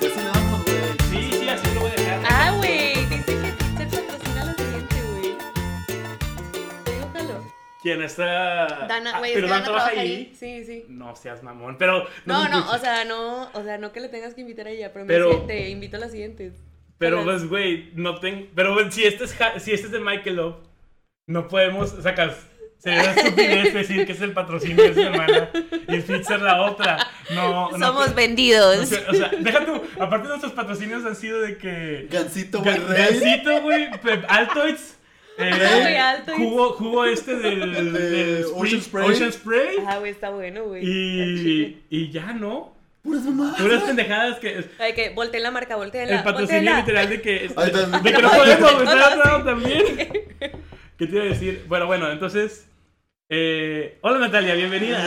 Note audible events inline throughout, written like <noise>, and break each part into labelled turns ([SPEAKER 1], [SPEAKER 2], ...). [SPEAKER 1] Cocinamos, güey.
[SPEAKER 2] Sí, sí, así lo voy a dejar.
[SPEAKER 3] Ah, güey. Dice que Pizza patrocina lo siguiente, güey. Búscalo.
[SPEAKER 2] ¿Quién está?
[SPEAKER 3] Dana,
[SPEAKER 2] Ah,
[SPEAKER 3] güey, es
[SPEAKER 2] pero
[SPEAKER 3] que
[SPEAKER 2] Dan
[SPEAKER 3] Dana
[SPEAKER 2] trabaja
[SPEAKER 3] trabaja
[SPEAKER 2] ahí.
[SPEAKER 3] Sí, sí.
[SPEAKER 2] No seas mamón, pero.
[SPEAKER 3] No,
[SPEAKER 2] me
[SPEAKER 3] no,
[SPEAKER 2] escuches.
[SPEAKER 3] o sea, no, o sea, no que le tengas que invitar a ella, pero, me
[SPEAKER 2] Pero-
[SPEAKER 3] dice, te invito a la siguiente.
[SPEAKER 2] Pero
[SPEAKER 3] Ajá.
[SPEAKER 2] pues, güey, no tengo. Pero bueno, si este es, ja- si este es de Michael Love, no podemos. Sacas. Sería una estupidez decir que es el patrocinio de esta semana y el Pfizer la otra. No, no.
[SPEAKER 3] <laughs> Somos
[SPEAKER 2] no
[SPEAKER 3] vendidos.
[SPEAKER 2] sé, o sea, deja tú. Aparte, nuestros patrocinios han sido de que.
[SPEAKER 1] Gansito, güey,
[SPEAKER 2] Ga-
[SPEAKER 1] rey.
[SPEAKER 2] Gansito, güey. Pep- Altoids. eh,
[SPEAKER 3] Ajá, güey, Altoids.
[SPEAKER 2] Jugo, jugo este del,
[SPEAKER 1] El de
[SPEAKER 2] del
[SPEAKER 1] Ocean Spray.
[SPEAKER 2] Ocean Spray.
[SPEAKER 3] Ah, güey, está bueno, güey.
[SPEAKER 2] Y, y ya, ¿no?
[SPEAKER 1] Puras mamadas.
[SPEAKER 2] Puras pendejadas que.
[SPEAKER 3] Ay, que volteen la marca, volteen la.
[SPEAKER 2] El patrocinio literal de que.
[SPEAKER 1] Ahí está.
[SPEAKER 2] De que no
[SPEAKER 1] No,
[SPEAKER 2] podemos
[SPEAKER 3] no,
[SPEAKER 2] meter
[SPEAKER 3] no,
[SPEAKER 2] a Trump
[SPEAKER 3] sí.
[SPEAKER 2] también. <laughs> ¿Qué te iba a decir? Bueno, bueno, entonces. eh, hola Natalia, bienvenida.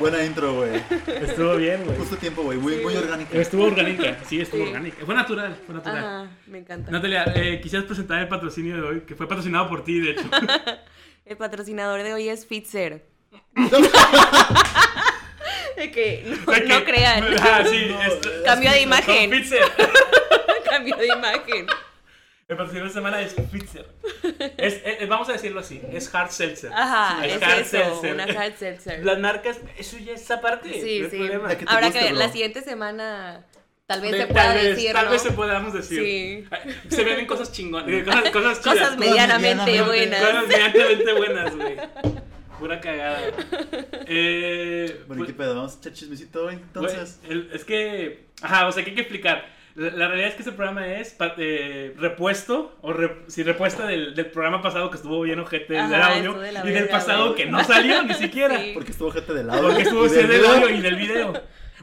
[SPEAKER 1] Buena intro, güey.
[SPEAKER 2] Estuvo bien, güey.
[SPEAKER 1] Justo tiempo, güey. Muy,
[SPEAKER 3] Sí,
[SPEAKER 1] muy
[SPEAKER 3] güey.
[SPEAKER 1] orgánica. <laughs>
[SPEAKER 2] Estuvo orgánica, sí, estuvo
[SPEAKER 3] Sí.
[SPEAKER 2] orgánica. Fue natural, fue natural.
[SPEAKER 3] Ajá, me encanta.
[SPEAKER 2] Natalia, eh, quisieras presentar el patrocinio de hoy, que fue patrocinado por ti, de hecho.
[SPEAKER 3] El patrocinador de hoy es Fitzer. <laughs> De que no,
[SPEAKER 2] De que-
[SPEAKER 3] <laughs> no crean.
[SPEAKER 2] <laughs>
[SPEAKER 3] <laughs>
[SPEAKER 2] Ah, sí,
[SPEAKER 1] No,
[SPEAKER 2] esto-
[SPEAKER 3] Cambio de
[SPEAKER 2] con
[SPEAKER 3] imagen.
[SPEAKER 2] Pfizer.
[SPEAKER 3] Cambio de imagen.
[SPEAKER 2] El patrocinio de esta semana es
[SPEAKER 3] <laughs>
[SPEAKER 2] Pfizer. Es- eh, vamos a decirlo así, es Hard Seltzer.
[SPEAKER 3] Ajá,
[SPEAKER 2] Sí,
[SPEAKER 3] es
[SPEAKER 2] hard
[SPEAKER 3] eso,
[SPEAKER 2] seltzer.
[SPEAKER 3] una hard seltzer.
[SPEAKER 2] Las marcas, eso ya es aparte.
[SPEAKER 3] Sí,
[SPEAKER 2] no hay
[SPEAKER 3] sí.
[SPEAKER 2] problema.
[SPEAKER 1] La que te
[SPEAKER 3] Habrá que
[SPEAKER 1] guste,
[SPEAKER 3] ver,
[SPEAKER 1] bro.
[SPEAKER 3] la siguiente semana tal vez
[SPEAKER 2] Ve-
[SPEAKER 3] se pueda
[SPEAKER 2] tal vez,
[SPEAKER 3] decir,
[SPEAKER 2] Tal
[SPEAKER 3] ¿no?
[SPEAKER 2] vez se podamos decir.
[SPEAKER 3] Sí.
[SPEAKER 2] Ay, Se ven cosas chingonas. eh, Cosas, cosas chidas.
[SPEAKER 3] <laughs> Cosas medianamente
[SPEAKER 1] medianamente
[SPEAKER 3] buenas.
[SPEAKER 2] Cosas medianamente buenas, güey. Pura cagada.
[SPEAKER 3] <laughs>
[SPEAKER 2] Eh,
[SPEAKER 1] Bueno, ¿y ¿qué
[SPEAKER 2] pues,
[SPEAKER 1] pedo? Vamos a echar chismecito, güey.
[SPEAKER 2] güey,
[SPEAKER 1] Entonces.
[SPEAKER 2] el- es que. Ajá, o sea, que hay que explicar. La, la realidad es que este programa es pa- eh, repuesto, o re- sí, repuesta del, del programa pasado que estuvo bien ojete del
[SPEAKER 3] Ajá,
[SPEAKER 2] audio,
[SPEAKER 3] estuvo de la
[SPEAKER 2] y del
[SPEAKER 3] verga,
[SPEAKER 2] pasado
[SPEAKER 3] güey.
[SPEAKER 2] que no salió
[SPEAKER 3] <laughs>
[SPEAKER 2] ni siquiera.
[SPEAKER 3] Sí.
[SPEAKER 1] Porque estuvo gente de lado.
[SPEAKER 2] Porque estuvo
[SPEAKER 1] Y del
[SPEAKER 2] ese del
[SPEAKER 1] video.
[SPEAKER 2] audio y del video.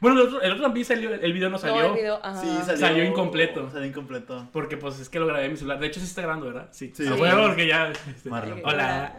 [SPEAKER 2] Bueno, el otro, el otro también salió, el video no salió.
[SPEAKER 3] No, el video, ajá.
[SPEAKER 1] Sí, salió.
[SPEAKER 2] Salió incompleto.
[SPEAKER 1] Salió
[SPEAKER 2] <laughs>
[SPEAKER 1] incompleto.
[SPEAKER 2] Porque pues es que lo grabé en mi celular. De hecho, sí está grabando, ¿verdad? Sí.
[SPEAKER 1] Sí.
[SPEAKER 2] A huevo, porque ya. este,
[SPEAKER 1] Marlon.
[SPEAKER 2] Hola.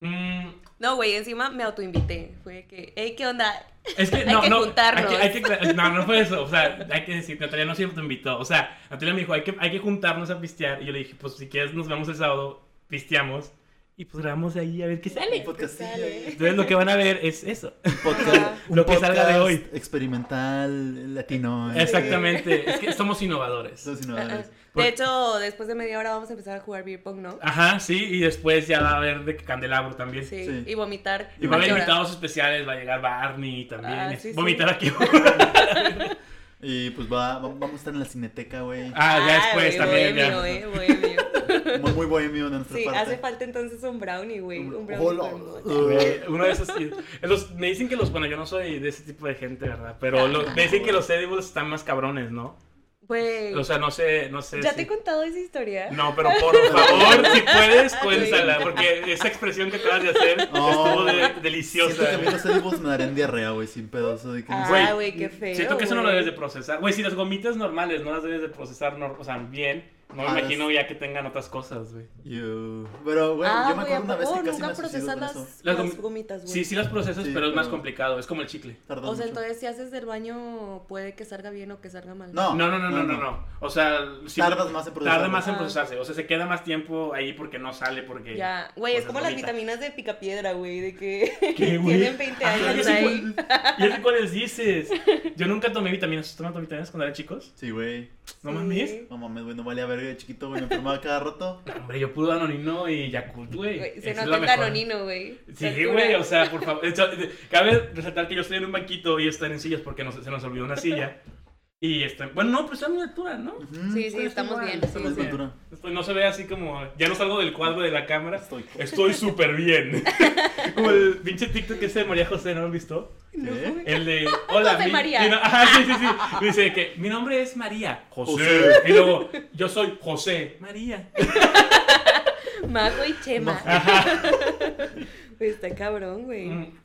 [SPEAKER 2] Mm,
[SPEAKER 3] No, güey, encima me autoinvité. Fue de que, hey, ¿qué onda?
[SPEAKER 2] es que
[SPEAKER 3] Hay
[SPEAKER 2] no,
[SPEAKER 3] que
[SPEAKER 2] no.
[SPEAKER 3] juntarnos.
[SPEAKER 2] Hay que, hay que- no, no fue eso. O sea, hay que decir, Natalia no siempre te invitó. O sea, Natalia me dijo, hay que, hay que juntarnos a pistear. Y yo le dije, pues si quieres, nos vemos el sábado, pisteamos. Y pues grabamos ahí a ver qué sale.
[SPEAKER 1] Un podcastillo.
[SPEAKER 3] sale.
[SPEAKER 2] Entonces lo que van a ver es eso.
[SPEAKER 1] Un podcast. un
[SPEAKER 2] Lo que salga
[SPEAKER 1] podcast
[SPEAKER 2] de hoy.
[SPEAKER 1] Experimental, latino. eh.
[SPEAKER 2] Exactamente. Es que somos innovadores.
[SPEAKER 1] Esos innovadores.
[SPEAKER 2] Por- Ah,
[SPEAKER 3] De hecho, después de media hora vamos a empezar a jugar beer pong, ¿no?
[SPEAKER 2] Ajá, sí. Y después ya va a haber de que candelabro también.
[SPEAKER 3] Sí.
[SPEAKER 1] Sí.
[SPEAKER 3] Y vomitar.
[SPEAKER 2] Y va a haber
[SPEAKER 3] Llorar.
[SPEAKER 2] invitados especiales, va a llegar Barney también.
[SPEAKER 3] Ah,
[SPEAKER 2] es-
[SPEAKER 3] sí, sí.
[SPEAKER 2] Vomitar aquí.
[SPEAKER 3] <laughs>
[SPEAKER 1] Y pues va, va- vamos a estar en la cineteca, güey.
[SPEAKER 2] ah, ya
[SPEAKER 3] Ay,
[SPEAKER 2] después
[SPEAKER 3] güey,
[SPEAKER 2] también. ya.
[SPEAKER 3] bohemio, eh, bohemio.
[SPEAKER 1] Muy, muy bohemio de nuestra
[SPEAKER 3] Sí,
[SPEAKER 1] parte.
[SPEAKER 3] hace falta entonces un brownie, güey.
[SPEAKER 1] Un-
[SPEAKER 3] Un brownie.
[SPEAKER 1] hola.
[SPEAKER 3] con mocha.
[SPEAKER 2] Güey, Eh, Uno de esos. y- los- me dicen que los. Bueno, yo no soy de ese tipo de gente, ¿verdad? Pero lo- me dicen que los edibles están más cabrones, ¿no?
[SPEAKER 3] Güey.
[SPEAKER 2] O sea, no sé. No sé
[SPEAKER 3] ¿Ya
[SPEAKER 2] si-
[SPEAKER 3] te he contado esa historia?
[SPEAKER 2] No, pero por favor, si puedes,
[SPEAKER 3] Ay,
[SPEAKER 2] cuéntala.
[SPEAKER 3] güey.
[SPEAKER 2] Porque esa expresión que acabas de hacer
[SPEAKER 1] No,
[SPEAKER 2] estuvo
[SPEAKER 1] güey. Oh.
[SPEAKER 2] de-
[SPEAKER 1] Siento que
[SPEAKER 2] deliciosa.
[SPEAKER 1] a mí
[SPEAKER 2] güey.
[SPEAKER 1] los edibles me darían diarrea, güey, sin pedos. eso de que no
[SPEAKER 3] Ah,
[SPEAKER 1] sé.
[SPEAKER 3] Güey, qué feo,
[SPEAKER 2] Siento que eso no lo
[SPEAKER 3] güey.
[SPEAKER 2] debes de procesar. Güey, si las gomitas normales no las debes de procesar, nor- o sea, bien. No me
[SPEAKER 1] Ah,
[SPEAKER 2] imagino ya que tengan otras cosas, güey.
[SPEAKER 1] You. Pero, güey,
[SPEAKER 3] ah,
[SPEAKER 1] yo me
[SPEAKER 3] güey,
[SPEAKER 1] acuerdo una
[SPEAKER 3] ¿a
[SPEAKER 1] vez
[SPEAKER 3] poco?
[SPEAKER 1] que casi me
[SPEAKER 3] nunca
[SPEAKER 1] suicido
[SPEAKER 3] procesas
[SPEAKER 1] con
[SPEAKER 3] las,
[SPEAKER 1] eso.
[SPEAKER 2] Las
[SPEAKER 3] las
[SPEAKER 2] gomi-
[SPEAKER 3] gomitas, güey.
[SPEAKER 2] Sí, sí las procesas,
[SPEAKER 1] Sí,
[SPEAKER 2] pero es más
[SPEAKER 1] pero-
[SPEAKER 2] complicado. Es como el chicle.
[SPEAKER 1] Tardó
[SPEAKER 3] O sea,
[SPEAKER 1] mucho.
[SPEAKER 3] entonces si haces del baño puede que salga bien o que salga mal.
[SPEAKER 1] Ah. No,
[SPEAKER 2] No, no, no, no, no, no. O sea, si
[SPEAKER 1] Tardas más en
[SPEAKER 2] tarda
[SPEAKER 1] procesarlo.
[SPEAKER 2] más en
[SPEAKER 3] Ah.
[SPEAKER 2] procesarse. O sea, se queda más tiempo ahí porque no sale porque.
[SPEAKER 3] Ya, güey, es
[SPEAKER 2] Pues
[SPEAKER 3] como
[SPEAKER 2] es
[SPEAKER 3] las
[SPEAKER 2] gomita.
[SPEAKER 3] vitaminas de picapiedra, güey, de <laughs> que
[SPEAKER 2] <laughs> ¿Qué, güey?
[SPEAKER 3] tienen 20
[SPEAKER 2] Ah, ya
[SPEAKER 3] años
[SPEAKER 2] sé
[SPEAKER 3] ahí.
[SPEAKER 2] cuál- ya sé cuáles
[SPEAKER 3] <laughs>
[SPEAKER 2] dices. Yo nunca tomé vitaminas. ¿Ustedes tomaron vitaminas cuando eran chicos?
[SPEAKER 1] Sí, güey.
[SPEAKER 2] No
[SPEAKER 3] Sí.
[SPEAKER 2] mames.
[SPEAKER 1] No mames, güey, no valía verga de chiquito, güey. Me enfermaba cada rato.
[SPEAKER 2] No, hombre, yo pude Danonino y Yakult, güey.
[SPEAKER 3] Güey,
[SPEAKER 2] Esa
[SPEAKER 3] Se
[SPEAKER 2] es
[SPEAKER 3] nota
[SPEAKER 2] la
[SPEAKER 3] el
[SPEAKER 2] mejor.
[SPEAKER 3] danonino, güey.
[SPEAKER 2] Sí,
[SPEAKER 3] Satura.
[SPEAKER 2] güey, o sea, por favor. Esto- Cabe resaltar que yo estoy en un banquito y están en sillas porque nos- se nos olvidó una silla. Y están. Bueno, no, pero están en altura, ¿no?
[SPEAKER 1] Ujú.
[SPEAKER 3] Sí, sí,
[SPEAKER 2] Pues,
[SPEAKER 3] estamos
[SPEAKER 2] igual,
[SPEAKER 3] bien.
[SPEAKER 2] estamos
[SPEAKER 3] sí,
[SPEAKER 1] bien.
[SPEAKER 3] sí.
[SPEAKER 2] Esto no se ve así como. Ya no salgo del cuadro de la cámara.
[SPEAKER 1] Estoy.
[SPEAKER 2] Estoy súper
[SPEAKER 3] <laughs>
[SPEAKER 2] bien. como el pinche TikTok ese de María José, ¿no lo has visto?
[SPEAKER 1] ¿Eh?
[SPEAKER 2] El
[SPEAKER 3] <laughs>
[SPEAKER 2] de. Hola,
[SPEAKER 3] soy
[SPEAKER 2] mi-
[SPEAKER 3] María.
[SPEAKER 2] mi no- ajá, sí, sí, sí. Dice que mi nombre es María José.
[SPEAKER 1] José.
[SPEAKER 2] Y luego, yo soy José María.
[SPEAKER 3] Mago y Chema. <laughs> Güey, Está cabrón, güey.
[SPEAKER 2] Mm.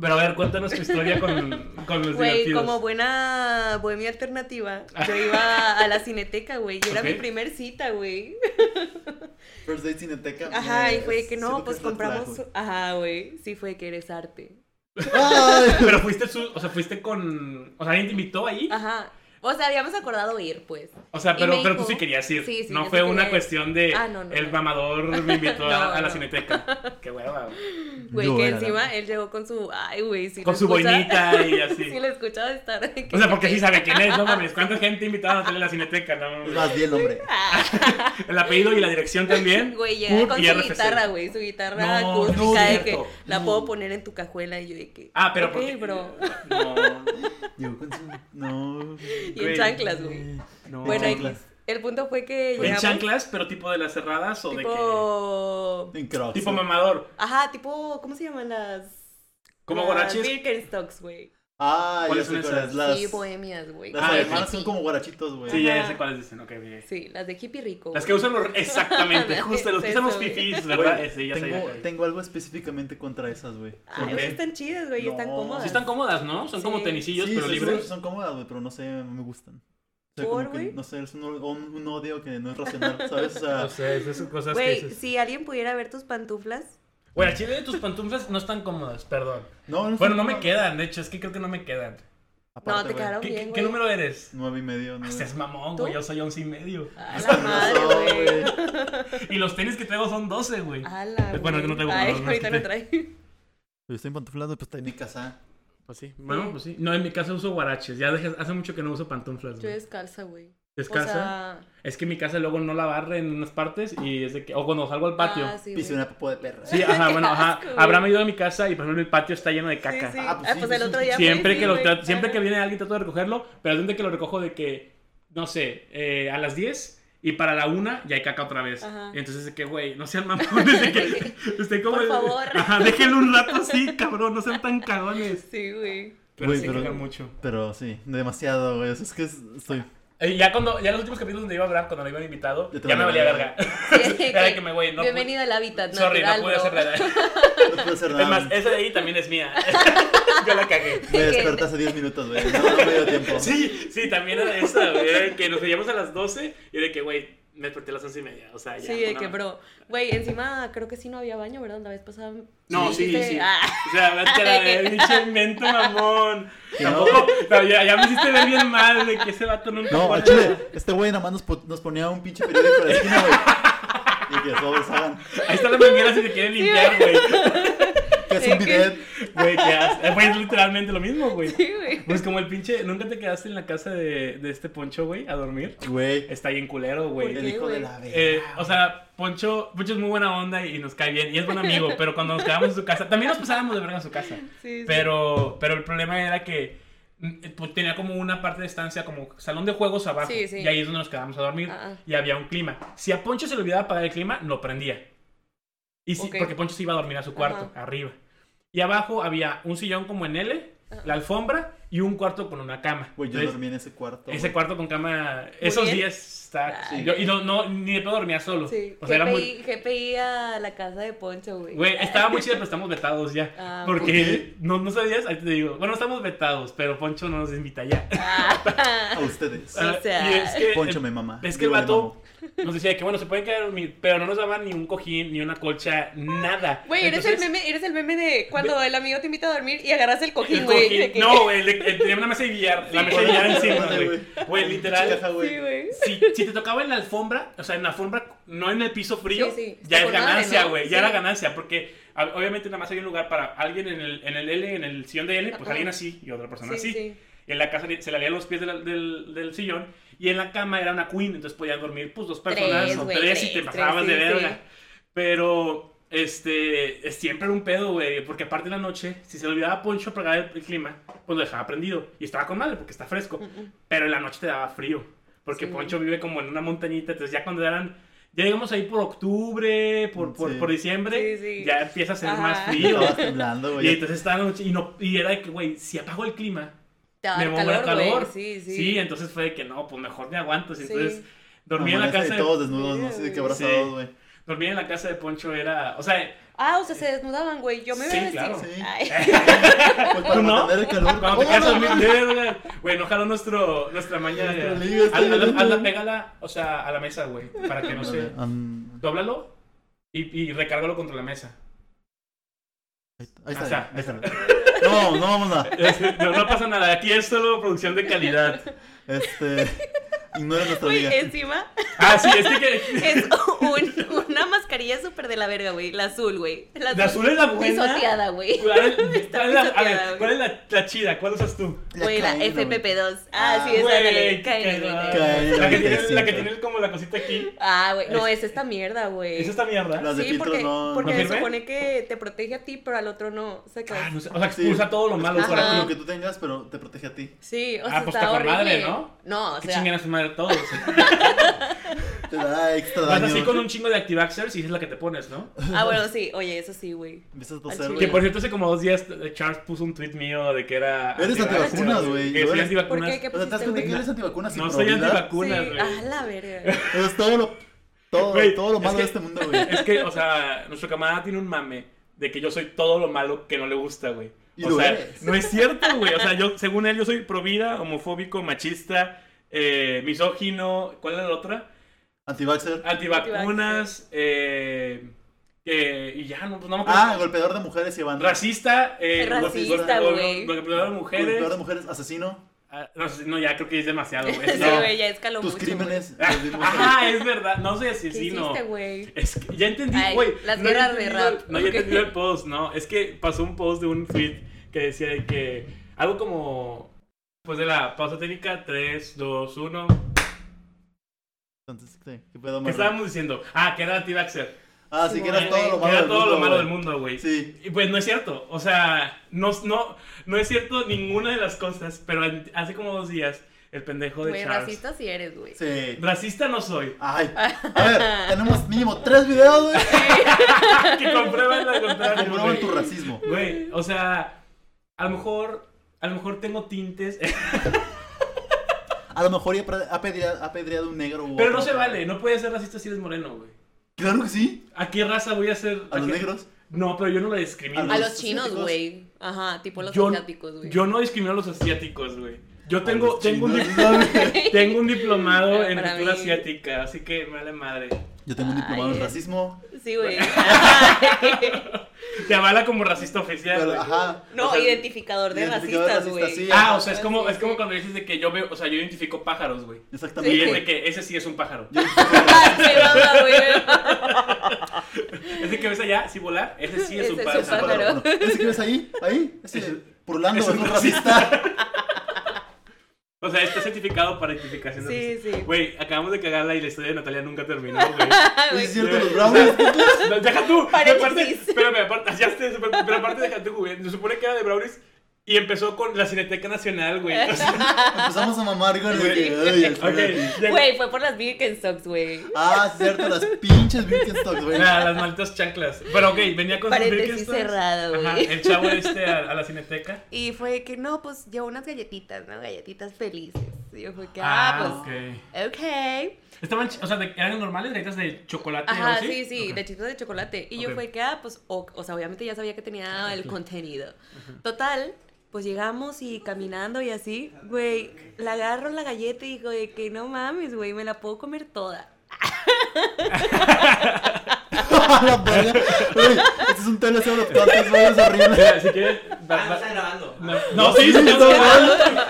[SPEAKER 2] Pero a ver, cuéntanos tu historia con, con los
[SPEAKER 3] Güey,
[SPEAKER 2] divertidos.
[SPEAKER 3] como buena
[SPEAKER 2] <laughs>
[SPEAKER 3] bohemia alternativa, yo iba a la cineteca, güey. Y era
[SPEAKER 2] Ok.
[SPEAKER 3] mi primer cita, güey.
[SPEAKER 1] First Date Cineteca.
[SPEAKER 3] Ajá,
[SPEAKER 1] me-
[SPEAKER 3] y fue de que
[SPEAKER 1] siento
[SPEAKER 3] no, pues
[SPEAKER 1] es red
[SPEAKER 3] compramos. <laughs>
[SPEAKER 1] flag,
[SPEAKER 3] Ajá, güey. Sí, fue de que eres arte.
[SPEAKER 1] güey. Ay,
[SPEAKER 2] Pero fuiste su, o sea, fuiste con, o sea, alguien te invitó ahí.
[SPEAKER 3] Ajá. O sea, habíamos acordado ir, pues.
[SPEAKER 2] O sea,
[SPEAKER 3] Ah, Y
[SPEAKER 2] pero,
[SPEAKER 3] me
[SPEAKER 2] pero tú
[SPEAKER 3] dijo-
[SPEAKER 2] sí querías ir.
[SPEAKER 3] Sí, sí,
[SPEAKER 2] no
[SPEAKER 3] yo
[SPEAKER 2] fue
[SPEAKER 3] sí
[SPEAKER 2] una
[SPEAKER 3] quería ir.
[SPEAKER 2] cuestión de
[SPEAKER 3] Ah, no, no,
[SPEAKER 2] el
[SPEAKER 3] no.
[SPEAKER 2] mamador me
[SPEAKER 3] <laughs>
[SPEAKER 2] invitó a,
[SPEAKER 3] No,
[SPEAKER 2] a la
[SPEAKER 3] no.
[SPEAKER 2] cineteca. Qué hueva. güey.
[SPEAKER 3] Güey,
[SPEAKER 1] Yo
[SPEAKER 3] que
[SPEAKER 1] era la-
[SPEAKER 3] encima él llegó con su. Ay, güey, si
[SPEAKER 2] Con
[SPEAKER 3] lo
[SPEAKER 2] su
[SPEAKER 3] escucha-
[SPEAKER 2] boinita y así.
[SPEAKER 3] <laughs> Si lo escuchaba estar. de que-
[SPEAKER 2] O sea, porque sí sabe quién es, no mames. ¿Cuánta gente invitada a tener la cineteca? No, mames.
[SPEAKER 1] es Más bien, hombre.
[SPEAKER 3] Ah,
[SPEAKER 2] El apellido y la dirección también.
[SPEAKER 3] Güey, llega
[SPEAKER 2] Put
[SPEAKER 3] con
[SPEAKER 2] y
[SPEAKER 3] su
[SPEAKER 2] RFC.
[SPEAKER 3] guitarra, güey. Su guitarra
[SPEAKER 2] No,
[SPEAKER 1] no,
[SPEAKER 3] acústica de que
[SPEAKER 2] cierto,
[SPEAKER 3] la
[SPEAKER 1] no.
[SPEAKER 3] puedo poner en tu cajuela. Y yo de que.
[SPEAKER 2] Ah, pero
[SPEAKER 3] ok,
[SPEAKER 2] porque.
[SPEAKER 3] bro. <laughs>
[SPEAKER 2] No,
[SPEAKER 1] Llegó con su. No. Eh,
[SPEAKER 3] Y en chanclas, güey.
[SPEAKER 2] no.
[SPEAKER 3] Bueno,
[SPEAKER 1] chanclas.
[SPEAKER 3] X. El punto fue que
[SPEAKER 2] ¿En
[SPEAKER 3] llegamos.
[SPEAKER 2] chanclas, pero tipo de las cerradas o de
[SPEAKER 3] Tipo.
[SPEAKER 1] En Crocs.
[SPEAKER 2] qué? Tipo mamador.
[SPEAKER 3] Ajá, tipo. ¿Cómo se llaman las.
[SPEAKER 2] Como
[SPEAKER 3] las
[SPEAKER 2] guaraches.
[SPEAKER 3] Birkenstocks, güey.
[SPEAKER 1] Ah, ya
[SPEAKER 2] ¿Cuáles
[SPEAKER 1] sé
[SPEAKER 2] son
[SPEAKER 1] cuáles,
[SPEAKER 2] esas?
[SPEAKER 1] Las,
[SPEAKER 3] Sí, bohemias, güey.
[SPEAKER 1] las
[SPEAKER 2] Ah,
[SPEAKER 1] alemanas
[SPEAKER 3] sí.
[SPEAKER 1] son como guarachitos, güey.
[SPEAKER 2] Sí, ya, ya
[SPEAKER 3] Ajá.
[SPEAKER 2] sé cuáles dicen. Ok, bien.
[SPEAKER 3] Sí, las de hippie rico.
[SPEAKER 2] Las que usan los.
[SPEAKER 3] <laughs>
[SPEAKER 2] Exactamente,
[SPEAKER 3] Las
[SPEAKER 2] justo, los que
[SPEAKER 3] eso,
[SPEAKER 2] usan los
[SPEAKER 3] güey.
[SPEAKER 2] fifís,
[SPEAKER 1] Güey,
[SPEAKER 2] ¿verdad? Sí, ya sé, ya
[SPEAKER 1] tengo,
[SPEAKER 2] sé.
[SPEAKER 1] tengo algo específicamente contra esas, güey.
[SPEAKER 2] ¿Por
[SPEAKER 3] Ay, güey,
[SPEAKER 2] qué?
[SPEAKER 3] están chidas, güey. y Están
[SPEAKER 1] No,
[SPEAKER 3] cómodas.
[SPEAKER 1] sí
[SPEAKER 2] Sí están cómodas, ¿no? Son como
[SPEAKER 3] Sí.
[SPEAKER 2] tenisillos,
[SPEAKER 1] sí,
[SPEAKER 2] pero
[SPEAKER 1] sí,
[SPEAKER 2] libres.
[SPEAKER 1] sí, son cómodas, güey, pero no sé, no me gustan. O sea,
[SPEAKER 3] ¿Por,
[SPEAKER 1] como que,
[SPEAKER 3] güey?
[SPEAKER 1] no sé, es un, un- un odio que no es racional, ¿sabes? O
[SPEAKER 2] <laughs>
[SPEAKER 1] sea,
[SPEAKER 2] sea, esas son cosas
[SPEAKER 3] Güey, si alguien pudiera ver tus pantuflas.
[SPEAKER 2] Güey, al chile de tus pantuflas no están cómodas, perdón.
[SPEAKER 1] no,
[SPEAKER 2] Bueno, no me quedan, de hecho, es que creo que no me quedan.
[SPEAKER 3] No, te quedaron
[SPEAKER 2] ¿Qué,
[SPEAKER 3] bien,
[SPEAKER 2] qué-
[SPEAKER 3] güey. Mm,
[SPEAKER 2] qué número eres?
[SPEAKER 1] Nueve y medio, ¿no?
[SPEAKER 2] Ah, Seas mamón, güey,
[SPEAKER 3] ¿Tú?
[SPEAKER 2] yo soy once y medio.
[SPEAKER 3] A la madre, güey.
[SPEAKER 2] Y los tenis que traigo son 12, güey.
[SPEAKER 3] A la.
[SPEAKER 2] Bueno, que no traigo
[SPEAKER 3] güey. Ay,
[SPEAKER 2] pantalones,
[SPEAKER 3] ahorita
[SPEAKER 2] quité.
[SPEAKER 3] no trae.
[SPEAKER 1] Yo estoy pantuflando, pues técnicas, ¿ah?
[SPEAKER 2] Pues sí. Bueno,
[SPEAKER 3] Sí.
[SPEAKER 2] pues sí. No, en mi casa uso guaraches. Ya dejas- hace mucho que no uso pantuflas,
[SPEAKER 3] Yo
[SPEAKER 2] güey.
[SPEAKER 3] descalza, güey.
[SPEAKER 2] Descalza.
[SPEAKER 3] O sea,
[SPEAKER 2] Es que mi casa luego no la barre en unas partes y es de que. O cuando salgo al patio.
[SPEAKER 3] Ah, sí,
[SPEAKER 1] Pisé
[SPEAKER 3] güey.
[SPEAKER 1] una popo de perra.
[SPEAKER 2] Sí,
[SPEAKER 3] <laughs>
[SPEAKER 2] ajá, bueno, ajá.
[SPEAKER 3] asco, güey.
[SPEAKER 2] Habrá ido a mi casa y por ejemplo el patio está lleno de caca.
[SPEAKER 3] Sí, sí.
[SPEAKER 1] Ah,
[SPEAKER 3] Ah,
[SPEAKER 1] pues
[SPEAKER 3] pues,
[SPEAKER 1] sí,
[SPEAKER 3] el
[SPEAKER 1] sí,
[SPEAKER 3] otro
[SPEAKER 1] sí.
[SPEAKER 3] día. fue,
[SPEAKER 2] Siempre,
[SPEAKER 3] sí,
[SPEAKER 2] que, lo
[SPEAKER 3] güey.
[SPEAKER 2] tra- siempre
[SPEAKER 3] Ajá.
[SPEAKER 2] que viene alguien trato de recogerlo, pero donde que lo recojo de que, no sé, eh, a las 10 y para la 1 ya hay caca otra vez.
[SPEAKER 3] Ajá.
[SPEAKER 2] Entonces de que, güey, no sean mamones, de
[SPEAKER 3] <laughs>
[SPEAKER 2] que usted como...
[SPEAKER 3] Por favor.
[SPEAKER 2] <laughs> Ajá, déjenlo un rato así, cabrón, no sean tan cagones.
[SPEAKER 3] Sí, güey.
[SPEAKER 2] Pero
[SPEAKER 1] Güey,
[SPEAKER 2] sí
[SPEAKER 1] pero-
[SPEAKER 2] cagan mucho.
[SPEAKER 1] Pero sí, demasiado, güey. O sea, es que es- estoy.
[SPEAKER 2] Eh, ya cuando, ya los últimos capítulos donde iba Abraham, cuando lo iban invitado,
[SPEAKER 1] Ya te
[SPEAKER 2] ya me
[SPEAKER 1] valía
[SPEAKER 2] valía verga.
[SPEAKER 3] <laughs> Sí,
[SPEAKER 2] Era que me, güey, no... pude-
[SPEAKER 3] Bienvenido al hábitat
[SPEAKER 2] Sorry,
[SPEAKER 3] natural.
[SPEAKER 2] no pude
[SPEAKER 3] bro.
[SPEAKER 2] hacer nada.
[SPEAKER 1] <laughs> No puedo hacer nada.
[SPEAKER 2] Es más, esa de ahí también es mía. <laughs> Yo la cagué.
[SPEAKER 1] Me desperté hace 10 minutos, güey. No, no me dio tiempo.
[SPEAKER 2] <laughs> Sí, sí, también era esa, güey. era de Que nos veíamos a las 12 y de que, güey, me desperté a las 11 y media. O sea, ya.
[SPEAKER 3] Sí, de
[SPEAKER 2] una
[SPEAKER 3] que,
[SPEAKER 2] hora.
[SPEAKER 3] bro. Güey, encima creo que sí no había baño, ¿verdad? La vez pasada.
[SPEAKER 2] No, sí,
[SPEAKER 3] dijiste- <laughs>
[SPEAKER 2] sí.
[SPEAKER 3] Ah,
[SPEAKER 2] O sea, vete a la
[SPEAKER 3] <laughs> De que-
[SPEAKER 2] pinche invento, mamón.
[SPEAKER 1] Que no.
[SPEAKER 2] Tampoco, no, ya, ya me hiciste ver bien mal de que ese vato nunca
[SPEAKER 1] No,
[SPEAKER 2] fue a
[SPEAKER 1] al
[SPEAKER 2] la-
[SPEAKER 1] chile, este güey nada más nos, po- nos ponía un pinche periódico en la esquina, güey. Y que sobres hagan.
[SPEAKER 2] Ahí está la manguera si te quieren limpiar, güey.
[SPEAKER 1] Que <laughs> es un
[SPEAKER 3] Es que-
[SPEAKER 1] bidet.
[SPEAKER 2] Güey, qué asco. Eh, Güey, es literalmente lo mismo, güey.
[SPEAKER 3] sí, güey.
[SPEAKER 2] Pues como el pinche, ¿nunca te quedaste en la casa de, de este poncho, güey, a dormir?
[SPEAKER 1] Güey,
[SPEAKER 2] Está bien culero, güey.
[SPEAKER 3] ¿Por
[SPEAKER 1] el
[SPEAKER 3] qué,
[SPEAKER 1] hijo de
[SPEAKER 3] güey?
[SPEAKER 1] la verga.
[SPEAKER 2] Eh, o sea, Poncho, Poncho es muy buena onda y nos cae bien. Y es buen amigo, pero cuando nos quedamos en su casa, también nos pasábamos de verga en su casa.
[SPEAKER 3] Sí, sí.
[SPEAKER 2] Pero, pero el problema era que mm, pues, tenía como una parte de estancia, como salón de juegos abajo.
[SPEAKER 3] Sí, sí.
[SPEAKER 2] Y ahí es donde nos quedábamos a dormir.
[SPEAKER 3] Ah, ah.
[SPEAKER 2] Y había un clima. Si a Poncho se le olvidaba apagar el clima, lo prendía. Y sí,
[SPEAKER 3] Ok.
[SPEAKER 2] Porque Poncho se iba a dormir a su cuarto, arriba. Y abajo había un sillón como en L, la alfombra y un cuarto con una cama.
[SPEAKER 1] Güey, yo
[SPEAKER 2] Entonces,
[SPEAKER 1] dormí en ese cuarto.
[SPEAKER 2] ese
[SPEAKER 1] güey.
[SPEAKER 2] cuarto con cama, esos
[SPEAKER 3] bien.
[SPEAKER 2] días está.
[SPEAKER 1] Ay.
[SPEAKER 2] yo- y no, no, ni de pedo dormía solo.
[SPEAKER 3] Sí.
[SPEAKER 2] O sea, era muy.
[SPEAKER 3] GPI, GPI a la casa de Poncho, güey.
[SPEAKER 2] Güey, estaba muy chido, pero estamos vetados ya.
[SPEAKER 3] Ah,
[SPEAKER 2] porque no, no sabías, ahí te digo. Bueno, estamos vetados, pero Poncho no nos invita
[SPEAKER 3] <laughs>
[SPEAKER 2] ya.
[SPEAKER 1] A
[SPEAKER 3] Ah,
[SPEAKER 1] ustedes.
[SPEAKER 2] Ah,
[SPEAKER 3] sea,
[SPEAKER 2] y es que,
[SPEAKER 1] Poncho
[SPEAKER 2] eh,
[SPEAKER 1] me mamá.
[SPEAKER 2] Es que el
[SPEAKER 1] Digo, le
[SPEAKER 2] vato
[SPEAKER 1] mamo.
[SPEAKER 2] nos decía que, bueno, se pueden quedar a dormir, pero no nos daban ni un cojín, ni una colcha, nada.
[SPEAKER 3] <laughs> Güey, eres, el
[SPEAKER 2] Entonces,
[SPEAKER 3] meme, eres el meme de cuando el amigo te invita a dormir y agarras el cojín,
[SPEAKER 2] el
[SPEAKER 3] güey.
[SPEAKER 2] cojín-
[SPEAKER 3] de que-
[SPEAKER 2] No, güey, le- eh, tenía una mesa de billar, la mesa de billar encima,
[SPEAKER 1] Ándale,
[SPEAKER 2] güey. Güey,
[SPEAKER 1] Pinche caja,
[SPEAKER 2] literal,
[SPEAKER 1] güey.
[SPEAKER 3] Sí, güey.
[SPEAKER 2] si, si te tocaba en la alfombra, o sea, en la alfombra, no en el piso frío,
[SPEAKER 3] Sí, sí,
[SPEAKER 2] ya
[SPEAKER 3] está
[SPEAKER 2] es
[SPEAKER 3] con madre,
[SPEAKER 2] ganancia,
[SPEAKER 3] ¿no?
[SPEAKER 2] güey, ya
[SPEAKER 3] Sí.
[SPEAKER 2] era ganancia, porque a- obviamente nada más había un lugar para alguien en el, en el L, en el sillón de L, pues
[SPEAKER 3] Ajá.
[SPEAKER 2] alguien así y otra persona así.
[SPEAKER 3] Sí, sí.
[SPEAKER 2] En la casa se le alían los pies de la- del, del sillón y en la cama era una queen, entonces podían dormir pues dos personas
[SPEAKER 3] Tres,
[SPEAKER 2] o
[SPEAKER 3] güey,
[SPEAKER 2] tres y
[SPEAKER 3] tres,
[SPEAKER 2] te
[SPEAKER 3] tres,
[SPEAKER 2] pasabas de
[SPEAKER 3] sí,
[SPEAKER 2] verga.
[SPEAKER 3] sí.
[SPEAKER 2] Pero este es- siempre era un pedo, güey, porque aparte de la noche, si se le olvidaba a Poncho apagar el, el clima, pues lo dejaba prendido y estaba con madre porque está fresco, pero en la noche te daba frío, porque
[SPEAKER 3] Mm, Sí.
[SPEAKER 2] Poncho vive como en una montañita, entonces ya cuando eran ya digamos ahí por octubre, por, por,
[SPEAKER 1] Sí.
[SPEAKER 2] por diciembre,
[SPEAKER 3] Sí, sí.
[SPEAKER 2] ya empieza a ser
[SPEAKER 3] Ajá.
[SPEAKER 2] más
[SPEAKER 1] <laughs>
[SPEAKER 2] frío.
[SPEAKER 1] Estabas temblando,
[SPEAKER 2] Y
[SPEAKER 1] güey.
[SPEAKER 2] entonces estaba noche y, no, y era de que, güey, si apago el clima,
[SPEAKER 3] Te va a
[SPEAKER 2] me
[SPEAKER 3] dar
[SPEAKER 2] voy a morir de
[SPEAKER 3] calor,
[SPEAKER 2] calor.
[SPEAKER 3] güey. Sí, sí.
[SPEAKER 2] entonces fue de que no, pues mejor me aguanto.
[SPEAKER 3] Sí.
[SPEAKER 2] Entonces dormía en la
[SPEAKER 1] Amanece
[SPEAKER 2] casa
[SPEAKER 1] este, Todos
[SPEAKER 2] de,
[SPEAKER 1] desnudos, no sé,
[SPEAKER 3] Sí,
[SPEAKER 1] que
[SPEAKER 3] güey.
[SPEAKER 1] abrazados, güey.
[SPEAKER 2] dormir en la casa de Poncho era,
[SPEAKER 3] <laughs>
[SPEAKER 2] o sea, <laughs>
[SPEAKER 3] Ah, o sea, se desnudaban, güey. Yo me
[SPEAKER 2] Sí,
[SPEAKER 3] voy a vestir.
[SPEAKER 2] claro.
[SPEAKER 1] Sí.
[SPEAKER 3] Ay. <laughs>
[SPEAKER 1] Pues para
[SPEAKER 2] ¿Tú no?
[SPEAKER 1] mantener el calor.
[SPEAKER 2] cuando te
[SPEAKER 1] ¡Oh,
[SPEAKER 2] quedas
[SPEAKER 1] no!
[SPEAKER 2] a dormir,
[SPEAKER 1] <laughs>
[SPEAKER 2] verga. Güey, no jaló nuestro nuestra maña.
[SPEAKER 1] Nuestra
[SPEAKER 2] de-
[SPEAKER 1] liga, está
[SPEAKER 2] Hazla,
[SPEAKER 1] bien,
[SPEAKER 2] hazla-
[SPEAKER 1] güey.
[SPEAKER 2] pégala, o sea, a la mesa, güey, para que no se
[SPEAKER 1] Ándale, am-
[SPEAKER 2] Dóblalo y, y recárgalo contra la mesa.
[SPEAKER 1] Ahí ahí está,
[SPEAKER 2] Ah, O sea,
[SPEAKER 1] ahí
[SPEAKER 2] <laughs>
[SPEAKER 1] está. No, no vamos a.
[SPEAKER 2] Este, No, no pasa nada, aquí es solo producción de calidad.
[SPEAKER 1] Este. <laughs> Ignora nuestra
[SPEAKER 3] Güey,
[SPEAKER 1] liga.
[SPEAKER 3] encima
[SPEAKER 2] Ah, sí, es que-
[SPEAKER 3] <laughs>
[SPEAKER 2] que...
[SPEAKER 3] es un- una mascarilla súper de la verga, güey. La azul, güey.
[SPEAKER 2] ¿La azul es la buena?
[SPEAKER 3] Pisoteada, güey.
[SPEAKER 2] ¿Cuál es,
[SPEAKER 3] <laughs> Está
[SPEAKER 2] cuál es la, a
[SPEAKER 3] pisoteada,
[SPEAKER 2] ver,
[SPEAKER 3] güey.
[SPEAKER 2] ¿cuál es la, la chida? ¿Cuál usas tú?
[SPEAKER 3] Güey, la
[SPEAKER 1] caída, güey.
[SPEAKER 3] FPP2. Ah, sí,
[SPEAKER 2] Güey,
[SPEAKER 3] esa, ándale.
[SPEAKER 2] que
[SPEAKER 3] Caen, güey.
[SPEAKER 2] la-
[SPEAKER 1] Caen,
[SPEAKER 2] La que
[SPEAKER 1] güey,
[SPEAKER 2] tiene, la que
[SPEAKER 1] sí,
[SPEAKER 2] tiene como la cosita aquí.
[SPEAKER 3] Ah, güey. No, es esta mierda, güey.
[SPEAKER 2] ¿Es esta mierda?
[SPEAKER 1] Las de
[SPEAKER 3] Sí,
[SPEAKER 1] filtro
[SPEAKER 3] porque,
[SPEAKER 1] no.
[SPEAKER 3] porque
[SPEAKER 2] ¿No
[SPEAKER 3] se
[SPEAKER 2] sirve?
[SPEAKER 3] supone que te protege a ti, pero al otro no. ¿sacas?
[SPEAKER 2] Ah, no sé, o sea,
[SPEAKER 1] Sí.
[SPEAKER 2] expulsa todo lo malo
[SPEAKER 1] Es
[SPEAKER 3] pues, Ajá.
[SPEAKER 2] por
[SPEAKER 1] para
[SPEAKER 2] aquí.
[SPEAKER 1] lo que tú tengas, pero te protege a ti.
[SPEAKER 3] Sí, o
[SPEAKER 2] Ah,
[SPEAKER 3] sea,
[SPEAKER 2] pues
[SPEAKER 3] está
[SPEAKER 2] está con
[SPEAKER 3] horrible.
[SPEAKER 2] madre, ¿no?
[SPEAKER 3] No, o
[SPEAKER 2] Que
[SPEAKER 3] sea,
[SPEAKER 2] chinguen a su madre
[SPEAKER 1] <laughs>
[SPEAKER 2] todos.
[SPEAKER 1] Te da extra
[SPEAKER 2] Vas
[SPEAKER 1] daño.
[SPEAKER 2] así con un chingo de Activaxers y es la que te pones, ¿no?
[SPEAKER 3] ah, bueno, sí, oye, eso sí, güey.
[SPEAKER 1] Empiezas a
[SPEAKER 3] Al
[SPEAKER 1] toser,
[SPEAKER 3] chile.
[SPEAKER 1] güey.
[SPEAKER 2] Que por cierto, hace como dos días eh, Charles puso un tweet mío de que era.
[SPEAKER 1] Eres
[SPEAKER 2] antivacunas,
[SPEAKER 1] antivacunas, güey.
[SPEAKER 2] Que
[SPEAKER 1] Yo eres-
[SPEAKER 2] soy
[SPEAKER 3] ¿Por
[SPEAKER 2] antivacunas.
[SPEAKER 3] qué? ¿Qué
[SPEAKER 1] O sea, ¿te das
[SPEAKER 3] pusiste,
[SPEAKER 1] cuenta que
[SPEAKER 3] güey?
[SPEAKER 1] eres antivacunas y
[SPEAKER 2] No soy antivacunas,
[SPEAKER 3] Sí,
[SPEAKER 2] güey.
[SPEAKER 3] ah, la verga.
[SPEAKER 2] <laughs>
[SPEAKER 1] Es todo lo, todo,
[SPEAKER 2] Güey,
[SPEAKER 1] todo lo
[SPEAKER 2] es
[SPEAKER 1] malo
[SPEAKER 2] que-
[SPEAKER 1] de este mundo,
[SPEAKER 2] <laughs>
[SPEAKER 1] güey.
[SPEAKER 2] Es que, o sea, nuestro camarada tiene un mame de que yo soy todo lo malo que no le gusta, güey.
[SPEAKER 1] Y
[SPEAKER 2] O
[SPEAKER 1] lo
[SPEAKER 2] sea,
[SPEAKER 1] eres.
[SPEAKER 2] no es cierto, güey. O sea,
[SPEAKER 1] <laughs>
[SPEAKER 2] yo, según él, yo soy provida, homofóbico, machista, eh, misógino, ¿cuál es la otra?
[SPEAKER 1] Antivaxxer.
[SPEAKER 2] Antivacunas, eh, eh, y ya, no, pues no me acuerdo.
[SPEAKER 1] Ah, golpeador de mujeres y banda.
[SPEAKER 2] Racista, eh,
[SPEAKER 3] Es racista,
[SPEAKER 2] gol- gol-
[SPEAKER 3] güey.
[SPEAKER 2] gol- golpeador de mujeres.
[SPEAKER 1] Golpeador de mujeres, asesino.
[SPEAKER 2] Ah, No, sé, no, ya creo que es demasiado, güey.
[SPEAKER 3] <laughs> Sí,
[SPEAKER 2] Es-
[SPEAKER 1] No.
[SPEAKER 3] güey, ya escaló
[SPEAKER 1] Tus
[SPEAKER 3] mucho,
[SPEAKER 1] crímenes.
[SPEAKER 2] Ah,
[SPEAKER 1] los vimos.
[SPEAKER 2] <laughs> Ajá, es verdad. No soy
[SPEAKER 3] güey. ¿Qué
[SPEAKER 2] asesino.
[SPEAKER 3] hiciste, güey?
[SPEAKER 2] Es que ya entendí,
[SPEAKER 3] Ay,
[SPEAKER 2] güey.
[SPEAKER 3] las
[SPEAKER 2] he
[SPEAKER 3] guerras de
[SPEAKER 2] entendido-
[SPEAKER 3] rap.
[SPEAKER 2] No, ya
[SPEAKER 3] Ok.
[SPEAKER 2] entendí el post, ¿no? Es que pasó un post de un tweet que decía de que algo como. Pues de la pausa técnica, 3, 2, 1.
[SPEAKER 1] Entonces, sí, ¿qué pedo,
[SPEAKER 2] ¿Qué
[SPEAKER 1] Marco?
[SPEAKER 2] estábamos diciendo? Ah, que era T-Baxter.
[SPEAKER 1] Ah, sí, que
[SPEAKER 3] Sí,
[SPEAKER 1] eras todo lo
[SPEAKER 3] güey.
[SPEAKER 1] malo
[SPEAKER 2] Que era
[SPEAKER 1] del
[SPEAKER 2] todo
[SPEAKER 1] mundo,
[SPEAKER 2] lo malo
[SPEAKER 1] güey.
[SPEAKER 2] del mundo, güey.
[SPEAKER 1] Sí.
[SPEAKER 2] Y pues no es cierto. O sea, no, no, no es cierto ninguna de las cosas. Pero an- hace como dos días, el pendejo de
[SPEAKER 3] Güey,
[SPEAKER 2] Charles.
[SPEAKER 3] racista sí eres, güey.
[SPEAKER 1] Sí.
[SPEAKER 2] Racista no soy. <laughs>
[SPEAKER 1] Ay. A ver, tenemos mínimo tres videos, güey.
[SPEAKER 2] que comprueben lo
[SPEAKER 1] que
[SPEAKER 2] contrario.
[SPEAKER 1] Comprueban tu
[SPEAKER 2] güey.
[SPEAKER 1] racismo.
[SPEAKER 2] Güey, o sea, a lo mejor, a lo mejor tengo tintes, <laughs>
[SPEAKER 1] A lo mejor ya apre- ha apedreado, ha apedreado un negro. u
[SPEAKER 2] pero
[SPEAKER 1] otro.
[SPEAKER 2] no se vale, no puedes ser racista si eres moreno, güey.
[SPEAKER 1] Claro que sí.
[SPEAKER 2] ¿A qué raza voy a ser?
[SPEAKER 1] A los
[SPEAKER 2] qué-
[SPEAKER 1] negros.
[SPEAKER 2] No, pero yo no la
[SPEAKER 3] <laughs> A
[SPEAKER 2] discrimino.
[SPEAKER 1] los
[SPEAKER 3] los chinos,
[SPEAKER 1] asiáticos.
[SPEAKER 3] güey. Ajá, tipo los
[SPEAKER 2] Yo-
[SPEAKER 3] asiáticos, güey.
[SPEAKER 2] Yo no discrimino a los asiáticos, güey. Yo
[SPEAKER 1] A
[SPEAKER 2] tengo,
[SPEAKER 1] los
[SPEAKER 2] tengo, un,
[SPEAKER 1] chinos,
[SPEAKER 2] dip- <laughs>
[SPEAKER 1] ¿sabes?
[SPEAKER 2] tengo un diplomado
[SPEAKER 3] Ah,
[SPEAKER 2] en
[SPEAKER 3] para
[SPEAKER 2] cultura
[SPEAKER 3] mí.
[SPEAKER 2] asiática, así que me vale madre.
[SPEAKER 1] Yo tengo un diplomado en
[SPEAKER 3] Ay,
[SPEAKER 1] racismo. <laughs>
[SPEAKER 3] Sí, güey. <laughs>
[SPEAKER 2] Te avala como racista oficial,
[SPEAKER 1] Pero,
[SPEAKER 2] güey.
[SPEAKER 1] ajá.
[SPEAKER 3] No,
[SPEAKER 1] o sea,
[SPEAKER 3] identificador de
[SPEAKER 1] identificador
[SPEAKER 3] racistas,
[SPEAKER 1] racista,
[SPEAKER 3] güey.
[SPEAKER 1] sí,
[SPEAKER 3] <laughs>
[SPEAKER 2] Ah, o sea, es como, es
[SPEAKER 3] Sí,
[SPEAKER 2] como
[SPEAKER 3] sí.
[SPEAKER 2] cuando dices de que yo veo, o sea, yo identifico pájaros, güey. Y
[SPEAKER 1] Exactamente.
[SPEAKER 2] es de que ese sí es un pájaro.
[SPEAKER 1] Yo-
[SPEAKER 3] Ah, sí, mamá, güey.
[SPEAKER 2] Es de que ves allá, si volar, ese sí es
[SPEAKER 3] Ese
[SPEAKER 2] un
[SPEAKER 3] es un
[SPEAKER 2] pájaro.
[SPEAKER 3] pájaro.
[SPEAKER 1] Bueno, bueno, ¿Ese que ves ahí? Ahí.
[SPEAKER 2] Es-
[SPEAKER 1] Ese. Burlando,
[SPEAKER 2] es
[SPEAKER 1] es
[SPEAKER 2] un
[SPEAKER 1] un racista.
[SPEAKER 2] O sea, está certificado para identificación. de
[SPEAKER 3] Sí,
[SPEAKER 2] racista.
[SPEAKER 3] sí.
[SPEAKER 2] Güey, acabamos de cagarla y la historia de Natalia nunca terminó,
[SPEAKER 3] <laughs>
[SPEAKER 2] güey.
[SPEAKER 3] Ah,
[SPEAKER 1] ¿Es
[SPEAKER 3] güey.
[SPEAKER 1] cierto
[SPEAKER 2] güey.
[SPEAKER 1] los brownies?
[SPEAKER 2] <laughs> No, Deja tú. y Aparte,
[SPEAKER 3] Paréntesis.
[SPEAKER 2] espérame, aparte, ya sé, pero pero aparte deja tú, güey. Se supone que era de Brownies y empezó con la Cineteca Nacional,
[SPEAKER 3] <laughs>
[SPEAKER 2] güey. Entonces,
[SPEAKER 1] Empezamos a mamar, güey. de que,
[SPEAKER 3] Sí.
[SPEAKER 1] ay, al
[SPEAKER 2] ok,
[SPEAKER 1] final.
[SPEAKER 2] ya-
[SPEAKER 3] Güey, fue por las Birkenstocks, güey.
[SPEAKER 1] Ah, es cierto, las pinches Birkenstocks, güey. <laughs>
[SPEAKER 2] Ah, las malditas chanclas. Pero ok, venía con sus
[SPEAKER 3] Paréntesis
[SPEAKER 2] Birkenstocks.
[SPEAKER 3] cerrado,
[SPEAKER 2] Ajá,
[SPEAKER 3] güey.
[SPEAKER 2] el chavo este a, a la Cineteca.
[SPEAKER 3] Y fue que no, pues llevo unas galletitas, ¿no? Galletitas felices. Y yo fue que,
[SPEAKER 2] Ah,
[SPEAKER 3] ah,
[SPEAKER 2] ok.
[SPEAKER 3] pues. Ok.
[SPEAKER 2] Estaban, ch- o sea, de- eran normales, galletas de chocolate o
[SPEAKER 3] Ajá,
[SPEAKER 2] así?
[SPEAKER 3] sí, sí,
[SPEAKER 2] Ok.
[SPEAKER 3] de chitos de chocolate. Y
[SPEAKER 2] Ok.
[SPEAKER 3] yo fue que, ah, pues, ok. o sea, obviamente ya sabía que tenía el contenido. Total, pues llegamos y caminando y así, güey, la agarro la galleta y digo, de que no mames, güey, me la puedo comer toda.
[SPEAKER 1] La verga. Güey, este es un TLC de los tantos, güey, es horrible.
[SPEAKER 2] Mira, si quieres. va-
[SPEAKER 4] Ah, no
[SPEAKER 2] va-
[SPEAKER 4] está
[SPEAKER 2] <laughs>
[SPEAKER 4] grabando.
[SPEAKER 2] No, no, sí, sí,
[SPEAKER 1] Sí,
[SPEAKER 2] sí,
[SPEAKER 1] está
[SPEAKER 2] sí.
[SPEAKER 1] grabando.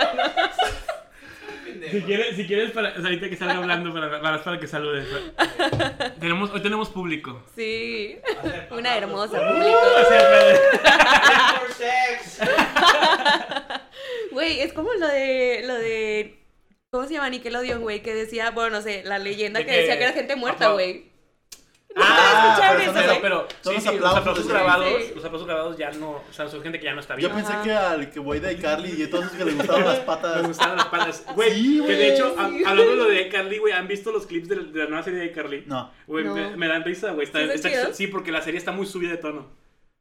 [SPEAKER 2] Si quieres, si quieres para, o sea, ahorita que salga hablando, para, para, para que saludes. para- Tenemos, hoy tenemos público.
[SPEAKER 3] Sí, <laughs>
[SPEAKER 4] Hacer
[SPEAKER 3] una
[SPEAKER 4] patatas.
[SPEAKER 3] hermosa
[SPEAKER 2] O Ah,
[SPEAKER 3] público.
[SPEAKER 2] sea,
[SPEAKER 4] For sex.
[SPEAKER 3] Güey, es como lo de, lo de, ¿cómo se llama Nickelodeon, güey? Que decía, bueno, no sé, la leyenda
[SPEAKER 2] De
[SPEAKER 3] que,
[SPEAKER 2] que-
[SPEAKER 3] decía que era gente muerta,
[SPEAKER 2] Ajá.
[SPEAKER 3] güey.
[SPEAKER 2] ah,
[SPEAKER 1] escuchar
[SPEAKER 2] pero,
[SPEAKER 1] eso,
[SPEAKER 2] pero,
[SPEAKER 1] güey.
[SPEAKER 2] pero
[SPEAKER 1] Son
[SPEAKER 2] sí,
[SPEAKER 1] los
[SPEAKER 2] sí, los
[SPEAKER 1] aplausos,
[SPEAKER 2] aplausos
[SPEAKER 1] sí.
[SPEAKER 2] grabados,
[SPEAKER 3] Sí.
[SPEAKER 2] los aplausos grabados ya no, o sea, son gente que ya no está
[SPEAKER 1] Yo
[SPEAKER 2] viva.
[SPEAKER 1] pensé que al que voy de Carly y a todos los que le gustaban las
[SPEAKER 2] Me
[SPEAKER 1] patas.
[SPEAKER 2] gustaron las palas. Güey,
[SPEAKER 1] Sí,
[SPEAKER 2] que
[SPEAKER 1] güey.
[SPEAKER 2] de hecho, a- hablando de lo de Carly, güey, ¿han visto los clips de la, de la nueva serie de Carly?
[SPEAKER 1] No.
[SPEAKER 2] Güey,
[SPEAKER 3] No.
[SPEAKER 2] me, me dan risa, güey. Está,
[SPEAKER 3] ¿Sí están
[SPEAKER 2] está-
[SPEAKER 3] chidos?
[SPEAKER 2] sí, porque la serie está muy subida de tono.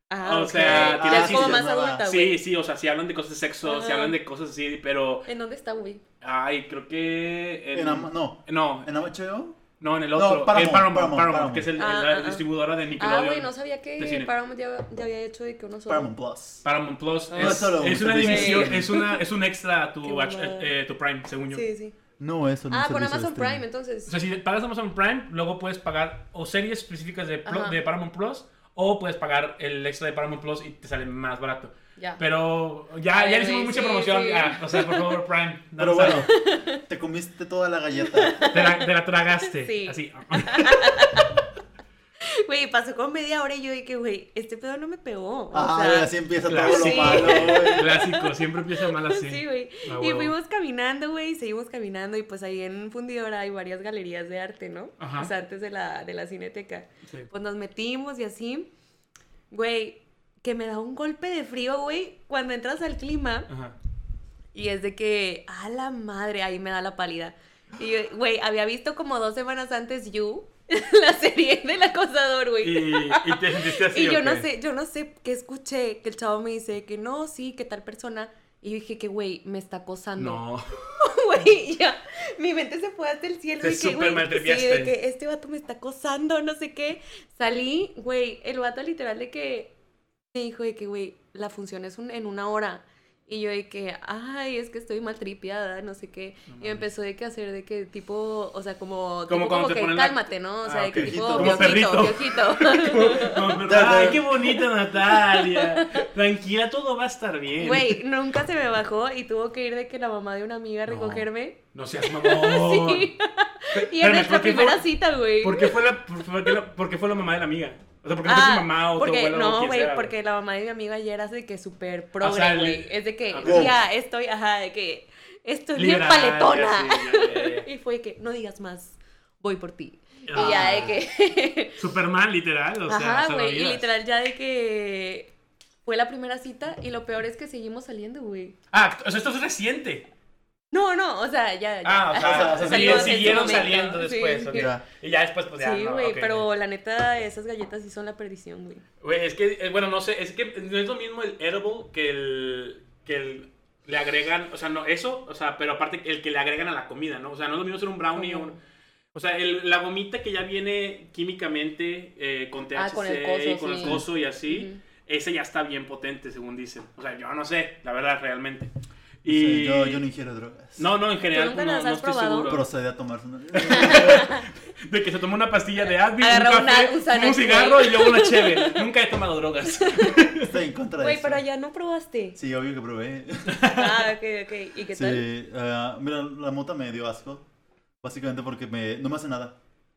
[SPEAKER 3] Ah,
[SPEAKER 2] O
[SPEAKER 3] ok.
[SPEAKER 2] sea,
[SPEAKER 1] tiene
[SPEAKER 3] ya es como
[SPEAKER 1] sí,
[SPEAKER 3] más
[SPEAKER 1] llamaba-
[SPEAKER 3] adulta, güey.
[SPEAKER 2] Sí, sí, o sea, sí hablan de cosas de sexo, sí
[SPEAKER 3] Ah.
[SPEAKER 2] hablan de cosas así, pero.
[SPEAKER 3] ¿En dónde está, güey?
[SPEAKER 2] Ay, creo que. en-
[SPEAKER 1] En Ama- no.
[SPEAKER 2] No,
[SPEAKER 1] ¿En Amacheo?
[SPEAKER 2] no, en el
[SPEAKER 1] No,
[SPEAKER 2] otro.
[SPEAKER 1] Paramount,
[SPEAKER 2] el Paramount,
[SPEAKER 1] Paramount,
[SPEAKER 2] Paramount,
[SPEAKER 1] Paramount.
[SPEAKER 2] que es el,
[SPEAKER 3] Ah,
[SPEAKER 2] la
[SPEAKER 3] ah, ah.
[SPEAKER 2] distribuidora de Nickelodeon.
[SPEAKER 3] Ah, güey, no sabía
[SPEAKER 2] de cine.
[SPEAKER 3] que Paramount ya, ya había hecho y que uno solo.
[SPEAKER 1] Paramount Plus.
[SPEAKER 2] Paramount Plus
[SPEAKER 1] Ah,
[SPEAKER 2] es,
[SPEAKER 1] solo
[SPEAKER 2] es
[SPEAKER 1] un
[SPEAKER 2] una
[SPEAKER 1] servicio.
[SPEAKER 2] división,
[SPEAKER 1] Sí.
[SPEAKER 2] es, una, es un extra a tu,
[SPEAKER 3] Qué
[SPEAKER 2] ach-
[SPEAKER 3] mamada.
[SPEAKER 2] eh, tu Prime, según yo.
[SPEAKER 3] Sí, sí.
[SPEAKER 1] No, eso no este-
[SPEAKER 3] Ah,
[SPEAKER 1] es
[SPEAKER 3] con
[SPEAKER 1] servicio de
[SPEAKER 3] Amazon Prime,
[SPEAKER 1] streaming.
[SPEAKER 3] entonces.
[SPEAKER 2] O sea, si pagas Amazon Prime, luego puedes pagar o series específicas de, Plo-
[SPEAKER 3] Ajá.
[SPEAKER 2] de Paramount Plus o puedes pagar el extra de Paramount Plus y te sale más barato.
[SPEAKER 3] Ya.
[SPEAKER 2] Pero ya,
[SPEAKER 3] Ay,
[SPEAKER 2] ya le hicimos
[SPEAKER 3] güey,
[SPEAKER 2] mucha
[SPEAKER 3] sí,
[SPEAKER 2] promoción.
[SPEAKER 3] sí.
[SPEAKER 2] Ah, o sea, por favor, Prime.
[SPEAKER 1] <laughs> Pero
[SPEAKER 2] danos
[SPEAKER 1] bueno,
[SPEAKER 2] algo.
[SPEAKER 1] te comiste toda la galleta.
[SPEAKER 2] Te la, te la tragaste.
[SPEAKER 3] Sí.
[SPEAKER 2] Así.
[SPEAKER 3] <laughs> Güey, pasó con media hora y yo dije, güey, este pedo no me pegó. O
[SPEAKER 1] Ah,
[SPEAKER 3] sea,
[SPEAKER 1] así empieza
[SPEAKER 2] claro.
[SPEAKER 1] todo lo
[SPEAKER 3] Sí.
[SPEAKER 1] malo, güey.
[SPEAKER 2] Clásico, siempre empieza mal así.
[SPEAKER 3] Sí, güey.
[SPEAKER 2] Ah,
[SPEAKER 3] y
[SPEAKER 2] huevo.
[SPEAKER 3] fuimos caminando, güey, y seguimos caminando. Y pues ahí en Fundidora hay varias galerías de arte, ¿no?
[SPEAKER 2] Ajá.
[SPEAKER 3] O sea, antes de la, de la cineteca.
[SPEAKER 2] Sí.
[SPEAKER 3] Pues nos metimos y así. Güey, que me da un golpe de frío, güey, cuando entras al clima.
[SPEAKER 2] Ajá.
[SPEAKER 3] Y es de que, a la madre, ahí me da la pálida. Y yo, güey, había visto como dos semanas antes You, <laughs> la serie del acosador, güey.
[SPEAKER 2] Y, y te sentiste así.
[SPEAKER 3] <laughs> Y
[SPEAKER 2] ¿o
[SPEAKER 3] yo no
[SPEAKER 2] qué?
[SPEAKER 3] sé, yo no sé qué escuché, que el chavo me dice que no, sí, que tal persona. Y yo dije que, güey, me está acosando.
[SPEAKER 2] No.
[SPEAKER 3] <laughs> Güey, ya, mi mente se fue hasta el cielo.
[SPEAKER 2] Te
[SPEAKER 3] y que,
[SPEAKER 2] súper
[SPEAKER 3] güey,
[SPEAKER 2] maltripiaste.
[SPEAKER 3] sí, de que este vato me está acosando, no sé qué. Salí, güey, el vato literal de que me dijo de que, güey, la función es un- en una hora. Y yo de que, ay, es que estoy maltripiada, no sé qué.
[SPEAKER 2] No
[SPEAKER 3] y me
[SPEAKER 2] mames.
[SPEAKER 3] empezó de que hacer de que tipo, o sea, como,
[SPEAKER 2] Como
[SPEAKER 3] tipo,
[SPEAKER 2] cuando te
[SPEAKER 3] que
[SPEAKER 2] ponen la-
[SPEAKER 3] cálmate, ¿no? O sea,
[SPEAKER 2] Ah,
[SPEAKER 3] de que
[SPEAKER 2] ok.
[SPEAKER 3] tipo,
[SPEAKER 1] Como
[SPEAKER 2] perrito.
[SPEAKER 3] piojito.
[SPEAKER 2] <laughs> No, pero- Ay, qué bonita Natalia. Tranquila, todo va a estar <laughs> bien.
[SPEAKER 3] Güey, nunca se me bajó y tuvo que ir de que la mamá de una amiga a
[SPEAKER 2] No.
[SPEAKER 3] recogerme.
[SPEAKER 2] No seas mamón.
[SPEAKER 3] <laughs> Sí.
[SPEAKER 2] Pe-
[SPEAKER 3] Y
[SPEAKER 2] espérame,
[SPEAKER 3] en nuestra
[SPEAKER 2] ¿por qué
[SPEAKER 3] primera
[SPEAKER 2] fue-
[SPEAKER 3] cita, güey.
[SPEAKER 2] ¿Por qué fue la, por, por qué la- por qué fue la mamá de la amiga? O sea, ¿por qué no fue
[SPEAKER 3] Ah,
[SPEAKER 2] su mamá o tu
[SPEAKER 3] porque-
[SPEAKER 2] abuela o
[SPEAKER 3] No,
[SPEAKER 2] quien
[SPEAKER 3] güey,
[SPEAKER 2] sea,
[SPEAKER 3] porque la mamá de mi amiga ayer hace de que súper
[SPEAKER 2] O sea,
[SPEAKER 3] progre,
[SPEAKER 2] le-
[SPEAKER 3] güey. Es de que,
[SPEAKER 2] Ah,
[SPEAKER 1] wow.
[SPEAKER 3] ya, estoy, ajá, de que estoy
[SPEAKER 2] Liberal,
[SPEAKER 3] bien paletona.
[SPEAKER 2] ya, sí, ya, ya,
[SPEAKER 3] <laughs> Y fue de que, no digas más, voy por ti.
[SPEAKER 2] Ah.
[SPEAKER 3] Y ya de que, <laughs>
[SPEAKER 2] ya. Superman, literal. <laughs> O sea,
[SPEAKER 3] ajá, güey, y
[SPEAKER 2] salvavidas.
[SPEAKER 3] literal ya de que fue la primera cita y lo peor es que seguimos saliendo, güey.
[SPEAKER 2] Ah, o sea, esto es reciente.
[SPEAKER 3] No, no, <laughs> o sea, ya, ya.
[SPEAKER 2] Ah, o sea,
[SPEAKER 1] o sea,
[SPEAKER 2] siguieron,
[SPEAKER 1] salimos en su
[SPEAKER 2] siguieron
[SPEAKER 3] momento,
[SPEAKER 2] saliendo
[SPEAKER 3] sí.
[SPEAKER 2] después. ok.
[SPEAKER 1] Ya.
[SPEAKER 2] Y ya después, pues ya.
[SPEAKER 3] sí,
[SPEAKER 2] no,
[SPEAKER 3] güey,
[SPEAKER 2] ok.
[SPEAKER 3] pero la neta, esas galletas sí son la perdición, güey.
[SPEAKER 2] Güey, es que, eh, bueno, no sé, es que no es lo mismo el edible que el. que el. le agregan, o sea, no, eso, o sea, pero aparte el que le agregan a la comida, ¿no? O sea, no es lo mismo ser un brownie
[SPEAKER 3] Ujú.
[SPEAKER 2] o un. O sea, el- la gomita que ya viene químicamente eh, con THC
[SPEAKER 3] Ah, con el coso,
[SPEAKER 2] y con
[SPEAKER 3] sí.
[SPEAKER 2] el coso y así,
[SPEAKER 3] Ujú.
[SPEAKER 2] esa ya está bien potente, según dicen. O sea, yo no sé, la verdad, realmente.
[SPEAKER 1] Sí,
[SPEAKER 2] <laughs> Y...
[SPEAKER 1] yo, yo no ingiero drogas.
[SPEAKER 2] No, no, en general
[SPEAKER 3] ¿Tú nunca
[SPEAKER 2] no,
[SPEAKER 3] las
[SPEAKER 2] no
[SPEAKER 3] has
[SPEAKER 2] estoy
[SPEAKER 3] probado?
[SPEAKER 2] seguro.
[SPEAKER 1] Procede a tomarse
[SPEAKER 2] <laughs>
[SPEAKER 1] una.
[SPEAKER 2] De que se tomó una pastilla de Advil, un
[SPEAKER 3] Agarra una-
[SPEAKER 2] café,
[SPEAKER 3] un
[SPEAKER 2] un,
[SPEAKER 3] Xanax,
[SPEAKER 2] cigarro
[SPEAKER 3] güey.
[SPEAKER 2] y luego una cheve. Nunca he tomado drogas.
[SPEAKER 1] Estoy en contra de
[SPEAKER 3] Güey,
[SPEAKER 1] eso.
[SPEAKER 3] pero ya no probaste.
[SPEAKER 1] Sí, obvio que probé.
[SPEAKER 3] Ah, ok, ok. ¿Y qué tal?
[SPEAKER 1] Sí, ah, mira, la mota me dio asco. Básicamente porque me, no me hace nada.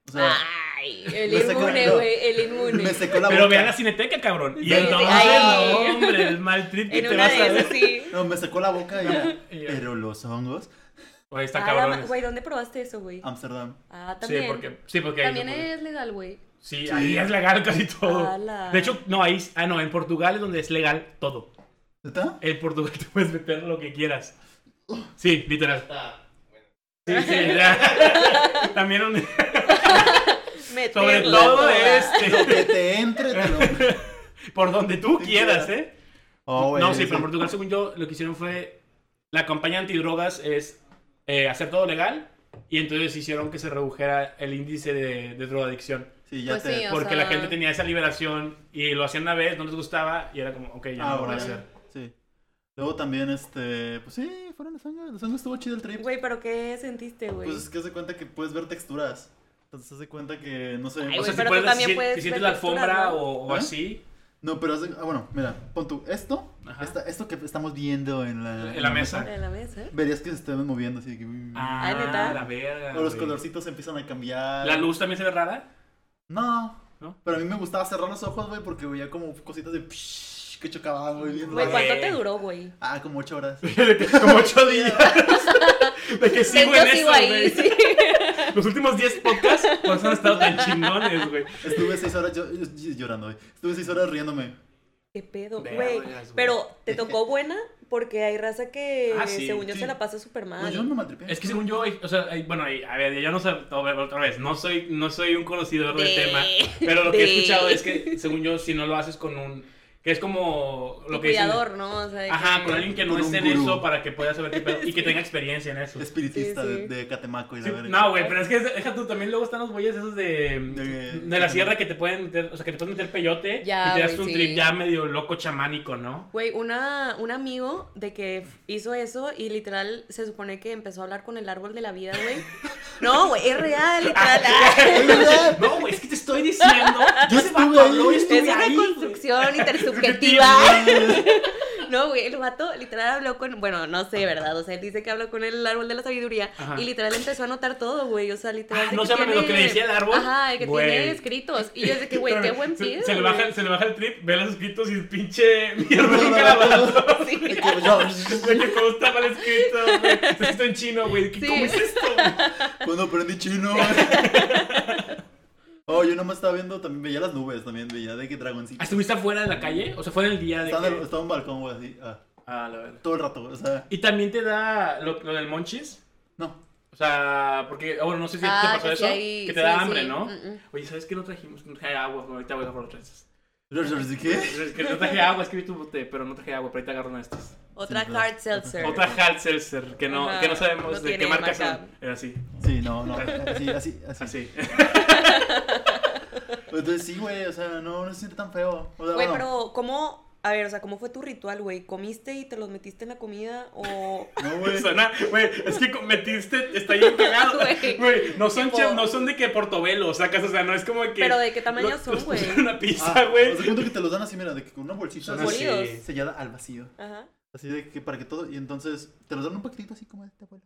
[SPEAKER 1] O sea,
[SPEAKER 3] Ah, Ay, el
[SPEAKER 1] me secó-
[SPEAKER 3] inmune,
[SPEAKER 1] no.
[SPEAKER 3] güey, el inmune.
[SPEAKER 1] me secó la
[SPEAKER 2] Pero
[SPEAKER 1] boca.
[SPEAKER 2] vean la cineteca, cabrón.
[SPEAKER 3] Sí,
[SPEAKER 2] Y entonces,
[SPEAKER 3] ay.
[SPEAKER 2] no, hombre, el mal trip que
[SPEAKER 3] En
[SPEAKER 2] te
[SPEAKER 3] una
[SPEAKER 2] vas a
[SPEAKER 3] de
[SPEAKER 2] ver.
[SPEAKER 3] esas, sí.
[SPEAKER 1] No, me secó la boca y ya.
[SPEAKER 2] <laughs> Y ya.
[SPEAKER 1] Pero los hongos,
[SPEAKER 2] Oye,
[SPEAKER 3] Ah,
[SPEAKER 2] está
[SPEAKER 3] la
[SPEAKER 2] cabrón.
[SPEAKER 3] ma- Güey, ¿dónde probaste eso, güey?
[SPEAKER 1] Amsterdam.
[SPEAKER 3] Ah,
[SPEAKER 2] Sí,
[SPEAKER 3] también.
[SPEAKER 2] porque, sí, porque ahí
[SPEAKER 3] También
[SPEAKER 2] no puede.
[SPEAKER 3] es Ah, legal, güey.
[SPEAKER 2] Sí,
[SPEAKER 1] Sí.
[SPEAKER 2] ahí es legal casi todo.
[SPEAKER 3] Ala.
[SPEAKER 2] De hecho, no, ahí. Ah, no, en Portugal es donde es legal todo.
[SPEAKER 1] ¿Está?
[SPEAKER 2] En Portugal <laughs> te puedes meter lo que quieras. Sí, literal.
[SPEAKER 4] Está. Bueno.
[SPEAKER 2] Sí, sí, ya. <laughs> También un- sobre
[SPEAKER 3] Meterla
[SPEAKER 2] todo
[SPEAKER 1] Lo
[SPEAKER 3] toda.
[SPEAKER 2] este.
[SPEAKER 1] que te entre, te lo...
[SPEAKER 2] <laughs> Por donde tú
[SPEAKER 1] Sí,
[SPEAKER 2] quieras,
[SPEAKER 1] claro.
[SPEAKER 2] ¿eh?
[SPEAKER 1] Oh, güey,
[SPEAKER 2] no, sí, pero en Portugal, según yo, lo que hicieron fue. La campaña antidrogas es eh, hacer todo legal. Y entonces hicieron que se redujera el índice de, de drogadicción.
[SPEAKER 1] Sí, ya
[SPEAKER 3] Pues
[SPEAKER 1] te...
[SPEAKER 3] sí, o-
[SPEAKER 2] Porque
[SPEAKER 3] sea-
[SPEAKER 2] la gente tenía esa liberación y lo hacían una vez, no les gustaba y era como, ok, ya
[SPEAKER 1] Ah,
[SPEAKER 2] no lo voy a
[SPEAKER 1] bueno,
[SPEAKER 2] hacer.
[SPEAKER 1] sí. Luego también, este... Pues sí, fueron los hongos. Los hongos estuvo chido el trip.
[SPEAKER 3] Güey, ¿pero qué sentiste, güey?
[SPEAKER 1] Pues es que se cuenta que puedes ver texturas. Entonces haz de cuenta que, no sé...
[SPEAKER 3] Ay,
[SPEAKER 2] o
[SPEAKER 3] güey,
[SPEAKER 2] sea, si,
[SPEAKER 3] pero tú
[SPEAKER 2] puedes,
[SPEAKER 3] también
[SPEAKER 2] si- si
[SPEAKER 3] puedes
[SPEAKER 2] sientes
[SPEAKER 3] ver
[SPEAKER 2] la
[SPEAKER 3] texturas,
[SPEAKER 2] alfombra
[SPEAKER 3] ¿no?
[SPEAKER 2] o, o
[SPEAKER 1] Ajá.
[SPEAKER 2] así,
[SPEAKER 1] No, pero haz de- ah, bueno, mira, pon tú esto,
[SPEAKER 2] Ajá.
[SPEAKER 1] esta- esto que estamos viendo en la,
[SPEAKER 2] en la mesa.
[SPEAKER 3] En la ¿eh? mesa.
[SPEAKER 1] verías que se estén moviendo así que...
[SPEAKER 2] Ah,
[SPEAKER 3] ¿neta?
[SPEAKER 2] la verga.
[SPEAKER 1] o los
[SPEAKER 2] güey.
[SPEAKER 1] colorcitos empiezan a cambiar.
[SPEAKER 2] La luz también se ve <laughs> rara.
[SPEAKER 1] No.
[SPEAKER 2] ¿No?
[SPEAKER 1] Pero a mí me gustaba cerrar los ojos, güey, porque veía como cositas de psh, que chocaban, güey,
[SPEAKER 2] pues,
[SPEAKER 1] bien
[SPEAKER 3] Güey,
[SPEAKER 1] raro.
[SPEAKER 3] ¿cuánto te duró, güey?
[SPEAKER 1] Ah, como ocho horas.
[SPEAKER 2] Como ocho días.
[SPEAKER 3] <laughs>
[SPEAKER 2] De que sigo
[SPEAKER 3] Yo
[SPEAKER 2] en eso,
[SPEAKER 3] sigo ahí,
[SPEAKER 2] güey.
[SPEAKER 3] sí.
[SPEAKER 2] <laughs> Los últimos 10 podcasts pues, han estado tan chingones, güey.
[SPEAKER 1] Estuve seis horas yo- yo- llorando, güey. Estuve seis horas riéndome.
[SPEAKER 3] ¿Qué pedo,
[SPEAKER 2] Vergas,
[SPEAKER 3] güey?
[SPEAKER 2] güey.
[SPEAKER 3] Pero, ¿te tocó buena? Porque hay raza que,
[SPEAKER 2] Ah, sí, Pues
[SPEAKER 3] según yo,
[SPEAKER 1] sí.
[SPEAKER 3] se la pasa súper mal.
[SPEAKER 1] No, yo no me maltripié.
[SPEAKER 2] Es que según yo, o sea, hay- bueno, hay- a ver, yo no sé, a ver, otra vez, no soy, no soy un conocedor del
[SPEAKER 3] De-
[SPEAKER 2] tema, pero lo que he
[SPEAKER 3] de-
[SPEAKER 2] escuchado es que, según yo, si no lo haces con un Que es como lo
[SPEAKER 3] Tu
[SPEAKER 2] que dicen-
[SPEAKER 3] cuidador, ¿no? O sea, de que-
[SPEAKER 2] Ajá, con alguien que no
[SPEAKER 1] Con un
[SPEAKER 2] esté en
[SPEAKER 1] gurú.
[SPEAKER 2] eso para que pueda saber qué
[SPEAKER 3] <laughs>
[SPEAKER 2] pedo y que tenga experiencia en eso.
[SPEAKER 1] Espiritista
[SPEAKER 3] Sí,
[SPEAKER 1] De,
[SPEAKER 3] sí.
[SPEAKER 1] de Catemaco y la
[SPEAKER 2] Sí,
[SPEAKER 1] verga.
[SPEAKER 2] no, güey, pero es que es- deja tú, también luego están los güeyes esos de,
[SPEAKER 1] De-
[SPEAKER 2] de la sierra que te pueden meter, o sea, que te pueden meter peyote
[SPEAKER 3] Ya,
[SPEAKER 2] y te das
[SPEAKER 3] güey,
[SPEAKER 2] un
[SPEAKER 3] sí.
[SPEAKER 2] trip ya medio loco chamánico, ¿no?
[SPEAKER 3] Güey, una, un amigo de que f- hizo eso y literal se supone que empezó a hablar con el árbol de la vida, güey.
[SPEAKER 2] <laughs>
[SPEAKER 3] No, güey, es real, literal.
[SPEAKER 2] Ah, <laughs> No, güey, es que te estoy <laughs> diciendo. Yo ese
[SPEAKER 1] estuve
[SPEAKER 2] vato habló,
[SPEAKER 1] ahí.
[SPEAKER 2] yo
[SPEAKER 3] es
[SPEAKER 2] estuve
[SPEAKER 3] una
[SPEAKER 2] ahí.
[SPEAKER 3] construcción intersubjetiva. No, güey, el vato literal habló con. Bueno, no sé, ¿verdad? O sea, él dice que habló con el árbol de la sabiduría
[SPEAKER 2] Ajá.
[SPEAKER 3] y literal empezó a anotar todo, güey. O sea, literal.
[SPEAKER 2] Ah,
[SPEAKER 3] de
[SPEAKER 2] ¿no saben lo que le decía el árbol?
[SPEAKER 3] Ajá, de que
[SPEAKER 2] Güey.
[SPEAKER 3] tiene escritos. Y yo de
[SPEAKER 2] <laughs>
[SPEAKER 3] que, güey, qué buen
[SPEAKER 2] se,
[SPEAKER 3] pido.
[SPEAKER 2] se le
[SPEAKER 3] güey.
[SPEAKER 2] baja, se le baja el trip, ve los escritos y el pinche mierda
[SPEAKER 1] No,
[SPEAKER 2] que
[SPEAKER 1] no,
[SPEAKER 2] la
[SPEAKER 1] no.
[SPEAKER 3] Sí.
[SPEAKER 2] <laughs>
[SPEAKER 1] Y que, no,
[SPEAKER 2] Güey, que cómo está mal escrito, güey. Está escrito en chino, güey. ¿Qué,
[SPEAKER 3] Sí.
[SPEAKER 2] ¿Cómo es esto?
[SPEAKER 1] <laughs> Cuando aprendí chino. güey. Oh, yo nomás estaba viendo, también veía las nubes, también veía de que dragoncito.
[SPEAKER 2] Ah, ¿Estuviste afuera de la calle? O sea, fue en el día de
[SPEAKER 1] Estaba, en el-
[SPEAKER 2] que...
[SPEAKER 1] estaba en un balcón, güey, así. ah,
[SPEAKER 2] Ah, la verdad.
[SPEAKER 1] todo el rato, o sea,
[SPEAKER 2] Y también te da lo, lo del monchis.
[SPEAKER 1] no.
[SPEAKER 2] O sea, porque, ah, bueno, no sé si te
[SPEAKER 3] Ah,
[SPEAKER 2] pasó
[SPEAKER 3] que sí,
[SPEAKER 2] eso.
[SPEAKER 3] ahí-
[SPEAKER 2] que te
[SPEAKER 3] sí,
[SPEAKER 2] da
[SPEAKER 3] sí.
[SPEAKER 2] hambre, ¿no?
[SPEAKER 3] Mm, mm.
[SPEAKER 2] Oye, ¿sabes qué no trajimos? No traje agua, güey, ahorita voy a por otra vez.
[SPEAKER 1] ¿Qué?
[SPEAKER 2] Es que no traje agua, es que vi tu bote, pero no traje agua, pero ahorita agarro una de estas.
[SPEAKER 3] Otra
[SPEAKER 1] Sí,
[SPEAKER 3] hard seltzer.
[SPEAKER 2] pues, Otra Hal Seltzer, que no,
[SPEAKER 3] Ajá,
[SPEAKER 2] que no
[SPEAKER 3] no
[SPEAKER 2] sabemos de
[SPEAKER 3] tiene
[SPEAKER 2] qué marca
[SPEAKER 3] marca.
[SPEAKER 2] son. Era así,
[SPEAKER 1] Sí, no, no. Así, así, así.
[SPEAKER 2] así.
[SPEAKER 1] Entonces sí, güey, o sea, no, no se siente tan feo. O sea,
[SPEAKER 3] Güey,
[SPEAKER 1] bueno,
[SPEAKER 3] pero ¿cómo? A ver, o sea, ¿cómo fue tu ritual, güey? ¿Comiste y te los metiste en la comida
[SPEAKER 2] <laughs>
[SPEAKER 3] o...?
[SPEAKER 1] No, güey.
[SPEAKER 2] Suena, güey, es que metiste, está bien cagado.
[SPEAKER 3] <laughs> Güey.
[SPEAKER 2] Güey, no son,
[SPEAKER 3] Tipo-
[SPEAKER 2] che- no son de que portobelo, sacas, o sea, no es como que.
[SPEAKER 3] ¿Pero de qué
[SPEAKER 2] <laughs>
[SPEAKER 3] tamaño
[SPEAKER 2] lo-
[SPEAKER 3] son,
[SPEAKER 2] los
[SPEAKER 3] güey?
[SPEAKER 2] pusieron una pizza,
[SPEAKER 1] Ah,
[SPEAKER 2] güey.
[SPEAKER 1] o sea, punto que te los dan así, mira, de que con una bolsita
[SPEAKER 2] Son
[SPEAKER 1] así,
[SPEAKER 3] así. Molidos.
[SPEAKER 1] sellada al vacío.
[SPEAKER 3] Ajá.
[SPEAKER 1] Así de que para que todo. Y entonces te los dan un paquetito así como este, abuelo.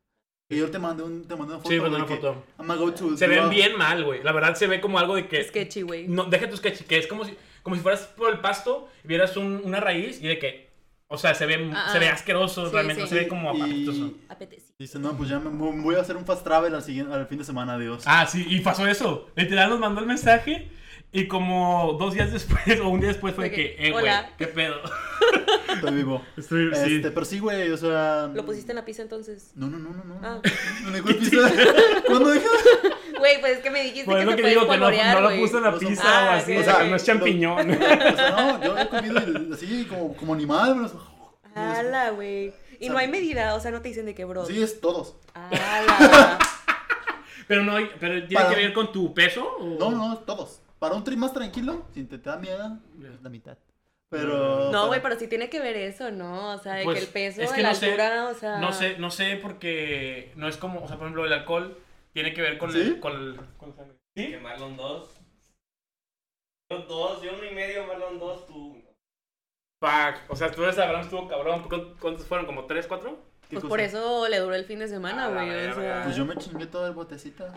[SPEAKER 1] Y yo te mandé, un, te mandé una foto.
[SPEAKER 2] Sí, mandé
[SPEAKER 1] de
[SPEAKER 2] una
[SPEAKER 1] que,
[SPEAKER 2] foto.
[SPEAKER 1] "I'mma go to the
[SPEAKER 2] Se ven
[SPEAKER 1] rock".
[SPEAKER 2] bien mal, güey. La verdad se ve como algo de que.
[SPEAKER 3] Sketchy, güey.
[SPEAKER 2] Eh, No, deja tu sketch, que es como si, como si fueras por el pasto, y vieras un- una raíz y de que. O sea, se ve,
[SPEAKER 3] Ah,
[SPEAKER 2] se ve
[SPEAKER 3] ah.
[SPEAKER 2] asqueroso,
[SPEAKER 3] Sí,
[SPEAKER 2] realmente.
[SPEAKER 3] sí.
[SPEAKER 2] No se ve como apetitoso.
[SPEAKER 1] Y
[SPEAKER 3] Apetecido.
[SPEAKER 1] dice, no, pues ya me me voy a hacer un fast travel al, siguiente, al fin de semana, adiós.
[SPEAKER 2] Ah, sí, y pasó eso. Literal nos mandó el mensaje y como dos días después <laughs> o un día después fue de
[SPEAKER 3] De
[SPEAKER 2] que,
[SPEAKER 3] que,
[SPEAKER 2] eh, güey,
[SPEAKER 3] hola.
[SPEAKER 2] qué pedo.
[SPEAKER 1] Estoy vivo.
[SPEAKER 2] Estoy, <laughs> sí.
[SPEAKER 1] Este, pero sí, güey, o sea.
[SPEAKER 3] ¿Lo pusiste en la pizza entonces? <laughs>
[SPEAKER 1] No, no, no, no, no.
[SPEAKER 3] Ah.
[SPEAKER 1] No dejó el
[SPEAKER 2] <laughs>
[SPEAKER 1] piso. ¿Cuándo dejó?
[SPEAKER 3] Güey, pues es que me dijiste
[SPEAKER 2] Pues
[SPEAKER 3] que
[SPEAKER 2] es lo que
[SPEAKER 3] se puede
[SPEAKER 2] digo, que no,
[SPEAKER 3] espolvorear,
[SPEAKER 2] no lo
[SPEAKER 3] güey.
[SPEAKER 2] puso en la
[SPEAKER 1] No son-
[SPEAKER 2] pizza o
[SPEAKER 3] Ah,
[SPEAKER 2] así,
[SPEAKER 3] ok,
[SPEAKER 2] o sea,
[SPEAKER 1] ok.
[SPEAKER 2] no es champiñón.
[SPEAKER 1] O sea, no, yo he comido el- así como, como animal. me los-
[SPEAKER 3] Ala, güey. Y no hay medida, o sea, no te dicen de qué, bro.
[SPEAKER 1] Sí, es todos.
[SPEAKER 3] Ala.
[SPEAKER 2] <laughs> <laughs> Pero no, hay- pero tiene
[SPEAKER 1] Para-
[SPEAKER 2] que ver con tu peso o...
[SPEAKER 1] No, no, todos. Para un trip más tranquilo, si te da miedo,
[SPEAKER 2] Ya.
[SPEAKER 1] la mitad. Pero.
[SPEAKER 3] No, güey,
[SPEAKER 1] para-
[SPEAKER 3] pero sí tiene que ver eso, ¿no? O sea, de
[SPEAKER 2] Pues,
[SPEAKER 3] que el peso,
[SPEAKER 2] es que
[SPEAKER 3] la
[SPEAKER 2] no sé,
[SPEAKER 3] altura, o sea...
[SPEAKER 2] No sé, no sé porque no es como, o sea, por ejemplo, el alcohol tiene que ver con
[SPEAKER 1] ¿Sí?
[SPEAKER 2] el, con el- con la sangre. ¿Sí?
[SPEAKER 4] Marlon 2. Yo 2, yo 1 y medio, Marlon 2, tú.
[SPEAKER 2] Fuck, o sea, tú ves, Abraham estuvo cabrón, ¿Cu- ¿cuántos fueron? ¿Como tres, cuatro? <laughs>
[SPEAKER 1] ¿qué
[SPEAKER 3] Pues
[SPEAKER 1] cosa?
[SPEAKER 3] por eso le duró el fin de semana,
[SPEAKER 2] eh. A la
[SPEAKER 3] güey. O
[SPEAKER 2] verga.
[SPEAKER 3] sea...
[SPEAKER 1] Pues yo me chingué todo el
[SPEAKER 2] <laughs>
[SPEAKER 1] botecito.
[SPEAKER 2] De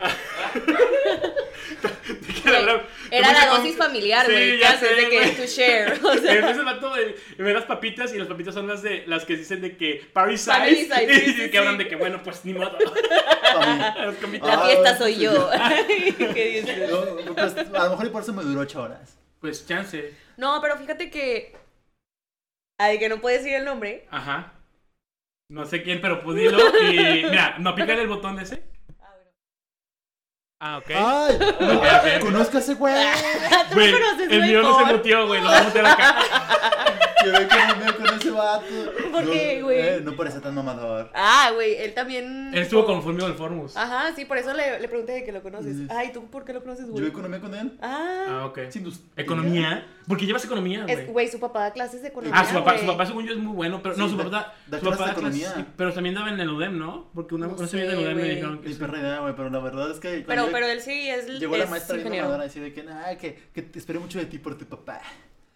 [SPEAKER 2] que el Abraham-
[SPEAKER 3] Era
[SPEAKER 2] yo me
[SPEAKER 3] la
[SPEAKER 2] comí-
[SPEAKER 3] dosis familiar,
[SPEAKER 2] Sí,
[SPEAKER 3] güey.
[SPEAKER 2] ya
[SPEAKER 3] casi,
[SPEAKER 2] sé,
[SPEAKER 3] de que
[SPEAKER 2] güey.
[SPEAKER 3] to share. <laughs> O sea,
[SPEAKER 2] Entonces el vato de- ve las papitas y las papitas son las de las que dicen de que Paris size.
[SPEAKER 3] Paris size,
[SPEAKER 2] <laughs> y
[SPEAKER 3] sí, sí,
[SPEAKER 2] que hablan
[SPEAKER 3] sí.
[SPEAKER 2] de que bueno, pues ni
[SPEAKER 3] <laughs>
[SPEAKER 2] modo.
[SPEAKER 1] Pa'
[SPEAKER 2] Las comí
[SPEAKER 1] Ah,
[SPEAKER 3] la fiesta soy
[SPEAKER 2] <laughs>
[SPEAKER 3] yo. Qué
[SPEAKER 1] mí.
[SPEAKER 3] dices?
[SPEAKER 1] No, pues, a lo mejor y por eso me duró ocho horas.
[SPEAKER 2] Pues chance.
[SPEAKER 3] No, pero fíjate que. Ay, que no puedes decir el nombre.
[SPEAKER 2] Ajá. No sé quién, pero pues dilo. Y mira, no pican el botón de ese. Ah, ok.
[SPEAKER 1] ¡Ay!
[SPEAKER 2] Ok, ok.
[SPEAKER 1] Conozco a ese güey.
[SPEAKER 3] Ah, Tú
[SPEAKER 2] Güey,
[SPEAKER 3] no conoces,
[SPEAKER 2] el
[SPEAKER 3] güey,
[SPEAKER 2] mío no
[SPEAKER 3] por-
[SPEAKER 2] se muteó, güey. Lo vamos a mutear acá.
[SPEAKER 1] Que ve que me veo con ese vato.
[SPEAKER 3] ¿Por
[SPEAKER 1] No,
[SPEAKER 3] qué, güey?
[SPEAKER 1] eh, no parece tan mamador.
[SPEAKER 3] Ah, güey, él también.
[SPEAKER 2] Él estuvo confundido del Formus.
[SPEAKER 3] Ajá, sí, por eso le, le pregunté de que lo conoces.
[SPEAKER 2] Mm.
[SPEAKER 1] Sí.
[SPEAKER 3] Ay, ¿tú por qué lo conoces,
[SPEAKER 1] Yo
[SPEAKER 3] güey?
[SPEAKER 1] economía con él.
[SPEAKER 3] Ah,
[SPEAKER 2] Ah, ok.
[SPEAKER 1] Es industria.
[SPEAKER 2] Economía. Porque llevas economía,
[SPEAKER 3] es-
[SPEAKER 2] Ah, güey.
[SPEAKER 3] güey, su papá da clases de economía.
[SPEAKER 2] Ah, su papá, su
[SPEAKER 3] güey.
[SPEAKER 2] papá según yo es muy bueno, pero no,
[SPEAKER 1] Sí,
[SPEAKER 2] su
[SPEAKER 1] da-
[SPEAKER 2] papá
[SPEAKER 1] da
[SPEAKER 2] su
[SPEAKER 1] clases
[SPEAKER 2] papá
[SPEAKER 1] de
[SPEAKER 2] da clases,
[SPEAKER 1] economía.
[SPEAKER 2] sí, pero también daba en el UDEM, ¿no? Porque una
[SPEAKER 3] No
[SPEAKER 2] una señora del
[SPEAKER 3] sé,
[SPEAKER 2] UDEM E me
[SPEAKER 3] güey.
[SPEAKER 2] dijeron que
[SPEAKER 1] Ni
[SPEAKER 2] sí.
[SPEAKER 1] perra idea, güey, pero la verdad es que.
[SPEAKER 3] Pero,
[SPEAKER 1] cuando
[SPEAKER 3] pero él sí es.
[SPEAKER 1] Llegó la
[SPEAKER 3] es
[SPEAKER 1] maestra bien
[SPEAKER 3] ingeniero.
[SPEAKER 1] mamadora así de que, ah, que, que te esperé mucho de ti por tu papá.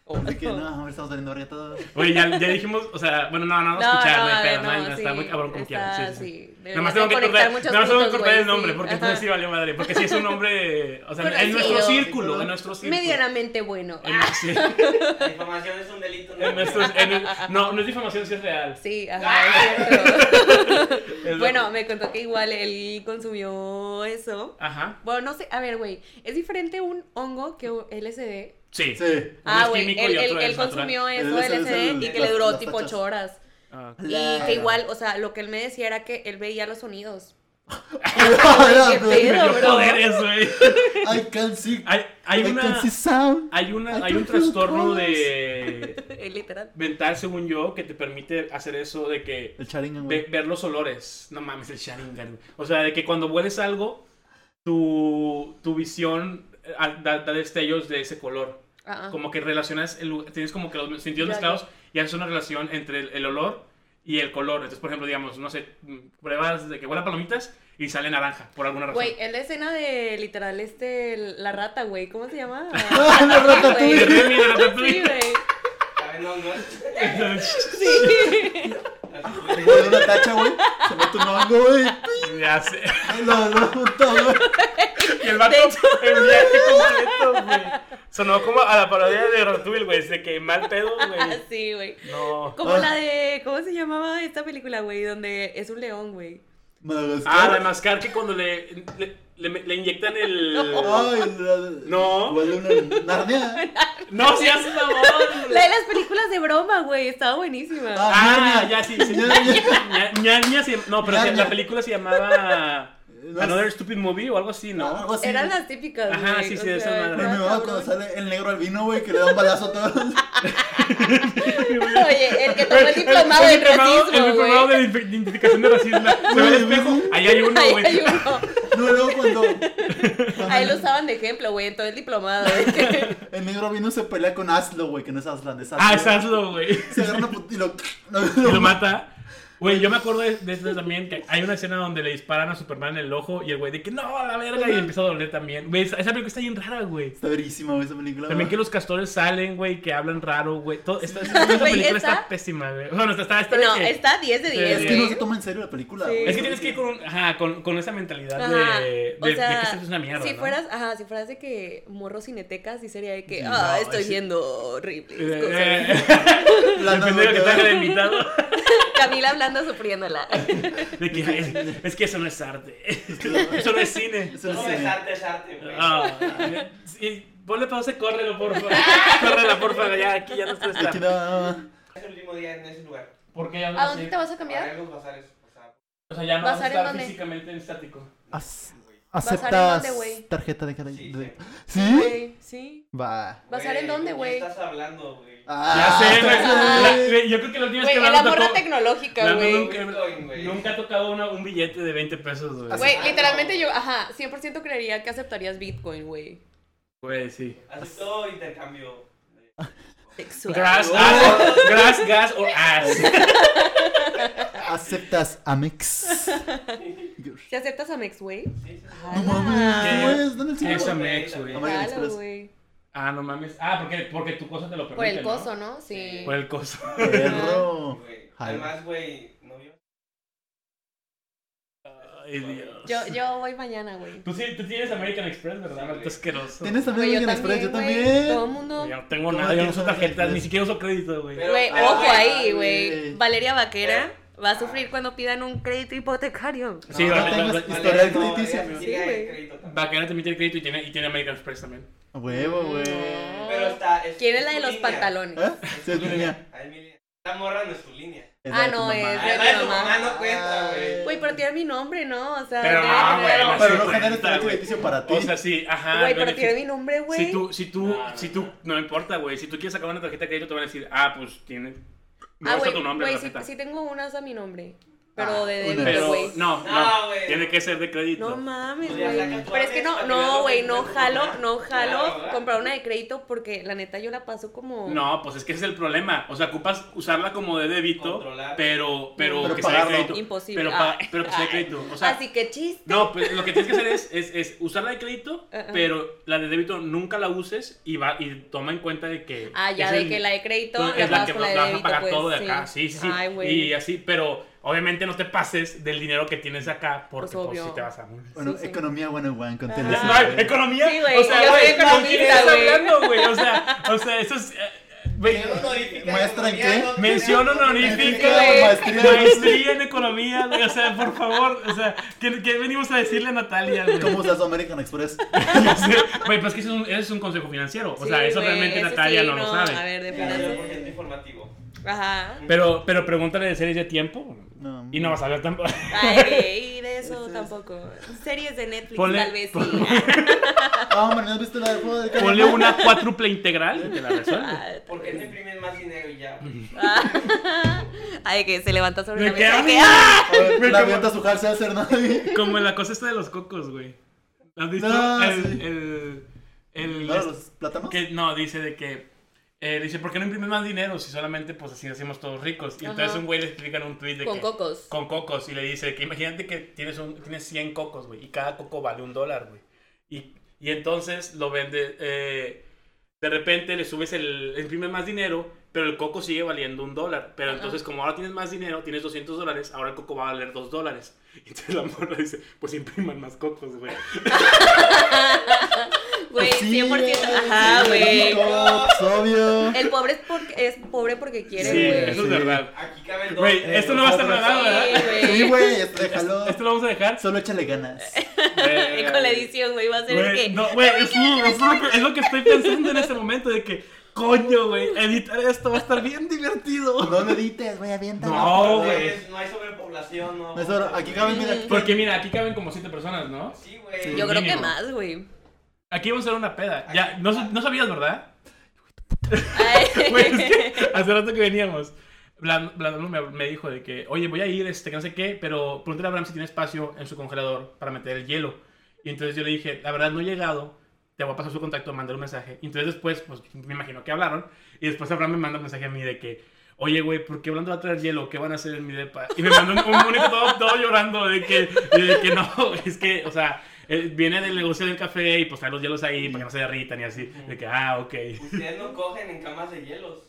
[SPEAKER 3] Oh.
[SPEAKER 1] Así que, no, a ver, estamos saliendo verga todos.
[SPEAKER 2] Oye, ya, ya dijimos, o sea, bueno, no, no vamos a escuchar, no, hay pedo, no, no, está
[SPEAKER 3] sí,
[SPEAKER 2] muy cabrón como
[SPEAKER 3] está,
[SPEAKER 2] quieran. Sí, sí.
[SPEAKER 3] sí.
[SPEAKER 2] Nada más
[SPEAKER 3] Deberías
[SPEAKER 2] tengo
[SPEAKER 3] de
[SPEAKER 2] que
[SPEAKER 3] Eh, conectar
[SPEAKER 2] cortar,
[SPEAKER 3] muchos
[SPEAKER 2] nada más tengo que
[SPEAKER 3] puntos,
[SPEAKER 2] cortar el
[SPEAKER 3] güey,
[SPEAKER 2] nombre,
[SPEAKER 3] sí,
[SPEAKER 2] porque
[SPEAKER 3] ajá.
[SPEAKER 2] entonces sí valió madre, porque sí es un nombre,
[SPEAKER 3] <laughs>
[SPEAKER 2] o sea, en
[SPEAKER 3] Conocido.
[SPEAKER 2] nuestro círculo, en nuestro círculo.
[SPEAKER 3] Medianamente bueno.
[SPEAKER 2] En, sí,
[SPEAKER 3] <laughs>
[SPEAKER 4] La información es un delito,
[SPEAKER 2] <laughs> en nuestro- en- no, no es difamación, sí es real.
[SPEAKER 3] Ah, Sí,
[SPEAKER 2] ¡Ah!
[SPEAKER 3] ajá, es cierto.
[SPEAKER 2] Es-
[SPEAKER 3] bueno, me contó que igual él consumió eso.
[SPEAKER 2] Ajá,
[SPEAKER 3] Bueno, no sé, a ver, güey, es diferente un hongo que un LSD.
[SPEAKER 2] sí.
[SPEAKER 1] Sí.
[SPEAKER 2] Uno es
[SPEAKER 3] Ah, güey,
[SPEAKER 2] químico
[SPEAKER 3] él,
[SPEAKER 2] y
[SPEAKER 3] él-
[SPEAKER 2] otro
[SPEAKER 3] él
[SPEAKER 2] es natural.
[SPEAKER 3] consumió
[SPEAKER 1] El
[SPEAKER 3] eso,
[SPEAKER 1] LSD es
[SPEAKER 3] LSD,
[SPEAKER 1] el-
[SPEAKER 3] y que
[SPEAKER 1] las-
[SPEAKER 3] le duró
[SPEAKER 1] las
[SPEAKER 3] tipo
[SPEAKER 1] tachas.
[SPEAKER 3] ocho horas.
[SPEAKER 2] Ah,
[SPEAKER 3] <laughs>
[SPEAKER 2] ok.
[SPEAKER 3] Y que igual, o sea, lo que él me decía era que él veía los sonidos.
[SPEAKER 1] Ay, <laughs>
[SPEAKER 3] qué pedo.
[SPEAKER 2] Me dio
[SPEAKER 3] bro.
[SPEAKER 2] poderes,
[SPEAKER 3] <laughs>
[SPEAKER 2] güey.
[SPEAKER 1] I can see.
[SPEAKER 2] Hay, hay
[SPEAKER 1] I
[SPEAKER 2] una...
[SPEAKER 1] can see sound.
[SPEAKER 2] Hay, una,
[SPEAKER 1] I
[SPEAKER 2] hay un
[SPEAKER 1] can feel
[SPEAKER 2] trastorno
[SPEAKER 1] colors.
[SPEAKER 2] de,
[SPEAKER 3] eh, literal.
[SPEAKER 2] Vental, según yo, que te permite hacer eso de que.
[SPEAKER 1] El Sharingan,
[SPEAKER 2] ve-
[SPEAKER 1] güey.
[SPEAKER 2] ver los olores. No mames, el Sharingan. güey. O sea, de que cuando hueles algo, tu, tu visión eh, da, da destellos de ese color.
[SPEAKER 3] Ah, ah.
[SPEAKER 2] Como que relacionas, el lu- tienes como que los sentidos
[SPEAKER 3] Ya, ya.
[SPEAKER 2] mezclados y haces una relación entre el, el olor y el color. Entonces, por ejemplo, digamos, no sé, mm, pruebas de que huele a palomitas y sale naranja, por alguna razón.
[SPEAKER 3] Güey, es la escena de literal este, la rata, güey. ¿Cómo se llama?
[SPEAKER 1] <laughs> La
[SPEAKER 2] <laughs> Y
[SPEAKER 1] ratatouille.
[SPEAKER 2] termina la
[SPEAKER 3] Sí,
[SPEAKER 2] ratatouille.
[SPEAKER 3] güey.
[SPEAKER 4] Ay, no,
[SPEAKER 2] <laughs>
[SPEAKER 4] no.
[SPEAKER 3] <laughs> Sí.
[SPEAKER 1] Le doy una tacha, güey. Se mete un hongo, güey.
[SPEAKER 2] <laughs> Ya sé.
[SPEAKER 1] Lo, lo junto, güey.
[SPEAKER 2] Y el vato
[SPEAKER 3] De hecho.
[SPEAKER 2] en viaje completo, güey. Sonó como a la parodia de Ratatouille, güey. Es de que mal pedo,
[SPEAKER 3] <laughs>
[SPEAKER 2] güey.
[SPEAKER 3] Sí, güey.
[SPEAKER 2] No.
[SPEAKER 3] Como
[SPEAKER 1] Ah.
[SPEAKER 3] la de. ¿Cómo se llamaba esta película, güey? Donde es un león, güey.
[SPEAKER 2] Ah,
[SPEAKER 1] Madagascar.
[SPEAKER 2] la de mascar que cuando le, le, le- le inyectan
[SPEAKER 3] <laughs>
[SPEAKER 2] el. No,
[SPEAKER 1] Ay, la-
[SPEAKER 2] No.
[SPEAKER 1] Huele una
[SPEAKER 3] <laughs>
[SPEAKER 1] Narnia.
[SPEAKER 2] no se hace mamón.
[SPEAKER 3] La de las películas de broma, güey. Estaba buenísima.
[SPEAKER 1] Ah.
[SPEAKER 2] Ah,
[SPEAKER 1] Ñaña.
[SPEAKER 2] ya sí, sí.
[SPEAKER 1] Ñaña.
[SPEAKER 2] Ña- Ñaña se- No, pero
[SPEAKER 1] Ñaña.
[SPEAKER 2] la película se llamaba
[SPEAKER 1] No
[SPEAKER 2] Another Stupid Movie o algo así, ¿no?
[SPEAKER 1] Algo así.
[SPEAKER 3] Eran
[SPEAKER 1] güey.
[SPEAKER 3] las típicas,
[SPEAKER 2] Ajá,
[SPEAKER 3] güey,
[SPEAKER 2] sí,
[SPEAKER 3] o
[SPEAKER 2] sí, esa
[SPEAKER 3] sea,
[SPEAKER 2] madre.
[SPEAKER 1] Pero
[SPEAKER 3] estaba
[SPEAKER 1] me va cuando
[SPEAKER 3] cabrón.
[SPEAKER 1] sale el negro al vino, güey, que le da un balazo a todos.
[SPEAKER 3] <laughs>
[SPEAKER 1] <laughs>
[SPEAKER 3] Oye, el que tomó el
[SPEAKER 2] El-
[SPEAKER 3] diplomado
[SPEAKER 2] el
[SPEAKER 3] de
[SPEAKER 2] diplomado- El
[SPEAKER 3] racismo,
[SPEAKER 2] diplomado de
[SPEAKER 3] güey.
[SPEAKER 2] identif- identificación de <laughs> racismo. Se ve el espejo. Ahí hay uno,
[SPEAKER 3] Ahí
[SPEAKER 2] güey.
[SPEAKER 3] hay
[SPEAKER 1] <laughs>
[SPEAKER 3] uno.
[SPEAKER 1] No, luego cuando.
[SPEAKER 3] A él lo usaban de ejemplo, güey, en todo
[SPEAKER 2] <laughs>
[SPEAKER 3] el diplomado. <laughs> güey.
[SPEAKER 1] El negro vino se pelea con Aslo, güey, que no es Aslan, es Aslo.
[SPEAKER 2] Ah, es hazlo, <laughs> güey.
[SPEAKER 1] Se agarra una put- y lo. <laughs>
[SPEAKER 2] y lo mata. Güey, yo me acuerdo de, de esto también que hay una escena donde le disparan a Superman en el ojo y el güey de que no, a la verga, y empieza a doler también. Güey, esa, esa película está bien rara, güey.
[SPEAKER 1] Está verísima, güey, esa película.
[SPEAKER 2] También que
[SPEAKER 1] güey.
[SPEAKER 2] los castores salen, güey, que hablan raro, güey. Todo, esta, esta- esta
[SPEAKER 3] Güey,
[SPEAKER 2] película está,
[SPEAKER 3] esta-
[SPEAKER 2] pésima, güey. Bueno, está, está, está de
[SPEAKER 3] No,
[SPEAKER 2] que-
[SPEAKER 3] está 10 de 10.
[SPEAKER 1] Es que no
[SPEAKER 3] güey.
[SPEAKER 1] se toma en serio la película,
[SPEAKER 3] Sí.
[SPEAKER 1] güey.
[SPEAKER 2] Es que tienes que ir con, un- ajá, con, con esa mentalidad de,
[SPEAKER 3] Ajá,
[SPEAKER 2] de,
[SPEAKER 3] o
[SPEAKER 2] de
[SPEAKER 3] sea,
[SPEAKER 2] que esto es una mierda.
[SPEAKER 3] Si
[SPEAKER 2] ¿no?
[SPEAKER 3] fueras, ajá, si fueras de que morro cineteca, sí sería de que,
[SPEAKER 1] No,
[SPEAKER 3] ah, estoy
[SPEAKER 1] ese-
[SPEAKER 3] viendo horribles
[SPEAKER 2] Eh,
[SPEAKER 3] cosas". <laughs>
[SPEAKER 2] eh, <laughs>
[SPEAKER 1] La
[SPEAKER 2] Depende de lo que
[SPEAKER 1] novela.
[SPEAKER 2] traiga el invitado.
[SPEAKER 3] Camila hablando sufriéndola.
[SPEAKER 2] De que, "Ay, es, es que eso no es arte. <laughs> Eso no es cine.
[SPEAKER 1] Eso no
[SPEAKER 4] No,
[SPEAKER 1] sé.
[SPEAKER 4] es arte, es arte, güey.
[SPEAKER 2] Ah, y ponle pausa y córrelo,
[SPEAKER 3] <laughs>
[SPEAKER 2] porfa. Córrela, porfa, ya, aquí ya no estoy
[SPEAKER 1] Aquí
[SPEAKER 2] estar.
[SPEAKER 1] no.
[SPEAKER 4] Es el último día en ese lugar.
[SPEAKER 2] ¿Por qué ya no
[SPEAKER 3] ¿A dónde
[SPEAKER 2] sé?
[SPEAKER 3] te vas a
[SPEAKER 4] Para
[SPEAKER 3] cambiar?
[SPEAKER 4] los bazares. O sea,
[SPEAKER 2] O sea, ya no vas a
[SPEAKER 3] ¿Bazar en
[SPEAKER 2] estar
[SPEAKER 3] dónde?
[SPEAKER 2] físicamente en estático.
[SPEAKER 1] Ac-
[SPEAKER 4] güey.
[SPEAKER 1] ¿Aceptas
[SPEAKER 3] dónde, güey?
[SPEAKER 1] tarjeta de cada
[SPEAKER 4] Sí,
[SPEAKER 1] de-
[SPEAKER 4] sí.
[SPEAKER 1] ¿Sí?
[SPEAKER 3] Güey, sí.
[SPEAKER 1] Va.
[SPEAKER 3] ¿Bazar en dónde,
[SPEAKER 4] ¿con
[SPEAKER 3] güey?
[SPEAKER 4] quién estás hablando, güey?
[SPEAKER 1] Ah,
[SPEAKER 2] ya sé, güey.
[SPEAKER 3] ah.
[SPEAKER 2] La- güey, Yo creo que la última vez
[SPEAKER 3] Güey,
[SPEAKER 2] que
[SPEAKER 3] en
[SPEAKER 2] Lalo
[SPEAKER 3] la
[SPEAKER 2] tocó.
[SPEAKER 3] morra tecnológica,
[SPEAKER 2] Lalo
[SPEAKER 3] güey.
[SPEAKER 2] nunca,
[SPEAKER 4] Bitcoin, güey.
[SPEAKER 2] nunca ha tocado una- un billete de 20 pesos, güey.
[SPEAKER 3] Güey,
[SPEAKER 4] Ah,
[SPEAKER 3] literalmente
[SPEAKER 4] no.
[SPEAKER 3] yo, ajá, 100% creería que aceptarías Bitcoin, güey.
[SPEAKER 2] Güey, sí.
[SPEAKER 4] Haces todo intercambio.
[SPEAKER 3] Sexual.
[SPEAKER 2] Grass,
[SPEAKER 3] Ah,
[SPEAKER 2] gas, grass, gas o ass.
[SPEAKER 1] ¿Aceptas
[SPEAKER 3] <laughs>
[SPEAKER 1] Amex?
[SPEAKER 3] ¿Si aceptas Amex, güey?
[SPEAKER 4] Sí, sí, sí.
[SPEAKER 1] No mames, güey,
[SPEAKER 3] Ah.
[SPEAKER 1] está en el cine.
[SPEAKER 2] Eso me güey.
[SPEAKER 1] América
[SPEAKER 3] Jalo,
[SPEAKER 1] Express.
[SPEAKER 3] güey.
[SPEAKER 2] Ah, no mames. Ah, porque, porque tu cosa te lo permite.
[SPEAKER 3] Por
[SPEAKER 2] ¿no?
[SPEAKER 3] el coso, ¿no? Sí.
[SPEAKER 2] Por el coso.
[SPEAKER 1] Perro.
[SPEAKER 4] Güey.
[SPEAKER 1] Jalo.
[SPEAKER 4] Además, güey, no vio.
[SPEAKER 2] Ay, Dios.
[SPEAKER 3] Yo, yo voy mañana, güey.
[SPEAKER 2] Tú, sí, tú tienes American Express, ¿verdad?
[SPEAKER 4] Sí,
[SPEAKER 2] Marta?
[SPEAKER 4] güey.
[SPEAKER 2] asqueroso.
[SPEAKER 1] ¿Tienes
[SPEAKER 3] Güey,
[SPEAKER 1] también American Express? Yo
[SPEAKER 3] güey. Todo el
[SPEAKER 1] también.
[SPEAKER 3] mundo.
[SPEAKER 2] Yo no tengo
[SPEAKER 1] ¿Cómo
[SPEAKER 2] nada, yo no
[SPEAKER 1] tienes
[SPEAKER 2] uso
[SPEAKER 1] una
[SPEAKER 2] tarjetas,
[SPEAKER 1] tarjeta?
[SPEAKER 2] ni siquiera uso crédito, güey.
[SPEAKER 4] Pero-
[SPEAKER 3] Güey,
[SPEAKER 4] pero,
[SPEAKER 3] ojo
[SPEAKER 4] güey,
[SPEAKER 3] ahí,
[SPEAKER 1] güey.
[SPEAKER 3] güey. Valeria Vaquera
[SPEAKER 1] Eh.
[SPEAKER 4] Pero-
[SPEAKER 3] va a sufrir cuando pidan un crédito hipotecario.
[SPEAKER 2] Sí,
[SPEAKER 1] no,
[SPEAKER 2] va-
[SPEAKER 1] no
[SPEAKER 2] va-
[SPEAKER 1] tengas
[SPEAKER 2] va-
[SPEAKER 1] historial
[SPEAKER 4] Vale, no,
[SPEAKER 1] crediticio,
[SPEAKER 4] vale,
[SPEAKER 1] amigo.
[SPEAKER 4] sí,
[SPEAKER 3] Sí,
[SPEAKER 4] hay
[SPEAKER 3] güey.
[SPEAKER 4] crédito también.
[SPEAKER 2] Vaquera te emite el crédito y tiene, y tiene American Express también.
[SPEAKER 1] A Huevo, güey.
[SPEAKER 4] Pero está. es-
[SPEAKER 3] ¿Quién es la de
[SPEAKER 4] tu
[SPEAKER 3] los
[SPEAKER 4] línea.
[SPEAKER 3] pantalones?
[SPEAKER 1] ¿Eh?
[SPEAKER 4] Es
[SPEAKER 1] Sí,
[SPEAKER 4] tu
[SPEAKER 1] es mi línea.
[SPEAKER 4] Ay, mi línea. Esta morra no es tu línea.
[SPEAKER 1] Es
[SPEAKER 3] Ah,
[SPEAKER 1] la de tu
[SPEAKER 3] no,
[SPEAKER 1] mamá.
[SPEAKER 3] es
[SPEAKER 4] Ay,
[SPEAKER 3] de-
[SPEAKER 4] la de tu mamá no cuenta, güey.
[SPEAKER 3] Güey, pero tiene mi nombre, ¿no? O sea,
[SPEAKER 2] Pero no,
[SPEAKER 3] debe tener
[SPEAKER 2] güey,
[SPEAKER 3] algo.
[SPEAKER 2] no
[SPEAKER 1] Pero no
[SPEAKER 2] Sí,
[SPEAKER 1] genera
[SPEAKER 2] cuenta,
[SPEAKER 1] historial
[SPEAKER 2] güey.
[SPEAKER 1] crediticio para ti.
[SPEAKER 2] O sea, sí, ajá.
[SPEAKER 3] Güey,
[SPEAKER 2] el
[SPEAKER 3] pero tiene
[SPEAKER 2] beneficio-
[SPEAKER 3] mi nombre, güey.
[SPEAKER 2] Si tú, si tú,
[SPEAKER 4] No, no,
[SPEAKER 2] si tú, no importa, güey. Si tú quieres sacar una tarjeta de crédito, te van a decir, ah, pues tiene. No
[SPEAKER 3] Ah,
[SPEAKER 2] está
[SPEAKER 3] güey,
[SPEAKER 2] tu nombre, en
[SPEAKER 3] güey,
[SPEAKER 2] la
[SPEAKER 3] sí,
[SPEAKER 2] tarjeta.
[SPEAKER 3] sí tengo unas a mi nombre. Pero
[SPEAKER 1] Ah,
[SPEAKER 3] de
[SPEAKER 1] una.
[SPEAKER 3] débito,
[SPEAKER 2] Pero,
[SPEAKER 3] güey.
[SPEAKER 2] no,
[SPEAKER 4] No,
[SPEAKER 2] no.
[SPEAKER 4] Ah, güey.
[SPEAKER 2] Tiene que ser de crédito.
[SPEAKER 3] No mames,
[SPEAKER 4] Pues ya
[SPEAKER 3] güey.
[SPEAKER 4] saca tu
[SPEAKER 3] Pero es que
[SPEAKER 4] Amex para
[SPEAKER 3] no,
[SPEAKER 4] que veas
[SPEAKER 3] no,
[SPEAKER 4] lo
[SPEAKER 3] güey,
[SPEAKER 4] que
[SPEAKER 3] no
[SPEAKER 4] tienes que
[SPEAKER 3] jalo,
[SPEAKER 4] comprar.
[SPEAKER 3] no
[SPEAKER 4] Claro,
[SPEAKER 3] jalo
[SPEAKER 4] ¿verdad?
[SPEAKER 3] comprar una de crédito porque la neta yo la paso como.
[SPEAKER 2] No, pues es que ese es el problema. O sea, ocupas usarla como de débito,
[SPEAKER 4] Controlar.
[SPEAKER 2] pero, pero,
[SPEAKER 1] Pero
[SPEAKER 2] que sea de
[SPEAKER 1] pagarlo.
[SPEAKER 2] crédito.
[SPEAKER 3] Imposible.
[SPEAKER 2] Pero, pa-
[SPEAKER 3] Ah.
[SPEAKER 2] pero que sea de crédito. O sea,
[SPEAKER 3] Así que chiste.
[SPEAKER 2] no, pues lo que tienes que hacer es, es, es usarla de crédito,
[SPEAKER 3] Ajá.
[SPEAKER 2] pero la de débito nunca la uses y va y toma en cuenta de que.
[SPEAKER 3] Ah, ya,
[SPEAKER 2] es
[SPEAKER 3] de
[SPEAKER 2] el-
[SPEAKER 3] que la de crédito
[SPEAKER 2] no,
[SPEAKER 3] la
[SPEAKER 2] es la
[SPEAKER 3] pagas
[SPEAKER 2] que
[SPEAKER 3] con
[SPEAKER 2] vas
[SPEAKER 3] la de
[SPEAKER 2] vas
[SPEAKER 3] débito,
[SPEAKER 2] a pagar
[SPEAKER 3] pues,
[SPEAKER 2] todo de acá. Sí, sí, sí.
[SPEAKER 3] Ay, güey.
[SPEAKER 2] y así, pero obviamente no te pases del dinero que tienes acá porque
[SPEAKER 3] Pues,
[SPEAKER 2] pues, si
[SPEAKER 3] obvio.
[SPEAKER 2] te vas a.
[SPEAKER 1] Bueno,
[SPEAKER 3] Sí, sí.
[SPEAKER 1] economía 101 con
[SPEAKER 3] Ah.
[SPEAKER 1] Televisa,
[SPEAKER 2] No,
[SPEAKER 1] güey.
[SPEAKER 2] economía.
[SPEAKER 3] Sí, güey,
[SPEAKER 2] o sea,
[SPEAKER 3] yo soy
[SPEAKER 2] güey, ¿con
[SPEAKER 3] economista,
[SPEAKER 2] quién estás
[SPEAKER 3] güey.
[SPEAKER 2] hablando, güey? O sea, o sea, eso es. eh, güey,
[SPEAKER 1] ¿Muestra en qué?
[SPEAKER 2] Mención honorífica,
[SPEAKER 3] güey.
[SPEAKER 1] Maestría, güey.
[SPEAKER 2] maestría en economía, güey, o sea, por favor, o sea, ¿qué, qué venimos a decirle a Natalia? güey?
[SPEAKER 1] ¿Cómo usas American Express?
[SPEAKER 2] O sea, <laughs> Güey, pues que eso es un, eso es un consejo financiero, o sea,
[SPEAKER 3] Sí,
[SPEAKER 2] eso
[SPEAKER 3] güey,
[SPEAKER 2] realmente
[SPEAKER 3] eso
[SPEAKER 2] Natalia
[SPEAKER 3] sí,
[SPEAKER 2] no, lo
[SPEAKER 3] A
[SPEAKER 2] sabe.
[SPEAKER 3] ver, de
[SPEAKER 4] Claro,
[SPEAKER 3] finanzas.
[SPEAKER 4] porque es informativo.
[SPEAKER 2] <laughs>
[SPEAKER 3] Ajá.
[SPEAKER 2] Pero, pero pregúntale de series de tiempo,
[SPEAKER 1] No.
[SPEAKER 2] Y no vas a ver
[SPEAKER 1] <laughs>
[SPEAKER 2] tampoco.
[SPEAKER 3] Ay, y de eso
[SPEAKER 1] Entonces-
[SPEAKER 3] tampoco. Series de Netflix,
[SPEAKER 2] Ponle-
[SPEAKER 3] tal vez sí.
[SPEAKER 2] pon-
[SPEAKER 1] Ah, hombre, ¿no has visto la del juego del calamar?
[SPEAKER 2] Ponle una cuádruple integral y te la resuelve.
[SPEAKER 3] Ah,
[SPEAKER 4] ¿Por qué no imprimen más dinero y ya? güey?
[SPEAKER 3] ah. <laughs> Ay, que se levanta sobre
[SPEAKER 2] Me
[SPEAKER 3] la mesa.
[SPEAKER 2] quedo-
[SPEAKER 3] y que, ¡ah!
[SPEAKER 1] A ver,
[SPEAKER 2] Me
[SPEAKER 1] La
[SPEAKER 2] como-
[SPEAKER 1] avienta a su Hal se hacer nada. <laughs>
[SPEAKER 2] Como la cosa esta de los cocos, güey. ¿Has visto?
[SPEAKER 1] No,
[SPEAKER 2] el,
[SPEAKER 1] sí.
[SPEAKER 2] el, el-
[SPEAKER 1] Claro, los plátanos.
[SPEAKER 2] que, no, dice de que. eh, dice, ¿por qué no imprimes más dinero si solamente pues así hacemos todos ricos? Y entonces
[SPEAKER 3] Ajá.
[SPEAKER 2] un güey le explica en un tweet de
[SPEAKER 3] Con
[SPEAKER 2] que.
[SPEAKER 3] cocos.
[SPEAKER 2] Con cocos. Y le dice que imagínate que tienes, un, tienes 100 cocos, güey. Y cada coco vale un dólar, güey. Y, y entonces lo vende. eh, de repente le subes el. le imprimes más dinero, pero el coco sigue valiendo un dólar. Pero
[SPEAKER 3] Ajá.
[SPEAKER 2] entonces, como ahora tienes más dinero, tienes 200 dólares, ahora el coco va a valer 2 dólares. <laughs> Y entonces la morra dice: Pues impriman más cocos, güey.
[SPEAKER 3] Güey,
[SPEAKER 1] Pues sí,
[SPEAKER 3] 100%.
[SPEAKER 1] güey,
[SPEAKER 3] Ajá,
[SPEAKER 1] sí,
[SPEAKER 3] güey.
[SPEAKER 1] cops, obvio.
[SPEAKER 3] El pobre es, porque, es pobre porque quiere,
[SPEAKER 2] sí,
[SPEAKER 3] güey.
[SPEAKER 2] eso
[SPEAKER 1] Sí.
[SPEAKER 2] es verdad.
[SPEAKER 4] Aquí cabe el dos.
[SPEAKER 2] Güey, eh, esto no va a estar
[SPEAKER 1] nosotros-
[SPEAKER 2] regalado, ¿verdad?
[SPEAKER 1] Sí,
[SPEAKER 3] Sí, güey.
[SPEAKER 1] güey, esto déjalo.
[SPEAKER 2] Esto lo vamos a
[SPEAKER 3] <laughs>
[SPEAKER 2] dejar.
[SPEAKER 1] Solo échale ganas.
[SPEAKER 3] Con la edición, güey, va a ser
[SPEAKER 2] Güey,
[SPEAKER 3] que.
[SPEAKER 2] no, güey, es, lo- es lo que, es lo que estoy pensando en este momento de que, coño, güey, editar esto va a estar bien divertido.
[SPEAKER 1] No lo edites, güey, aviéntalo.
[SPEAKER 2] No,
[SPEAKER 4] No
[SPEAKER 2] güey.
[SPEAKER 4] es- No hay sobrepoblación, no.
[SPEAKER 1] Eso, aquí cabe, mira.
[SPEAKER 2] Porque mira, aquí caben como siete personas, ¿no?
[SPEAKER 4] Sí, güey.
[SPEAKER 3] Yo creo que
[SPEAKER 2] mínimo.
[SPEAKER 3] más, güey.
[SPEAKER 2] Aquí vamos a hacer una peda. Ya, no, no sabías, ¿verdad?
[SPEAKER 3] Ay.
[SPEAKER 2] <laughs> Güey, es que hace rato que veníamos. Blan- Blandón me, me dijo de que, oye, voy a ir, este, que no sé qué, pero pregúntale a Abraham si tiene espacio en su congelador para meter el hielo. Y entonces yo le dije, la verdad no he llegado, te voy a pasar su contacto, mandar un mensaje. Y entonces después, pues me imagino que hablaron, y después Abraham me manda un mensaje a mí de que, oye, güey, ¿por qué Blandón va a traer hielo? ¿Qué van a hacer en mi depa? Y me mandó un, un bonito todo, todo llorando de que, de que no, <laughs> es que, o sea, eh, viene del negocio del café y pues trae los hielos ahí para que no se derritan y así. De que, ah, ok.
[SPEAKER 4] Ustedes no cogen en camas de hielos.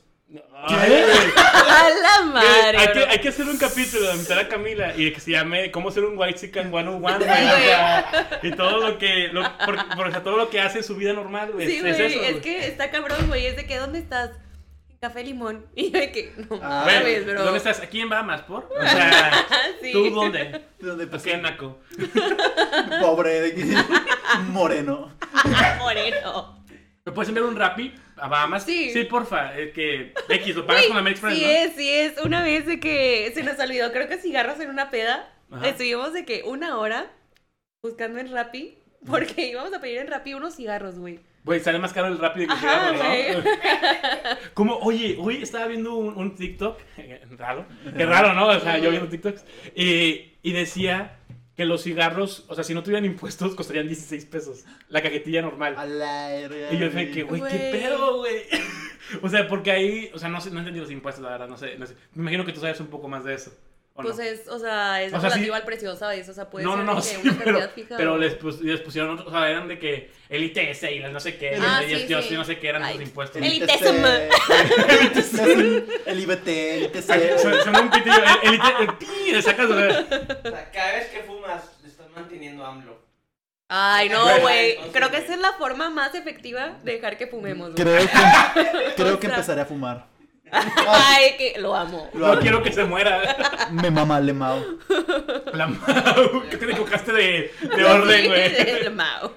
[SPEAKER 2] Ay, güey.
[SPEAKER 3] A la
[SPEAKER 2] Eh,
[SPEAKER 3] madre.
[SPEAKER 2] Hay que,
[SPEAKER 3] bro.
[SPEAKER 2] hay que hacer un capítulo de meter a Camila y que se llame ¿Cómo ser un white chicken 101? güey, o
[SPEAKER 3] güey.
[SPEAKER 2] sea, y todo lo que. Lo, por, por- o sea, todo lo que hace en su vida normal, güey.
[SPEAKER 3] Sí,
[SPEAKER 2] es-
[SPEAKER 3] güey,
[SPEAKER 2] es
[SPEAKER 3] es,
[SPEAKER 2] eso. güey.
[SPEAKER 3] que está cabrón, güey. Es de que, ¿dónde estás? Café limón. <laughs> Y yo de que, no
[SPEAKER 1] Ah,
[SPEAKER 2] Güey,
[SPEAKER 3] mames, bro.
[SPEAKER 2] ¿Dónde estás? ¿Aquí en Bahamas, por?
[SPEAKER 3] <laughs>
[SPEAKER 2] O sea,
[SPEAKER 3] Ah, sí.
[SPEAKER 2] ¿tú dónde?
[SPEAKER 1] ¿Dónde
[SPEAKER 2] ¿Por
[SPEAKER 1] pasé?
[SPEAKER 2] qué, Naco?
[SPEAKER 1] Pobre de aquí. Moreno.
[SPEAKER 3] <laughs> Moreno.
[SPEAKER 2] ¿Me puedes enviar un rapi a Bahamas?
[SPEAKER 3] Sí.
[SPEAKER 2] Sí, porfa. Es que X, lo pagas
[SPEAKER 3] Güey,
[SPEAKER 2] con la American
[SPEAKER 3] Sí
[SPEAKER 2] Express,
[SPEAKER 3] es, sí es. Una vez de que se nos olvidó, creo que cigarros en una peda.
[SPEAKER 2] Ajá.
[SPEAKER 3] Estuvimos de que una hora buscando en Rappi. Porque <laughs> íbamos a pedir en Rappi unos cigarros, güey.
[SPEAKER 2] ¿no? Güey, sale más caro el rapi de que
[SPEAKER 3] Ajá,
[SPEAKER 2] cigarros, ¿no? Como, oye, hoy estaba viendo un, un TikTok, <laughs> raro, qué raro, ¿no? O sea, yo viendo TikToks, y, y decía que los cigarros, o sea, si no tuvieran impuestos, costarían 16 pesos, la cajetilla
[SPEAKER 1] A
[SPEAKER 2] normal.
[SPEAKER 1] la verga,
[SPEAKER 2] Y yo dije, que, güey, qué
[SPEAKER 3] Güey.
[SPEAKER 2] pedo, güey. <laughs> O sea, porque ahí, o sea, no sé, no entendí los impuestos, la verdad, no sé, no sé. Me imagino que tú sabes un poco más de eso. ¿o
[SPEAKER 3] Pues
[SPEAKER 2] no?
[SPEAKER 3] es, o sea, es
[SPEAKER 2] O sea, sí.
[SPEAKER 3] relativo al precio, ¿sabes? O sea, puede
[SPEAKER 2] no,
[SPEAKER 3] ser
[SPEAKER 2] no, no,
[SPEAKER 3] de que
[SPEAKER 2] sí,
[SPEAKER 3] una
[SPEAKER 2] pero,
[SPEAKER 3] cantidad fija.
[SPEAKER 2] pero
[SPEAKER 3] o-
[SPEAKER 2] les, pus- les pusieron otros, o sea, eran de que el ITS y las no sé qué,
[SPEAKER 3] Ah,
[SPEAKER 2] y
[SPEAKER 3] sí,
[SPEAKER 2] el ITS,
[SPEAKER 3] sí.
[SPEAKER 2] no sé qué, eran
[SPEAKER 3] Ay.
[SPEAKER 2] los impuestos.
[SPEAKER 3] El
[SPEAKER 1] ITC.
[SPEAKER 3] ITSM.
[SPEAKER 1] El IBT, el
[SPEAKER 2] Ay,
[SPEAKER 1] ITC.
[SPEAKER 2] su- Suena un pitillo, el, el ITS, el pi, le sacas, o sea,
[SPEAKER 4] O sea, cada vez que fumas, estás manteniendo AMLO.
[SPEAKER 3] Ay, no,
[SPEAKER 4] Bueno,
[SPEAKER 3] güey.
[SPEAKER 4] entonces,
[SPEAKER 3] Creo que
[SPEAKER 4] güey.
[SPEAKER 3] esa es la forma más efectiva de dejar que fumemos, güey.
[SPEAKER 1] Creo que, creo que
[SPEAKER 3] O sea.
[SPEAKER 1] empezaré a fumar.
[SPEAKER 3] Ay, que lo amo.
[SPEAKER 1] Lo
[SPEAKER 2] No
[SPEAKER 1] amo.
[SPEAKER 2] quiero que se muera.
[SPEAKER 1] Me mama le mao.
[SPEAKER 2] <laughs> La Mau. Creo que te equivocaste de, de orden,
[SPEAKER 3] <laughs>
[SPEAKER 2] güey.
[SPEAKER 3] El Mao.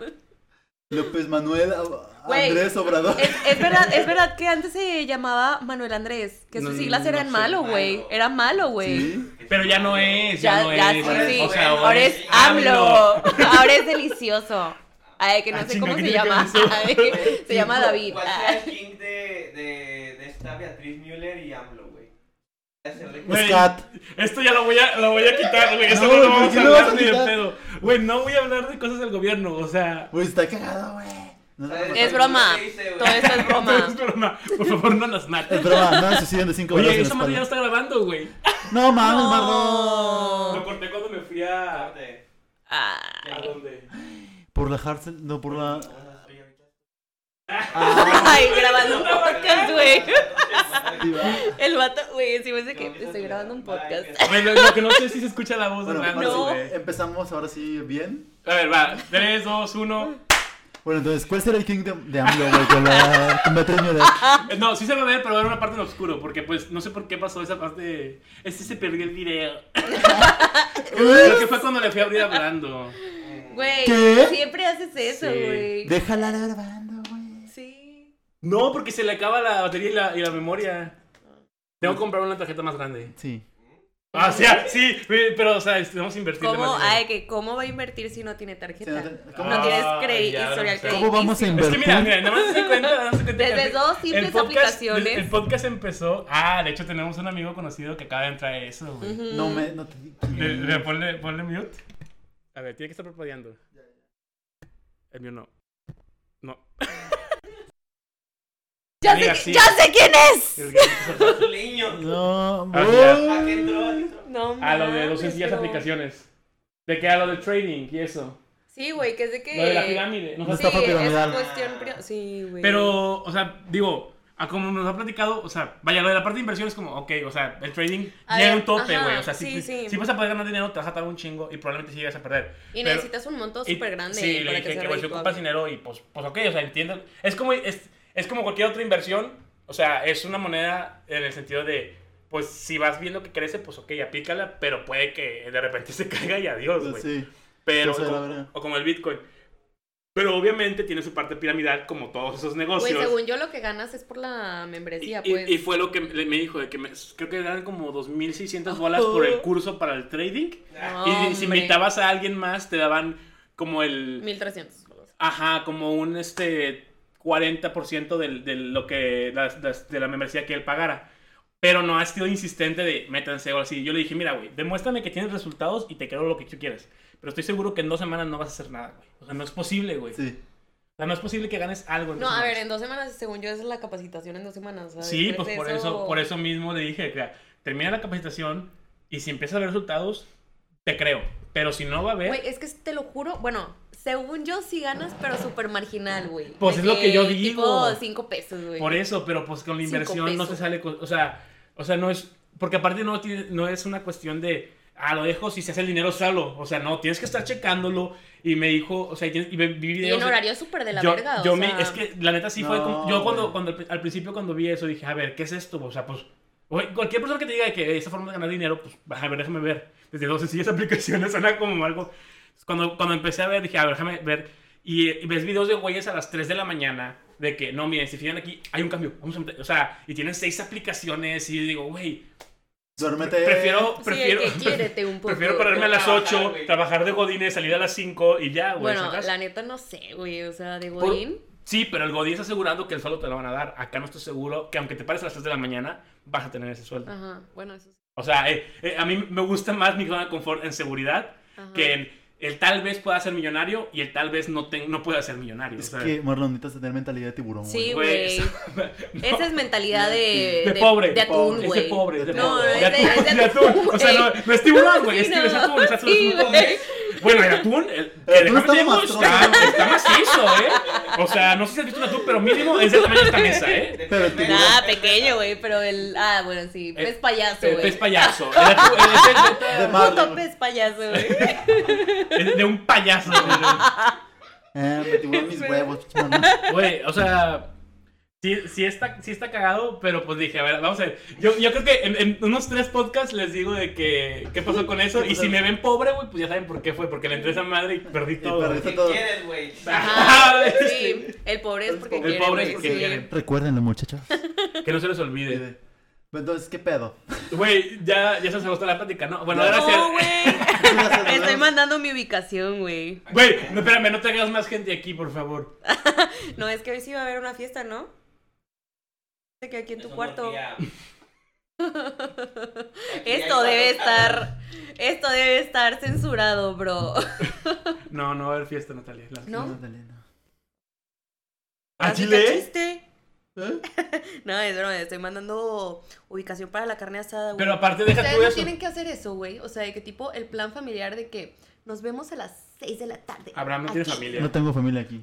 [SPEAKER 1] López Manuel, a-
[SPEAKER 3] Güey.
[SPEAKER 1] Andrés Obrador.
[SPEAKER 3] Es, es verdad, es verdad que antes se llamaba Manuel Andrés, que
[SPEAKER 2] No,
[SPEAKER 3] sus siglas
[SPEAKER 2] no
[SPEAKER 3] eran
[SPEAKER 2] sé,
[SPEAKER 3] malo, güey.
[SPEAKER 4] malo.
[SPEAKER 3] Era malo, güey.
[SPEAKER 1] Sí.
[SPEAKER 2] Pero ya no es, ya,
[SPEAKER 3] Ya,
[SPEAKER 2] no
[SPEAKER 3] ya,
[SPEAKER 2] es.
[SPEAKER 3] sí, sí.
[SPEAKER 2] O sea,
[SPEAKER 4] bueno,
[SPEAKER 2] ahora
[SPEAKER 3] Ahora
[SPEAKER 2] es
[SPEAKER 3] es AMLO. <laughs> Ahora es delicioso. Ay, que no
[SPEAKER 2] Ah,
[SPEAKER 3] sé
[SPEAKER 2] chinga,
[SPEAKER 3] cómo
[SPEAKER 2] ¿qué
[SPEAKER 3] se
[SPEAKER 2] tiene que
[SPEAKER 3] llama.
[SPEAKER 2] ver eso?
[SPEAKER 3] <laughs> Ay, se llama David.
[SPEAKER 4] ¿Cuál
[SPEAKER 3] Ah.
[SPEAKER 4] será el king de, de, de esta Beatriz Müller y AMLO, güey? Hacerle-
[SPEAKER 2] Güey,
[SPEAKER 1] Scat.
[SPEAKER 2] Esto ya lo voy a, lo voy a quitar, güey. Eso
[SPEAKER 1] No,
[SPEAKER 2] no, lo
[SPEAKER 1] ¿por
[SPEAKER 2] vamos
[SPEAKER 1] qué
[SPEAKER 2] a
[SPEAKER 1] lo vas a
[SPEAKER 2] hablar ni de
[SPEAKER 1] quitar?
[SPEAKER 2] pedo. Güey, no voy a hablar de cosas del gobierno, o sea.
[SPEAKER 1] Güey, está cagado, güey. No, no, no.
[SPEAKER 3] Es broma.
[SPEAKER 4] ¿Qué dice, güey?
[SPEAKER 3] Todo
[SPEAKER 4] <laughs>
[SPEAKER 3] esto es broma.
[SPEAKER 2] Es broma. Por favor, no las
[SPEAKER 1] Es
[SPEAKER 2] mates.
[SPEAKER 1] broma, no se suiciden de 5 horas
[SPEAKER 2] Oye,
[SPEAKER 1] en
[SPEAKER 2] esa madre ya
[SPEAKER 1] España.
[SPEAKER 2] lo está grabando, güey.
[SPEAKER 1] No mames,
[SPEAKER 3] No.
[SPEAKER 1] Mardo.
[SPEAKER 2] Lo corté cuando me fui a. ¿A
[SPEAKER 4] Espérate,
[SPEAKER 3] Ah.
[SPEAKER 2] dónde?
[SPEAKER 1] Por la Hartzell, no, por la.
[SPEAKER 4] hola, soy ahorita.
[SPEAKER 3] Ay, grabando un podcast, güey.
[SPEAKER 1] Diva.
[SPEAKER 3] El vato, güey, si me <laughs> dice que
[SPEAKER 4] No, que
[SPEAKER 3] estoy
[SPEAKER 4] estás
[SPEAKER 3] grabando un
[SPEAKER 4] grabando.
[SPEAKER 3] <laughs> podcast.
[SPEAKER 4] Ay,
[SPEAKER 2] Güey, lo, lo que no sé es si se escucha la
[SPEAKER 1] <laughs>
[SPEAKER 2] voz
[SPEAKER 1] Bueno,
[SPEAKER 2] de
[SPEAKER 1] ahora
[SPEAKER 2] Orlando,
[SPEAKER 3] No.
[SPEAKER 1] sí,
[SPEAKER 2] güey.
[SPEAKER 1] empezamos ahora sí bien.
[SPEAKER 2] A ver, va. 3, 2, 1.
[SPEAKER 1] Bueno, entonces, ¿cuál será el king de, de AMLO, <laughs> güey? Con la. Con Beatriz Müller?
[SPEAKER 2] Eh, No, sí se va a ver, pero era una parte en oscuro. Porque, pues, no sé por qué pasó esa parte. Es que se perdió el video. Creo que fue cuando le fui a abrir hablando.
[SPEAKER 3] Güey,
[SPEAKER 1] ¿Qué?
[SPEAKER 3] siempre haces eso,
[SPEAKER 2] Sí.
[SPEAKER 3] güey.
[SPEAKER 1] Déjala grabando, güey.
[SPEAKER 3] Sí.
[SPEAKER 2] No, porque se le acaba la batería y la, y la memoria. Tengo que comprar una tarjeta más grande.
[SPEAKER 1] Sí.
[SPEAKER 2] Ah, o sea, sí, pero, o sea, estamos invirtiendo
[SPEAKER 3] ¿Cómo,
[SPEAKER 2] más
[SPEAKER 3] ay,
[SPEAKER 2] dinero.
[SPEAKER 3] que ¿Cómo va a invertir si no tiene tarjeta?
[SPEAKER 1] Sí, no te-
[SPEAKER 3] no,
[SPEAKER 1] ¿cómo?
[SPEAKER 3] tienes
[SPEAKER 2] Ah,
[SPEAKER 3] crédito,
[SPEAKER 2] ya,
[SPEAKER 3] historial
[SPEAKER 2] ya.
[SPEAKER 3] crédito.
[SPEAKER 2] ¿Cómo
[SPEAKER 1] ¿Cómo vamos a
[SPEAKER 2] Es
[SPEAKER 1] invertir?
[SPEAKER 2] que mira, mira, nada más se cuenta, nada más se cuenta.
[SPEAKER 3] Desde
[SPEAKER 2] que
[SPEAKER 3] dos simples aplicaciones.
[SPEAKER 2] El podcast empezó. Ah, de hecho, tenemos un amigo conocido que acaba de entrar a eso, güey.
[SPEAKER 3] Ujú.
[SPEAKER 1] No me. No te
[SPEAKER 2] Le- le- ponle, ponle mute. A ver, tiene que estar parpadeando. El mío no. No.
[SPEAKER 3] ya,
[SPEAKER 2] Amiga,
[SPEAKER 3] sé,
[SPEAKER 2] sí.
[SPEAKER 3] ¡Ya sé quién es!
[SPEAKER 2] El que empezó a parpadear.
[SPEAKER 4] Su niño.
[SPEAKER 1] No,
[SPEAKER 2] Ah, ya.
[SPEAKER 4] ¿A qué entró? ¿A qué entró?
[SPEAKER 3] No,
[SPEAKER 2] A lo de
[SPEAKER 3] mames,
[SPEAKER 2] los sencillas
[SPEAKER 3] pero-
[SPEAKER 2] aplicaciones. De que a lo de trading y eso.
[SPEAKER 3] Sí, güey, que es de que...
[SPEAKER 2] Lo de la pirámide. No sé
[SPEAKER 3] Sí,
[SPEAKER 1] Estafa
[SPEAKER 3] es
[SPEAKER 1] piramidal.
[SPEAKER 3] cuestión... pri- Sí, güey.
[SPEAKER 2] Pero, o sea, digo, a como nos ha platicado, o sea, vaya, lo de la parte de inversión es como, ok, o sea, el trading
[SPEAKER 3] A
[SPEAKER 2] llega a
[SPEAKER 3] ver,
[SPEAKER 2] un tope,
[SPEAKER 3] ajá,
[SPEAKER 2] güey. O sea, si,
[SPEAKER 3] sí, sí.
[SPEAKER 2] si vas a poder ganar dinero, te vas a atar un chingo y probablemente sí llegas a perder.
[SPEAKER 3] Y
[SPEAKER 2] pero-
[SPEAKER 3] necesitas un monto
[SPEAKER 2] Y-
[SPEAKER 3] súper grande
[SPEAKER 2] Sí, le
[SPEAKER 3] para que
[SPEAKER 2] dije
[SPEAKER 3] sea
[SPEAKER 2] que, güey, si
[SPEAKER 3] redituable.
[SPEAKER 2] ocupas dinero y pues, pues ok, o sea, entiendo. Es como, es, es como cualquier otra inversión, o sea, es una moneda en el sentido de, pues si vas viendo que crece, pues ok, aplícala, pero puede que de repente se <laughs> caiga y adiós, güey.
[SPEAKER 1] Sí.
[SPEAKER 2] pero,
[SPEAKER 1] o sea,
[SPEAKER 2] o,
[SPEAKER 1] la
[SPEAKER 2] como-
[SPEAKER 1] verdad.
[SPEAKER 2] o como el Bitcoin. Pero obviamente tiene su parte piramidal como todos esos negocios.
[SPEAKER 3] Güey, Pues según yo lo que ganas es por la
[SPEAKER 2] Y,
[SPEAKER 3] membresía,
[SPEAKER 2] y-
[SPEAKER 3] pues.
[SPEAKER 2] y fue lo que le- me dijo, de que me- creo que eran como 2.600 bolas por el curso para el trading.
[SPEAKER 3] Oh. No,
[SPEAKER 2] Y si
[SPEAKER 3] hombre.
[SPEAKER 2] invitabas a alguien más, te daban como el...
[SPEAKER 3] 1300.
[SPEAKER 2] Ajá, como un este 40% del- de lo que las- las- de la membresía que él pagara. Pero no has sido insistente de métanse o así. Yo le dije, mira, güey, demuéstrame que tienes resultados y te quedo lo que tú quieres. Pero estoy seguro que en dos semanas no vas a hacer nada, güey. O sea, no es posible, güey. O
[SPEAKER 1] Sí.
[SPEAKER 2] sea, no es posible que ganes algo. en
[SPEAKER 3] No,
[SPEAKER 2] dos
[SPEAKER 3] a ver,
[SPEAKER 2] semanas.
[SPEAKER 3] en dos semanas, según yo, esa es la capacitación en dos semanas. ¿sabes?
[SPEAKER 2] Sí,
[SPEAKER 3] Después
[SPEAKER 2] pues
[SPEAKER 3] de
[SPEAKER 2] por eso, por eso mismo le dije, que termina la capacitación y si empiezas a ver resultados, te creo. Pero si no va a haber,
[SPEAKER 3] Güey, es que te lo juro, bueno, según yo sí ganas, pero súper marginal, güey.
[SPEAKER 2] Pues
[SPEAKER 3] De
[SPEAKER 2] es lo que yo digo.
[SPEAKER 3] Tipo cinco pesos, güey.
[SPEAKER 2] Por eso, pero pues con la
[SPEAKER 3] Cinco
[SPEAKER 2] inversión no
[SPEAKER 3] pesos.
[SPEAKER 2] te sale, co- o sea, o sea, no es, porque aparte no, tiene- no es una cuestión de, ah, lo dejo si se hace el dinero solo, o sea, no, tienes que estar checándolo y me dijo, o sea, y, tienes- y vi- vi
[SPEAKER 3] Y
[SPEAKER 2] videos
[SPEAKER 3] en
[SPEAKER 2] de-
[SPEAKER 3] horario súper de la
[SPEAKER 2] yo,
[SPEAKER 3] verga,
[SPEAKER 2] yo
[SPEAKER 3] o
[SPEAKER 2] me-
[SPEAKER 3] sea,
[SPEAKER 2] es que la neta sí fue,
[SPEAKER 1] No,
[SPEAKER 2] como- yo cuando,
[SPEAKER 1] güey.
[SPEAKER 2] cuando al pri- al principio cuando vi eso dije, a ver, ¿qué es esto? O sea, pues, güey, cualquier persona que te diga que esa forma de ganar dinero, pues, a ver, déjame ver, desde dos sencillas <laughs> aplicaciones suena como algo, cuando, cuando empecé a ver, dije, a ver, déjame ver. Y, eh, y ves videos de güeyes a las 3 de la mañana de que, no, miren, si fijan aquí, hay un cambio. Vamos a meter- o sea, y tienen seis aplicaciones y yo digo, güey,
[SPEAKER 1] Duérmete.
[SPEAKER 2] prefiero,
[SPEAKER 3] sí,
[SPEAKER 2] prefiero,
[SPEAKER 3] de
[SPEAKER 2] <laughs>
[SPEAKER 3] que pues, quiérete un poco.
[SPEAKER 2] prefiero pararme a las
[SPEAKER 4] Trabajar,
[SPEAKER 2] 8,
[SPEAKER 4] güey.
[SPEAKER 2] trabajar de godines, salir a las 5 y ya, güey.
[SPEAKER 3] Bueno,
[SPEAKER 2] ¿sacas?
[SPEAKER 3] la neta no sé, güey, o sea, de
[SPEAKER 2] Por-
[SPEAKER 3] Godín.
[SPEAKER 2] Sí, pero el godín está asegurando que el sueldo te lo van a dar. Acá no estoy seguro que aunque te pares a las 3 de la mañana, vas a tener ese sueldo.
[SPEAKER 3] Ajá, bueno, eso sí.
[SPEAKER 2] O sea, eh, eh, a mí me gusta más mi zona de confort en seguridad
[SPEAKER 3] Ajá.
[SPEAKER 2] que en el tal vez pueda ser millonario y el tal vez no, te- no pueda ser millonario.
[SPEAKER 1] Es
[SPEAKER 2] ¿sabes?
[SPEAKER 1] que Marlon necesitas tener mentalidad de tiburón.
[SPEAKER 3] Sí,
[SPEAKER 2] Güey,
[SPEAKER 3] güey.
[SPEAKER 2] <laughs>
[SPEAKER 3] Esa es mentalidad Eh, de...
[SPEAKER 2] De pobre,
[SPEAKER 3] De
[SPEAKER 2] de
[SPEAKER 3] atún,
[SPEAKER 1] pobre,
[SPEAKER 2] Es de
[SPEAKER 3] güey.
[SPEAKER 2] pobre, es de
[SPEAKER 1] No, es
[SPEAKER 2] pobre. De
[SPEAKER 3] de-
[SPEAKER 2] atún,
[SPEAKER 3] es de
[SPEAKER 2] de
[SPEAKER 3] atún,
[SPEAKER 2] atún. O sea, no,
[SPEAKER 3] güey.
[SPEAKER 2] no es tiburón, güey. este, Es
[SPEAKER 3] Sí,
[SPEAKER 2] que es
[SPEAKER 3] no.
[SPEAKER 2] atún, es atún, es
[SPEAKER 3] Sí,
[SPEAKER 2] atún.
[SPEAKER 3] güey.
[SPEAKER 2] Bueno, el atún, el, que
[SPEAKER 1] El atún
[SPEAKER 2] déjame
[SPEAKER 1] está
[SPEAKER 2] te digo,
[SPEAKER 1] mamadón.
[SPEAKER 2] está, está macizo, ¿eh? O sea, no sé si has visto un atún, pero mínimo es del tamaño de esta mesa, ¿eh?
[SPEAKER 4] De
[SPEAKER 1] Pero
[SPEAKER 4] tres
[SPEAKER 1] tú-
[SPEAKER 4] metros.
[SPEAKER 3] Ah, pequeño, güey, pero el... Ah, bueno, sí,
[SPEAKER 2] Eh,
[SPEAKER 3] pez payaso,
[SPEAKER 2] El
[SPEAKER 3] güey.
[SPEAKER 2] pez payaso. El atún- el- es el-
[SPEAKER 1] De
[SPEAKER 3] Puto
[SPEAKER 1] Marlon.
[SPEAKER 3] pez payaso, güey.
[SPEAKER 2] Es <laughs> de un payaso. güey.
[SPEAKER 1] Eh, me tiburón
[SPEAKER 3] <laughs>
[SPEAKER 1] mis huevos. Marlon.
[SPEAKER 2] Güey, o sea, sí, sí está, sí está cagado, pero pues dije, a ver, vamos a ver. Yo, yo creo que en, en unos tres podcasts les digo de que qué pasó con eso. Y si me ven pobre, güey, pues ya saben por qué fue, porque le entré a esa madre y perdí todo.
[SPEAKER 1] perdí
[SPEAKER 4] ¿Qué
[SPEAKER 1] todo.
[SPEAKER 4] quieres, güey?
[SPEAKER 2] <laughs>
[SPEAKER 3] Ajá,
[SPEAKER 2] Este,
[SPEAKER 3] sí, el pobre es porque
[SPEAKER 1] El
[SPEAKER 3] quiere.
[SPEAKER 2] pobre
[SPEAKER 3] güey,
[SPEAKER 2] es porque
[SPEAKER 3] sí.
[SPEAKER 2] quiere.
[SPEAKER 1] Recuérdenlo, muchachos.
[SPEAKER 2] Que no se les olvide.
[SPEAKER 1] Entonces, ¿qué
[SPEAKER 3] <laughs>
[SPEAKER 1] pedo?
[SPEAKER 2] Güey, ya, ya se nos agotó la plática, ¿no? Bueno,
[SPEAKER 1] No,
[SPEAKER 2] gracias.
[SPEAKER 3] No, güey. <laughs> Estoy mandando mi ubicación, güey.
[SPEAKER 2] Güey, no, espérame, no traigas más gente aquí, por favor.
[SPEAKER 3] No, es que hoy sí va a haber una fiesta, ¿no? Sé que aquí en tu
[SPEAKER 4] Es un
[SPEAKER 3] cuarto.
[SPEAKER 4] orgía.
[SPEAKER 3] Esto
[SPEAKER 4] hay
[SPEAKER 3] debe
[SPEAKER 4] cuatro
[SPEAKER 3] estar. Esto debe estar censurado, bro.
[SPEAKER 2] No, no va a haber fiesta, Natalia. La-
[SPEAKER 3] ¿No?
[SPEAKER 2] ¿A
[SPEAKER 3] Así
[SPEAKER 2] Chile?
[SPEAKER 3] que chiste.
[SPEAKER 1] ¿Eh?
[SPEAKER 3] <laughs> No, es broma, estoy mandando ubicación para la carne asada, güey.
[SPEAKER 2] Pero aparte, deja
[SPEAKER 3] Ustedes
[SPEAKER 2] tú
[SPEAKER 3] no
[SPEAKER 2] eso.
[SPEAKER 3] tienen que hacer eso, güey. O sea, de que tipo el plan familiar de que nos vemos a las 6 de la tarde.
[SPEAKER 2] Abraham no tiene
[SPEAKER 3] aquí.
[SPEAKER 2] familia.
[SPEAKER 1] No tengo familia aquí.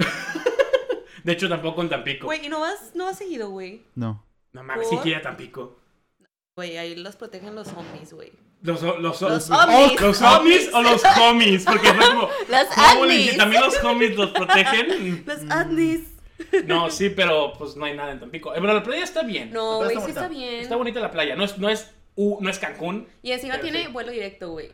[SPEAKER 2] De hecho, tampoco en Tampico.
[SPEAKER 3] Güey, y no vas, no vas seguido, güey.
[SPEAKER 1] No.
[SPEAKER 2] No mames, sí
[SPEAKER 3] ¿Por?
[SPEAKER 2] quiere a Tampico.
[SPEAKER 3] Güey, ahí los protegen los zombies, <laughs> güey.
[SPEAKER 2] Los, los, los, ovnis.
[SPEAKER 3] Los ovnis.
[SPEAKER 2] los ovnis o los homies, porque fue
[SPEAKER 3] <laughs>
[SPEAKER 2] como,
[SPEAKER 3] Los
[SPEAKER 2] ¿cómo le dije?
[SPEAKER 3] ovnis.
[SPEAKER 2] ¿También los homies los protegen?
[SPEAKER 3] Los ovnis.
[SPEAKER 2] No, sí, pero pues no hay nada en Tampico. Eh, Bueno, la playa está bien.
[SPEAKER 1] Pero
[SPEAKER 3] No, güey,
[SPEAKER 1] está
[SPEAKER 3] sí
[SPEAKER 1] bonita.
[SPEAKER 3] está bien.
[SPEAKER 2] Está bonita la playa. No es, no es, U- no es Cancún.
[SPEAKER 3] Y encima
[SPEAKER 2] Pero
[SPEAKER 3] tiene
[SPEAKER 2] sí.
[SPEAKER 3] vuelo directo, güey.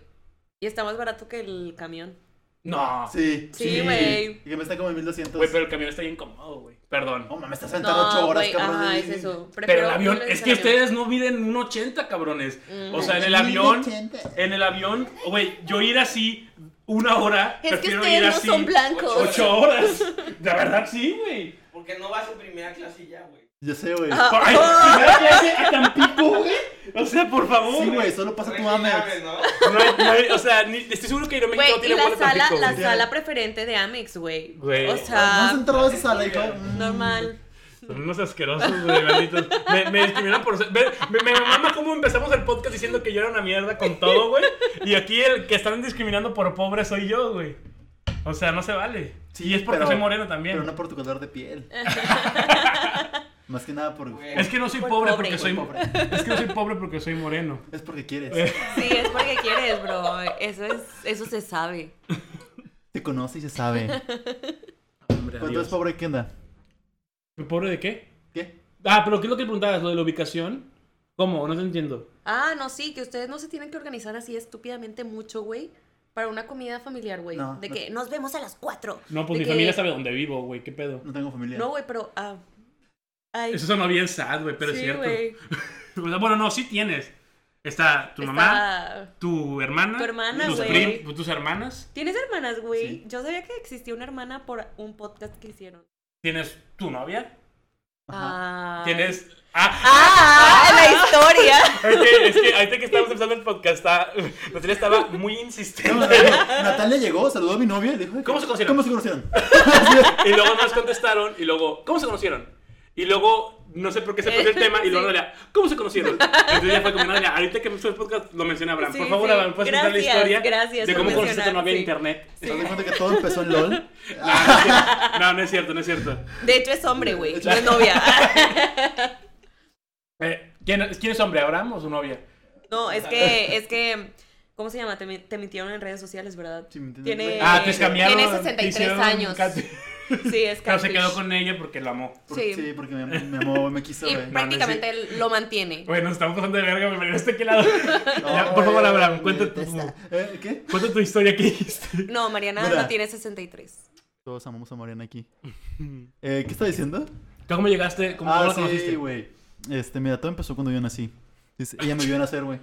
[SPEAKER 3] Y está más barato que el camión.
[SPEAKER 2] No.
[SPEAKER 1] Sí.
[SPEAKER 3] Sí,
[SPEAKER 2] Sí.
[SPEAKER 3] güey.
[SPEAKER 1] Y que me está como en 1200.
[SPEAKER 2] Güey, pero el camión está bien incómodo, güey. Perdón.
[SPEAKER 1] Oh, mames, estás sentado 8 horas,
[SPEAKER 3] güey,
[SPEAKER 1] cabrón.
[SPEAKER 3] Ajá,
[SPEAKER 1] ahí.
[SPEAKER 3] es eso.
[SPEAKER 2] Pero
[SPEAKER 3] Prefiero
[SPEAKER 2] el avión,
[SPEAKER 3] miles
[SPEAKER 2] es que
[SPEAKER 3] años.
[SPEAKER 2] ustedes no miden un 80, cabrones.
[SPEAKER 3] Ujú.
[SPEAKER 2] O sea, en el avión, en el avión, güey, yo ir así una hora,
[SPEAKER 3] Es que
[SPEAKER 2] prefiero
[SPEAKER 3] ustedes
[SPEAKER 2] ir
[SPEAKER 3] no
[SPEAKER 2] así
[SPEAKER 3] son blancos.
[SPEAKER 2] ocho horas. De verdad, sí,
[SPEAKER 3] <laughs>
[SPEAKER 2] güey.
[SPEAKER 4] Porque no vas en primera clase y ya, güey.
[SPEAKER 1] Yo sé, güey.
[SPEAKER 3] Ajá.
[SPEAKER 2] Por- Ay, primera clase a Tampico, güey. O sea, por favor.
[SPEAKER 1] Sí, güey, solo pasa tu
[SPEAKER 4] Regla llave,
[SPEAKER 1] Amex.
[SPEAKER 4] ¿no?
[SPEAKER 2] No hay- no hay- o sea, ni- estoy seguro que Aeroméxico no
[SPEAKER 3] Güey, y
[SPEAKER 2] tiene
[SPEAKER 3] la
[SPEAKER 2] vuelo a
[SPEAKER 3] sala,
[SPEAKER 2] Tampico.
[SPEAKER 3] la
[SPEAKER 2] güey.
[SPEAKER 3] sala preferente de Amex, güey.
[SPEAKER 2] Güey.
[SPEAKER 3] O
[SPEAKER 1] No has
[SPEAKER 3] sea,
[SPEAKER 1] entrado a esa sala, hijo. Mm.
[SPEAKER 3] Ah, normal.
[SPEAKER 2] Son unos asquerosos, güey, malditos. Me, me discriminan por ser. ve- Me, me mama cómo empezamos el podcast diciendo que yo era una mierda con todo, güey. Y aquí el que están discriminando por pobre soy yo, güey. O sea, no se vale.
[SPEAKER 1] Sí,
[SPEAKER 2] y es porque
[SPEAKER 1] pero-
[SPEAKER 2] soy moreno también.
[SPEAKER 1] Pero no por tu color de
[SPEAKER 3] <laughs>
[SPEAKER 1] piel. Más que nada por.
[SPEAKER 4] Güey.
[SPEAKER 2] Es que no soy
[SPEAKER 3] Por
[SPEAKER 2] pobre,
[SPEAKER 3] pobre.
[SPEAKER 2] porque soy.
[SPEAKER 1] Por
[SPEAKER 2] Es que no soy pobre porque soy moreno.
[SPEAKER 1] Es porque quieres.
[SPEAKER 3] Sí, es porque quieres, bro. Eso es, eso se sabe.
[SPEAKER 1] Te conoce y se
[SPEAKER 3] <laughs>
[SPEAKER 1] sabe.
[SPEAKER 2] Hombre,
[SPEAKER 1] ¿Cuánto es pobre Kenda?
[SPEAKER 2] ¿Pobre de qué?
[SPEAKER 1] ¿Qué?
[SPEAKER 2] Ah, pero ¿qué es lo que preguntabas? ¿Lo de la ubicación? ¿Cómo? No te entiendo.
[SPEAKER 3] Ah, no, sí, que ustedes no se tienen que organizar así estúpidamente mucho, güey. Para una comida familiar, güey.
[SPEAKER 1] No,
[SPEAKER 3] de
[SPEAKER 1] no.
[SPEAKER 3] que nos vemos a las 4.
[SPEAKER 2] No, pues mi familia sabe dónde vivo, güey. ¿Qué pedo?
[SPEAKER 1] No tengo familia.
[SPEAKER 3] No, güey, pero. ah, ay,
[SPEAKER 2] Eso sonó bien sad, güey, pero
[SPEAKER 3] sí,
[SPEAKER 2] es cierto.
[SPEAKER 3] güey.
[SPEAKER 2] <laughs> O sea, Bueno, no, sí tienes. Está tu mamá,
[SPEAKER 3] Está-
[SPEAKER 2] tu hermana,
[SPEAKER 3] Tu hermana,
[SPEAKER 2] tus,
[SPEAKER 3] güey.
[SPEAKER 2] prim- pues, tus hermanas,
[SPEAKER 3] ¿Tienes hermanas, güey?
[SPEAKER 1] Sí.
[SPEAKER 3] Yo sabía que existía una hermana por un podcast que hicieron.
[SPEAKER 2] tienes tu novia,
[SPEAKER 1] Ajá.
[SPEAKER 3] Ah.
[SPEAKER 2] tienes... Ah, <laughs>
[SPEAKER 3] ¡Ah! ¡La historia!
[SPEAKER 2] es que, es que ahorita que estábamos empezando el podcast, está- <laughs> Natalia estaba muy
[SPEAKER 1] No, no,
[SPEAKER 3] <laughs>
[SPEAKER 2] insistente.
[SPEAKER 1] no. <laughs> Natalia llegó, saludó a mi novia y le dijo:
[SPEAKER 2] ¿Cómo se conocieron?
[SPEAKER 1] ¿Cómo se conocieron?
[SPEAKER 2] Y luego nos contestaron y luego, ¿cómo se conocieron? Y luego, no sé por qué se perdió el tema y luego
[SPEAKER 3] <laughs> Sí.
[SPEAKER 2] Natalia, ¿cómo se conocieron? Entonces ya fue como, Natalia, ahorita que empezó el podcast lo menciona Abraham.
[SPEAKER 3] Sí,
[SPEAKER 2] por favor,
[SPEAKER 3] sí.
[SPEAKER 2] Abraham, ¿puedes contar la
[SPEAKER 3] Gracias,
[SPEAKER 2] historia
[SPEAKER 3] gracias
[SPEAKER 2] de
[SPEAKER 3] por
[SPEAKER 2] cómo conociste a tu
[SPEAKER 3] mencionar,
[SPEAKER 2] novia en
[SPEAKER 3] sí.
[SPEAKER 2] internet?
[SPEAKER 3] <laughs>
[SPEAKER 1] ¿Te das cuenta que todo empezó en LOL?
[SPEAKER 2] No, no es cierto, no es cierto.
[SPEAKER 3] De hecho, es hombre, güey. No es novia.
[SPEAKER 2] <laughs> Eh, ¿quién, ¿Quién es hombre, Abraham o su novia?
[SPEAKER 3] No, es que, es que, ¿cómo se llama? Te, mi- te mintieron en redes
[SPEAKER 2] <laughs>
[SPEAKER 3] sociales, ¿verdad?
[SPEAKER 1] Sí, me entiendes.
[SPEAKER 3] Tiene,
[SPEAKER 2] Ah, te cambiaron.
[SPEAKER 3] Eh, Tiene 63
[SPEAKER 2] hicieron
[SPEAKER 3] años.
[SPEAKER 2] cat-
[SPEAKER 3] Sí, es
[SPEAKER 2] Pero se quedó
[SPEAKER 3] catfish.
[SPEAKER 2] con ella porque la amó.
[SPEAKER 1] Por- Sí.
[SPEAKER 3] Sí.
[SPEAKER 1] porque me, me amó, me
[SPEAKER 2] <laughs>
[SPEAKER 1] quiso,
[SPEAKER 3] Y
[SPEAKER 1] güey.
[SPEAKER 2] no es
[SPEAKER 3] prácticamente lo mantiene.
[SPEAKER 2] Bueno, nos estamos pasando de verga, me veniste aquí lado. <laughs>
[SPEAKER 1] No,
[SPEAKER 2] Ya, por favor,
[SPEAKER 1] güey,
[SPEAKER 2] Abraham,
[SPEAKER 1] me
[SPEAKER 2] cuenta tu,
[SPEAKER 1] detesta. Eh, ¿Qué?
[SPEAKER 2] cuenta tu historia que dijiste.
[SPEAKER 3] No, Mariana
[SPEAKER 1] Mira.
[SPEAKER 3] no tiene 63.
[SPEAKER 1] Todos amamos a Mariana
[SPEAKER 2] <laughs>
[SPEAKER 1] aquí. Eh, ¿Qué está diciendo?
[SPEAKER 2] ¿Tú cómo llegaste? ¿Cómo
[SPEAKER 1] ah,
[SPEAKER 2] la
[SPEAKER 1] sí,
[SPEAKER 2] conociste?
[SPEAKER 1] güey. Este, mira, todo empezó cuando yo nací. Dice, Ella me vio nacer, güey.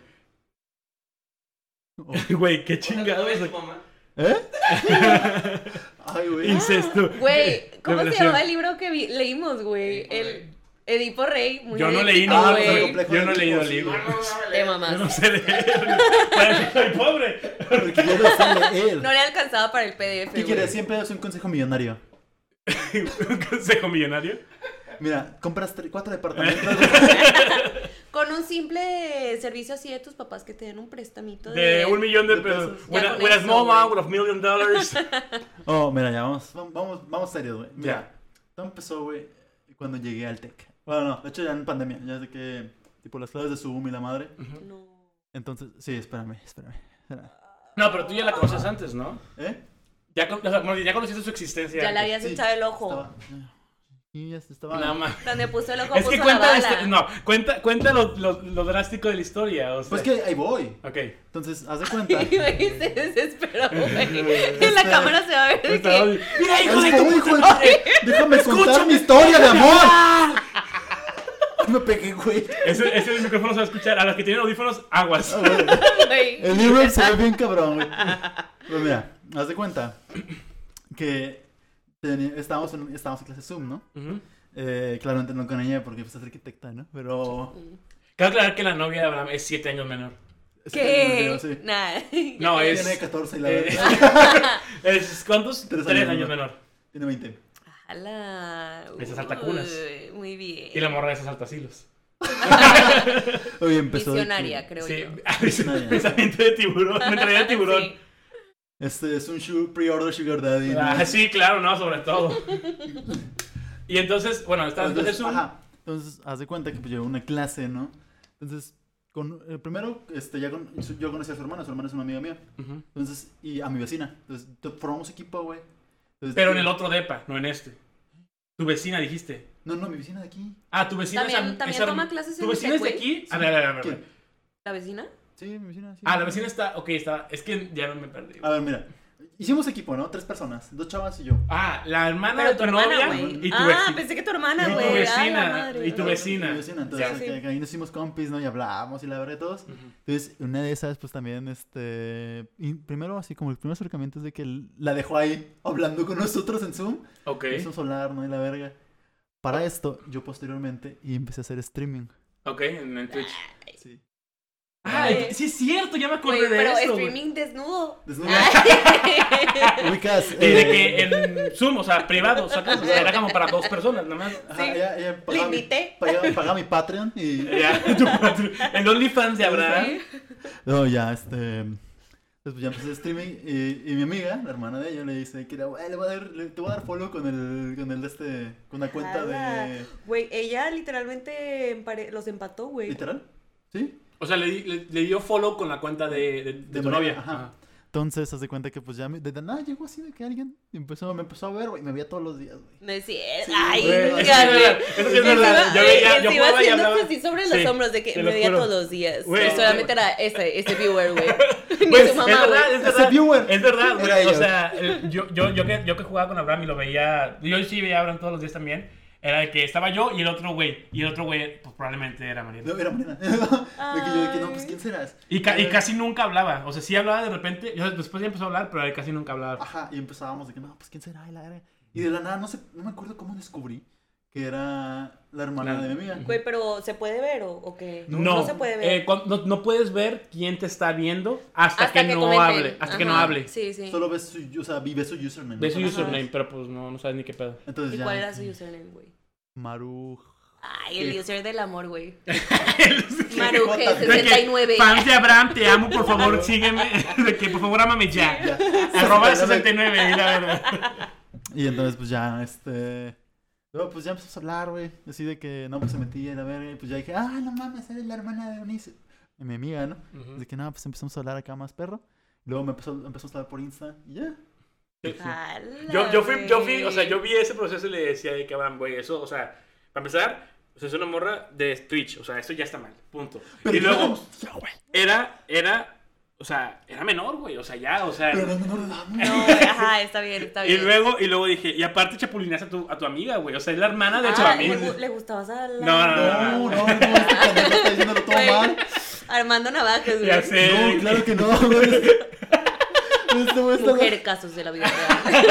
[SPEAKER 1] Oh.
[SPEAKER 2] Güey, <laughs> qué
[SPEAKER 4] O sea, ¿no
[SPEAKER 2] chingados.
[SPEAKER 4] ves tu mamá?
[SPEAKER 1] ¿Eh?
[SPEAKER 2] <laughs>
[SPEAKER 1] Ay, güey.
[SPEAKER 2] Incesto.
[SPEAKER 3] Ah,
[SPEAKER 2] <laughs>
[SPEAKER 3] Güey, ¿cómo se
[SPEAKER 2] Revelación.
[SPEAKER 3] llama el libro que vi- leímos, güey?
[SPEAKER 4] Edipo
[SPEAKER 3] El Edipo Rey. muy
[SPEAKER 2] Yo no
[SPEAKER 3] Edipo,
[SPEAKER 2] leí,
[SPEAKER 1] Ah,
[SPEAKER 2] no,
[SPEAKER 1] pues, el
[SPEAKER 3] güey.
[SPEAKER 1] complejo
[SPEAKER 2] yo
[SPEAKER 1] de
[SPEAKER 2] no he leído el
[SPEAKER 1] Edipo,
[SPEAKER 2] libro.
[SPEAKER 4] No, no, no,
[SPEAKER 3] Te
[SPEAKER 4] vale.
[SPEAKER 2] Yo no
[SPEAKER 3] mamás.
[SPEAKER 2] sé leer. Para eso <laughs> soy pobre.
[SPEAKER 1] Porque yo no sé leer.
[SPEAKER 3] <laughs> No le alcanzaba para el
[SPEAKER 1] ¿Qué
[SPEAKER 3] PDF, güey.
[SPEAKER 1] quieres? Siempre es un consejo millonario.
[SPEAKER 2] Un consejo millonario.
[SPEAKER 1] Mira, compras tre- cuatro
[SPEAKER 2] <laughs>
[SPEAKER 1] departamentos.
[SPEAKER 3] Con un simple servicio así de tus papás que te den un prestamito de...
[SPEAKER 2] De un millón de
[SPEAKER 1] de
[SPEAKER 2] pesos.
[SPEAKER 1] pesos.
[SPEAKER 2] With
[SPEAKER 3] Ya
[SPEAKER 2] a-
[SPEAKER 3] con
[SPEAKER 2] with a
[SPEAKER 3] eso,
[SPEAKER 2] small
[SPEAKER 3] güey.
[SPEAKER 2] amount of million
[SPEAKER 3] <laughs>
[SPEAKER 2] dollars.
[SPEAKER 1] Oh, mira, ya vamos. vam- Vamos, vamos serios, güey. Mira,
[SPEAKER 2] Ya.
[SPEAKER 1] todo empezó, güey, cuando llegué al TEC. Bueno, no, de hecho ya en pandemia. Ya sé que, tipo, las claves de Zoom y la madre.
[SPEAKER 3] No.
[SPEAKER 1] Entonces, sí, espérame, espérame. espérame.
[SPEAKER 2] No, pero tú ya la conoces antes, ¿no?
[SPEAKER 1] ¿Eh?
[SPEAKER 2] Ya, con- o sea, bueno, ya conociste su existencia.
[SPEAKER 3] Ya le
[SPEAKER 2] antes.
[SPEAKER 3] habías
[SPEAKER 1] Sí,
[SPEAKER 3] echado el ojo.
[SPEAKER 1] Estaba... Y ya se estaba...
[SPEAKER 2] Nada más.
[SPEAKER 3] Donde puso el ojo,
[SPEAKER 2] Es
[SPEAKER 3] puso
[SPEAKER 2] que
[SPEAKER 3] la
[SPEAKER 2] cuenta,
[SPEAKER 3] bala.
[SPEAKER 2] esto- no, cuenta, cuenta lo, lo- lo drástico de la historia. O sea.
[SPEAKER 1] Pues que ahí voy.
[SPEAKER 2] Ok.
[SPEAKER 1] Entonces, haz de cuenta.
[SPEAKER 3] <laughs> Y güey, se
[SPEAKER 2] <laughs>
[SPEAKER 3] desesperó, güey. En la cámara se va a ver de
[SPEAKER 2] Estaba-
[SPEAKER 3] que...
[SPEAKER 2] Mira, hijo de
[SPEAKER 1] Es como
[SPEAKER 2] tu
[SPEAKER 1] dijo el-
[SPEAKER 2] puta madre.
[SPEAKER 1] Déjame contar
[SPEAKER 2] Escúchame.
[SPEAKER 1] mi historia de amor. Me pegué, güey.
[SPEAKER 2] Ese, ese micrófono se va a escuchar. A los que tienen audífonos, aguas.
[SPEAKER 3] güey.
[SPEAKER 1] El libro se ve bien cabrón, güey. Pues mira, haz de cuenta que teni- estábamos en, estábamos en clase Zoom, ¿no?
[SPEAKER 2] Ujú.
[SPEAKER 1] Eh, claramente no con ella porque pues es arquitecta, ¿no? Pero...
[SPEAKER 2] Cabe aclarar que la novia de Abraham es 7 años menor.
[SPEAKER 3] ¿Qué?
[SPEAKER 1] Sí.
[SPEAKER 3] Nada.
[SPEAKER 2] No, es.
[SPEAKER 1] Tiene 14 y la
[SPEAKER 2] eh, <laughs>
[SPEAKER 1] verdad.
[SPEAKER 2] es- ¿Cuántos?
[SPEAKER 1] Tres
[SPEAKER 2] 3
[SPEAKER 1] años
[SPEAKER 2] años, menor.
[SPEAKER 1] Tiene 20.
[SPEAKER 3] Ala.
[SPEAKER 2] Esas altacunas.
[SPEAKER 3] Uy, Muy bien.
[SPEAKER 2] Y la morra de esos altacilos.
[SPEAKER 1] Oye, empezó... de que-
[SPEAKER 3] Visionaria, creo
[SPEAKER 2] Sí, <laughs>
[SPEAKER 3] yo.
[SPEAKER 1] Visionaria.
[SPEAKER 2] pensamiento de tiburón. Me traía de tiburón.
[SPEAKER 3] <laughs> Sí.
[SPEAKER 1] Este es un shoe- pre-order sugar daddy. ¿no?
[SPEAKER 2] Ah, sí, claro, no,
[SPEAKER 1] <laughs>
[SPEAKER 2] sobre todo. Y entonces, bueno, está,
[SPEAKER 1] Entonces,
[SPEAKER 2] entonces un...
[SPEAKER 1] ajá. Entonces, haz de cuenta que pues, llevé una clase, ¿no? Entonces, con, eh, primero, este, ya con- su- yo conocí a su hermana, su hermana es una amiga mía.
[SPEAKER 2] Ujú.
[SPEAKER 1] Entonces, y a mi vecina. Entonces, to- formamos equipo, güey. Entonces,
[SPEAKER 2] Pero en el otro depa, no en este. Tu vecina dijiste.
[SPEAKER 1] No, no, mi vecina de aquí.
[SPEAKER 2] Ah, tu vecina es
[SPEAKER 3] También,
[SPEAKER 2] am-
[SPEAKER 3] también
[SPEAKER 2] es am-
[SPEAKER 3] toma clases en
[SPEAKER 2] ¿Tu vecina es de
[SPEAKER 3] Tecue?
[SPEAKER 2] aquí? A ver, a ver, a ver, a ver.
[SPEAKER 1] ¿Quién?
[SPEAKER 3] ¿La vecina?
[SPEAKER 1] Sí, mi vecina. sí.
[SPEAKER 2] Ah, la vecina está... Ok, está... Es que ya no me perdí.
[SPEAKER 1] A ver, mira. Hicimos equipo, ¿no? Tres personas, dos chavas y yo.
[SPEAKER 2] Ah, la hermana
[SPEAKER 3] Pero
[SPEAKER 2] de
[SPEAKER 3] tu
[SPEAKER 2] tu,
[SPEAKER 3] hermana,
[SPEAKER 2] novia
[SPEAKER 3] güey.
[SPEAKER 2] y tu
[SPEAKER 3] Ah,
[SPEAKER 2] vecina.
[SPEAKER 3] pensé que tu hermana,
[SPEAKER 2] Y tu
[SPEAKER 3] güey. Ah, la
[SPEAKER 2] vecina,
[SPEAKER 3] madre.
[SPEAKER 2] y tu vecina.
[SPEAKER 1] Mi vecina, entonces
[SPEAKER 3] Sí, sí.
[SPEAKER 1] que- que ahí nos hicimos compis, ¿no? Y hablábamos y la verdad todos.
[SPEAKER 2] Ujú.
[SPEAKER 1] Entonces, una de esas, pues también, este. y primero, así como el primer acercamiento es de que l- la dejó ahí hablando con nosotros en Zoom.
[SPEAKER 2] Ok,
[SPEAKER 1] Es un solar, ¿no? Y la verga. Para esto, yo posteriormente y empecé a hacer streaming.
[SPEAKER 2] ok, en, en Twitch.
[SPEAKER 1] Sí.
[SPEAKER 2] Ah,
[SPEAKER 3] Ay.
[SPEAKER 2] sí es cierto, ya me acordé
[SPEAKER 3] Eh, Güey,
[SPEAKER 2] de
[SPEAKER 3] pero
[SPEAKER 2] eso. güey.
[SPEAKER 3] streaming
[SPEAKER 2] <laughs>
[SPEAKER 3] desnudo.
[SPEAKER 1] Desnudo. <laughs>
[SPEAKER 3] Ay.
[SPEAKER 1] Ubicas.
[SPEAKER 2] Y de
[SPEAKER 1] eh,
[SPEAKER 2] que en Zoom, o sea, privado, sacas, o sea, era como para dos personas nada más.
[SPEAKER 1] ajá,
[SPEAKER 3] sí.
[SPEAKER 1] ella- ella
[SPEAKER 3] Le
[SPEAKER 1] pagaba mi-
[SPEAKER 3] invité.
[SPEAKER 1] pagaba- pagaba mi Patreon y.
[SPEAKER 2] <laughs> Ya, el OnlyFans de Abraham.
[SPEAKER 1] No, ya, este. Pues ya empecé streaming y, y mi amiga, la hermana de ella, le dice que le, "Güey, le voy a dar, le- te voy a dar follow con el, con el este, con la cuenta de...
[SPEAKER 3] Güey, ella literalmente empare- los empató, güey.
[SPEAKER 1] ¿Literal? ¿Sí?
[SPEAKER 2] O sea, le, di- le- le dio follow con la cuenta de, de- de
[SPEAKER 1] De
[SPEAKER 2] tu
[SPEAKER 1] María,
[SPEAKER 2] novia. Ah.
[SPEAKER 1] ajá.
[SPEAKER 2] Ajá.
[SPEAKER 1] Entonces, haz de cuenta que pues ya me- de la nada llegó así de que alguien empezó, me empezó a ver, güey, me veía todos los días, güey.
[SPEAKER 3] No es cierto. Ay,
[SPEAKER 2] Güey, eso sí es
[SPEAKER 3] gané.
[SPEAKER 2] verdad, eso sí es
[SPEAKER 3] Encima,
[SPEAKER 2] verdad. Yo
[SPEAKER 3] eh,
[SPEAKER 2] veía, yo
[SPEAKER 3] encima
[SPEAKER 2] jugaba y
[SPEAKER 3] haciéndose
[SPEAKER 2] hablaba.
[SPEAKER 3] así sobre los
[SPEAKER 2] Sí,
[SPEAKER 3] hombros de que
[SPEAKER 2] te
[SPEAKER 3] me
[SPEAKER 2] lo
[SPEAKER 3] veía
[SPEAKER 2] juro.
[SPEAKER 3] todos los días.
[SPEAKER 2] Güey,
[SPEAKER 3] Y solamente
[SPEAKER 2] güey.
[SPEAKER 3] era ese, este
[SPEAKER 2] <laughs>
[SPEAKER 3] viewer, güey. Ni
[SPEAKER 2] Pues,
[SPEAKER 3] su mamá,
[SPEAKER 2] es verdad,
[SPEAKER 3] güey.
[SPEAKER 2] es
[SPEAKER 1] Ese
[SPEAKER 2] verdad.
[SPEAKER 1] viewer.
[SPEAKER 2] Es verdad,
[SPEAKER 1] Era
[SPEAKER 2] güey. O
[SPEAKER 1] ella.
[SPEAKER 2] sea, el- yo, yo, yo, que, yo que jugaba con Abraham y lo veía. Yo sí veía a Abraham todos los días también. Era de que estaba yo y el otro güey. Y el otro güey, pues probablemente era Mariana.
[SPEAKER 1] No, era morena. <laughs> de que yo, de que no, pues
[SPEAKER 3] Ay.
[SPEAKER 1] ¿quién Eh, serás?
[SPEAKER 2] Y, ca- y casi nunca hablaba. O sea, sí hablaba de repente. yo después ya empezó a hablar, pero él casi nunca hablaba.
[SPEAKER 1] Ajá, y empezábamos de que no, pues ¿quién será? Y, la verga. y de la nada, no sé, no me acuerdo cómo descubrí que era la hermana
[SPEAKER 2] La-
[SPEAKER 1] de mi amiga.
[SPEAKER 3] Güey, pero ¿se puede ver o, o qué?
[SPEAKER 2] No,
[SPEAKER 3] se puede ver.
[SPEAKER 2] eh, cuan- no, no puedes ver quién te está viendo hasta, que, no
[SPEAKER 3] comenten.
[SPEAKER 2] hable. Hasta que no
[SPEAKER 3] Ajá,
[SPEAKER 2] hable.
[SPEAKER 3] Sí, sí.
[SPEAKER 1] Solo ves su, o sea, vi- ve su username.
[SPEAKER 2] Ve su
[SPEAKER 1] Ajá.
[SPEAKER 2] username, pero pues no, no sabes ni qué pedo.
[SPEAKER 1] Entonces
[SPEAKER 3] ¿Y
[SPEAKER 1] ya. mm,
[SPEAKER 3] cuál era su username, güey?
[SPEAKER 1] Maru.
[SPEAKER 3] Ay, el
[SPEAKER 1] Sí.
[SPEAKER 3] user del amor,
[SPEAKER 2] <laughs>
[SPEAKER 3] güey.
[SPEAKER 1] De
[SPEAKER 3] 69
[SPEAKER 2] Fans de Abraham, te amo, por favor, sígueme. <laughs> De que por favor ámame ya.
[SPEAKER 1] Ya.
[SPEAKER 2] <laughs> Arroba el 69, y la verdad.
[SPEAKER 1] Y entonces, pues ya, este. No, pues ya empezamos a hablar, güey. Así de que no, pues se metía y la verga. Y pues ya dije, ah, no mames, eres la hermana de Eunice. Y mi amiga, ¿no? De que nada, pues empezamos a hablar acá más perro. Luego me empezó, empezamos a hablar por Insta y ya.
[SPEAKER 3] Ala,
[SPEAKER 2] Yo, yo fui, yo fui,
[SPEAKER 3] güey.
[SPEAKER 2] o sea, yo vi ese proceso y le decía de que Abraham, güey, eso, o sea, para empezar, o sea, es una morra de Twitch, o sea, esto ya está mal, punto.
[SPEAKER 1] Pero
[SPEAKER 2] y luego,
[SPEAKER 1] Ya, güey.
[SPEAKER 2] era, era, o sea, era menor, güey, o sea, ya, o sea.
[SPEAKER 1] Pero no es menor de
[SPEAKER 2] <laughs>
[SPEAKER 1] edad, güey.
[SPEAKER 3] No, güey, ajá, está bien, está
[SPEAKER 2] Y
[SPEAKER 3] bien.
[SPEAKER 2] luego, y luego dije, y aparte chapulinaste a tu, a tu amiga, güey, o sea, es la hermana de tu
[SPEAKER 3] Ah,
[SPEAKER 2] amiga.
[SPEAKER 3] le, gu- le gustabas a la...
[SPEAKER 2] No, no,
[SPEAKER 1] No, no, no, este pendejo está diciéndolo todo
[SPEAKER 3] Güey.
[SPEAKER 1] mal.
[SPEAKER 3] Armando Navajas, güey.
[SPEAKER 2] Ya sé.
[SPEAKER 1] No, claro que no,
[SPEAKER 2] <laughs>
[SPEAKER 1] güey. Este güey está-
[SPEAKER 3] Mujer, casos de la vida
[SPEAKER 2] <laughs>
[SPEAKER 3] real.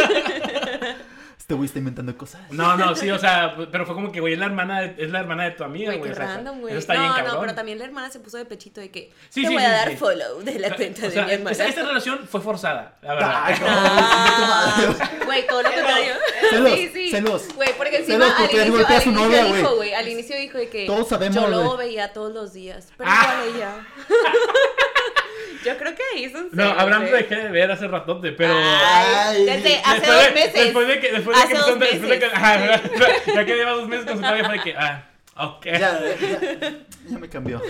[SPEAKER 1] Este güey está inventando cosas.
[SPEAKER 2] No, no, sí, o sea, pero fue como que, güey, es la hermana de, es la hermana de tu amiga,
[SPEAKER 3] Güey,
[SPEAKER 2] güey.
[SPEAKER 3] qué
[SPEAKER 2] o sea,
[SPEAKER 3] random, güey.
[SPEAKER 2] Eso está
[SPEAKER 3] no,
[SPEAKER 2] bien, cabrón.
[SPEAKER 3] no, pero también la hermana se puso de pechito de que
[SPEAKER 2] Sí,
[SPEAKER 3] te
[SPEAKER 2] sí,
[SPEAKER 3] voy
[SPEAKER 2] sí,
[SPEAKER 3] a dar
[SPEAKER 2] sí.
[SPEAKER 3] follow de la cuenta
[SPEAKER 2] O sea,
[SPEAKER 3] de mi hermana.
[SPEAKER 2] esa- esta relación fue forzada, la verdad.
[SPEAKER 1] Ay, no.
[SPEAKER 2] <laughs>
[SPEAKER 3] Ah, Güey, todo lo contrario.
[SPEAKER 1] Celos,
[SPEAKER 3] sí, sí.
[SPEAKER 1] celos.
[SPEAKER 3] Güey, porque encima
[SPEAKER 1] Celos porque
[SPEAKER 3] al inicio,
[SPEAKER 1] golpea a
[SPEAKER 3] al
[SPEAKER 1] su
[SPEAKER 3] inicio
[SPEAKER 1] novia,
[SPEAKER 3] dijo,
[SPEAKER 1] güey.
[SPEAKER 3] güey, al inicio dijo de que
[SPEAKER 1] Todos sabemos,
[SPEAKER 3] yo lo
[SPEAKER 1] güey.
[SPEAKER 3] veía todos los días, pero
[SPEAKER 2] Ah. <laughs>
[SPEAKER 3] igual ella. yo creo que ahí son
[SPEAKER 2] No,
[SPEAKER 3] celos,
[SPEAKER 2] Abraham lo
[SPEAKER 3] güey.
[SPEAKER 2] dejé de ver hace ratote, pero.
[SPEAKER 3] Ay,
[SPEAKER 1] Ay.
[SPEAKER 3] desde hace
[SPEAKER 2] Después
[SPEAKER 3] dos
[SPEAKER 2] de-
[SPEAKER 3] meses.
[SPEAKER 2] Después de que. Después de
[SPEAKER 3] Hace
[SPEAKER 2] que
[SPEAKER 3] dos
[SPEAKER 2] empezó- después de que-
[SPEAKER 3] meses.
[SPEAKER 2] ajá, <laughs> ya- ya que lleva dos meses con su novia, fue de que. Ah, ok.
[SPEAKER 1] Ya, ya, ya me cambió.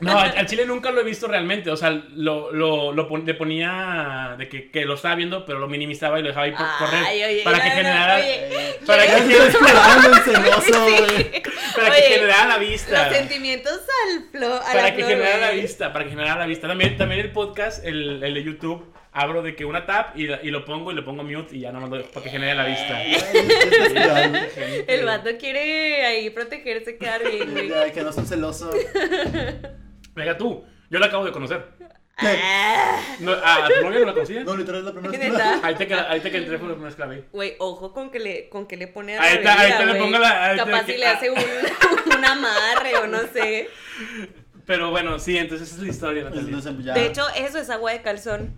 [SPEAKER 2] No, al al Chile nunca lo he visto realmente. O sea, lo, lo, lo pon- le ponía de que, que lo estaba viendo, pero lo minimizaba y lo dejaba ahí por correr.
[SPEAKER 3] Ay, oye,
[SPEAKER 2] para
[SPEAKER 3] no,
[SPEAKER 2] que
[SPEAKER 3] no,
[SPEAKER 2] generara.
[SPEAKER 3] oye,
[SPEAKER 2] para
[SPEAKER 1] Ya
[SPEAKER 2] que,
[SPEAKER 1] se está explorando el celoso, güey.
[SPEAKER 2] para
[SPEAKER 3] Oye,
[SPEAKER 2] que generara la vista.
[SPEAKER 3] Los sentimientos al flo, a la
[SPEAKER 2] Para que
[SPEAKER 3] flor,
[SPEAKER 2] generara la
[SPEAKER 3] güey.
[SPEAKER 2] vista, para que generara la vista. También, también el podcast, el, el de YouTube, abro de que una tab y, la- y lo pongo y le pongo mute y ya no lo dejo para que genere la vista.
[SPEAKER 3] Eh.
[SPEAKER 1] Ay, ya está explorando.
[SPEAKER 3] El vato quiere ahí protegerse, quedar bien,
[SPEAKER 1] <laughs>
[SPEAKER 3] güey.
[SPEAKER 1] Ya, que no soy celoso.
[SPEAKER 2] Venga tú, yo la acabo de conocer.
[SPEAKER 1] ¿Qué?
[SPEAKER 3] Ah.
[SPEAKER 2] No, ¿A tu novia no la conocías?
[SPEAKER 1] No, literal es la primera vez. que-
[SPEAKER 3] Neta.
[SPEAKER 2] Ahorita que, ahorita que el teléfono no es clave.
[SPEAKER 3] Güey, ojo con que le, con que le pone a
[SPEAKER 2] Ahí
[SPEAKER 3] la
[SPEAKER 2] está, ahí está,
[SPEAKER 3] bebida,
[SPEAKER 2] le
[SPEAKER 3] güey.
[SPEAKER 2] pongo la- ahí está,
[SPEAKER 3] Capaz
[SPEAKER 2] que- ah.
[SPEAKER 3] si le hace un, <laughs> un amarre o no sé.
[SPEAKER 2] Pero bueno, sí, entonces esa es la historia, Natalia.
[SPEAKER 1] Entonces, ya.
[SPEAKER 3] De hecho, eso es agua de calzón.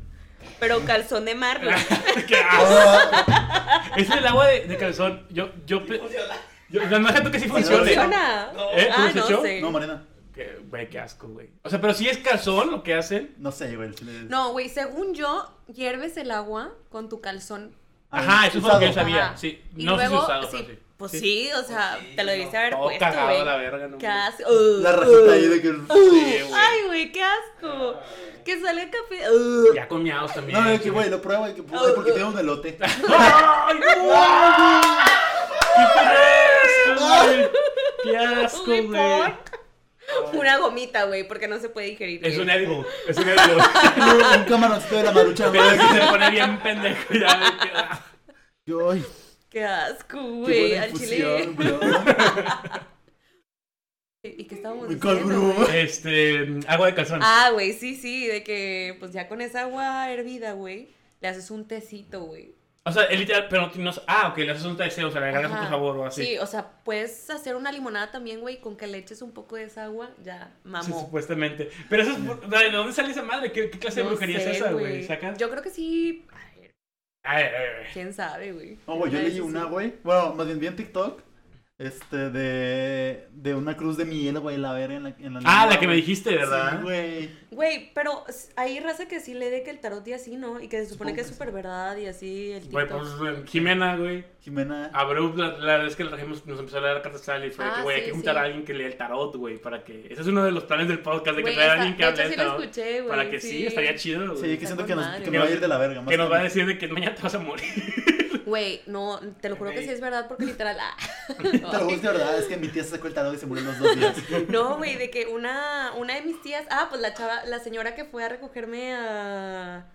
[SPEAKER 3] Pero calzón de marro.
[SPEAKER 2] <laughs> Qué asco.
[SPEAKER 3] <laughs>
[SPEAKER 1] Ah,
[SPEAKER 2] es el agua de, de calzón. Yo, yo,
[SPEAKER 4] Sí
[SPEAKER 2] pe-
[SPEAKER 4] <laughs> funciona.
[SPEAKER 2] yo, no deja tú que sí funcione.
[SPEAKER 3] ¿Funciona?
[SPEAKER 4] No.
[SPEAKER 2] ¿Eh? ¿Tú
[SPEAKER 3] Ah,
[SPEAKER 2] has
[SPEAKER 3] no
[SPEAKER 2] hecho?
[SPEAKER 3] sé.
[SPEAKER 1] no, Morena.
[SPEAKER 2] Que- Güey, qué asco, güey. O sea, pero si es calzón lo que hacen.
[SPEAKER 1] No sé, güey. si le-
[SPEAKER 3] No, güey, según yo, hierves el agua con tu calzón.
[SPEAKER 2] Ajá, eso es lo que yo
[SPEAKER 1] Usado.
[SPEAKER 2] sabía.
[SPEAKER 3] Ajá.
[SPEAKER 2] Sí,
[SPEAKER 3] Y
[SPEAKER 2] no sé si
[SPEAKER 3] luego,
[SPEAKER 2] usado,
[SPEAKER 3] sí,
[SPEAKER 2] pero sí.
[SPEAKER 3] Pues sí, o sea,
[SPEAKER 4] sí,
[SPEAKER 3] te lo
[SPEAKER 4] no.
[SPEAKER 3] debiste haber
[SPEAKER 2] Todo
[SPEAKER 3] puesto,
[SPEAKER 2] cagado a
[SPEAKER 3] güey.
[SPEAKER 2] la verga, no.
[SPEAKER 3] Qué
[SPEAKER 2] mames.
[SPEAKER 3] asco. Uh,
[SPEAKER 1] La rajita ahí
[SPEAKER 3] uh.
[SPEAKER 1] de que.
[SPEAKER 2] Sí, güey.
[SPEAKER 3] Ay, güey, qué asco. Que sale café. Uh.
[SPEAKER 2] Ya con miados también.
[SPEAKER 1] No, es que, güey, lo pruebo y que. ay, porque tengo un elote. <laughs>
[SPEAKER 2] ¡Ay, no! ¡Qué asco, güey! ¡Qué asco,
[SPEAKER 3] Uy,
[SPEAKER 2] güey!
[SPEAKER 3] por. una gomita, güey, porque no se puede digerir.
[SPEAKER 2] Es
[SPEAKER 3] bien.
[SPEAKER 2] un edible. Es un edible.
[SPEAKER 1] Un camaroncito de la marucha,
[SPEAKER 2] Pero
[SPEAKER 1] güey.
[SPEAKER 2] es que se pone bien pendejo. Ya de que, ah.
[SPEAKER 1] Yo, ay,
[SPEAKER 3] Qué
[SPEAKER 1] qué
[SPEAKER 3] asco, güey,
[SPEAKER 1] buena
[SPEAKER 3] al chile.
[SPEAKER 1] infusión,
[SPEAKER 3] <laughs>
[SPEAKER 1] bro.
[SPEAKER 3] ¿Y qué estábamos
[SPEAKER 1] Muy con
[SPEAKER 3] diciendo,
[SPEAKER 1] grumo.
[SPEAKER 3] güey?
[SPEAKER 2] Este, agua de calzón.
[SPEAKER 3] Ah, güey, sí, sí, de que pues ya con esa agua hervida, güey, le haces un tecito, güey.
[SPEAKER 2] O sea, es literal, pero no, no- Ah, ok, le haces un deseo, o sea, le agarras
[SPEAKER 3] Ajá.
[SPEAKER 2] otro sabor o así.
[SPEAKER 3] Sí, o sea, puedes hacer una limonada también, güey, con que le eches un poco de esa agua, ya,
[SPEAKER 2] Sí,
[SPEAKER 3] mamó.
[SPEAKER 2] supuestamente. Pero eso es. por- ¿De dónde sale esa madre? ¿Qué, qué clase de
[SPEAKER 3] No
[SPEAKER 2] brujería
[SPEAKER 3] sé,
[SPEAKER 2] es esa, güey? ¿Sacas?
[SPEAKER 3] Yo creo que sí, a ver,
[SPEAKER 2] Ay, ay, ay.
[SPEAKER 3] quién sabe, güey.
[SPEAKER 1] No, güey, yo
[SPEAKER 3] Ay,
[SPEAKER 1] leí
[SPEAKER 3] sí,
[SPEAKER 1] una,
[SPEAKER 3] sí.
[SPEAKER 1] güey. Bueno, más bien vi en TikTok. Este, de, de una cruz de miel, güey, la verga en la, en la
[SPEAKER 2] Ah,
[SPEAKER 1] lengua,
[SPEAKER 2] la que me
[SPEAKER 1] güey.
[SPEAKER 2] dijiste, ¿verdad?
[SPEAKER 1] Sí, güey.
[SPEAKER 3] Güey, pero s- hay raza que sí le de que el tarot y así, ¿no? Y que se supone
[SPEAKER 1] Supongo
[SPEAKER 3] que es
[SPEAKER 1] que sí.
[SPEAKER 3] súper verdad y así, el
[SPEAKER 2] Güey,
[SPEAKER 3] TikTok.
[SPEAKER 2] pues, güey, Jimena, güey.
[SPEAKER 1] Jimena.
[SPEAKER 2] Abreu, la, la vez que la trajimos, nos empezó a leer cartas astral y fue de que,
[SPEAKER 3] Ah,
[SPEAKER 2] güey, hay
[SPEAKER 3] sí,
[SPEAKER 2] que juntar a
[SPEAKER 3] sí.
[SPEAKER 2] alguien que lea el tarot, güey, para que. Ese es uno de los planes del podcast, de que
[SPEAKER 3] Güey,
[SPEAKER 2] traer a
[SPEAKER 3] esa-
[SPEAKER 2] alguien que
[SPEAKER 3] de
[SPEAKER 2] hable
[SPEAKER 3] hecho
[SPEAKER 2] del
[SPEAKER 3] sí lo
[SPEAKER 2] tarot.
[SPEAKER 3] escuché, güey.
[SPEAKER 2] Para que sí, estaría chido,
[SPEAKER 1] Sí,
[SPEAKER 2] güey.
[SPEAKER 1] que
[SPEAKER 3] Está
[SPEAKER 1] siento
[SPEAKER 3] con
[SPEAKER 1] que nos,
[SPEAKER 3] madre.
[SPEAKER 1] que nos va a ir de la verga. más
[SPEAKER 2] Que nos va a
[SPEAKER 1] nada.
[SPEAKER 2] decir de que mañana te vas a morir.
[SPEAKER 3] Güey, no, te lo juro que sí es verdad porque literal...
[SPEAKER 2] <laughs>
[SPEAKER 3] ah.
[SPEAKER 1] Te lo juro de verdad, es que mi tía se sacó el tarot y se murió en los dos días.
[SPEAKER 3] No, güey, de que una, una de mis tías, ah, pues la chava, la señora que fue a recogerme a,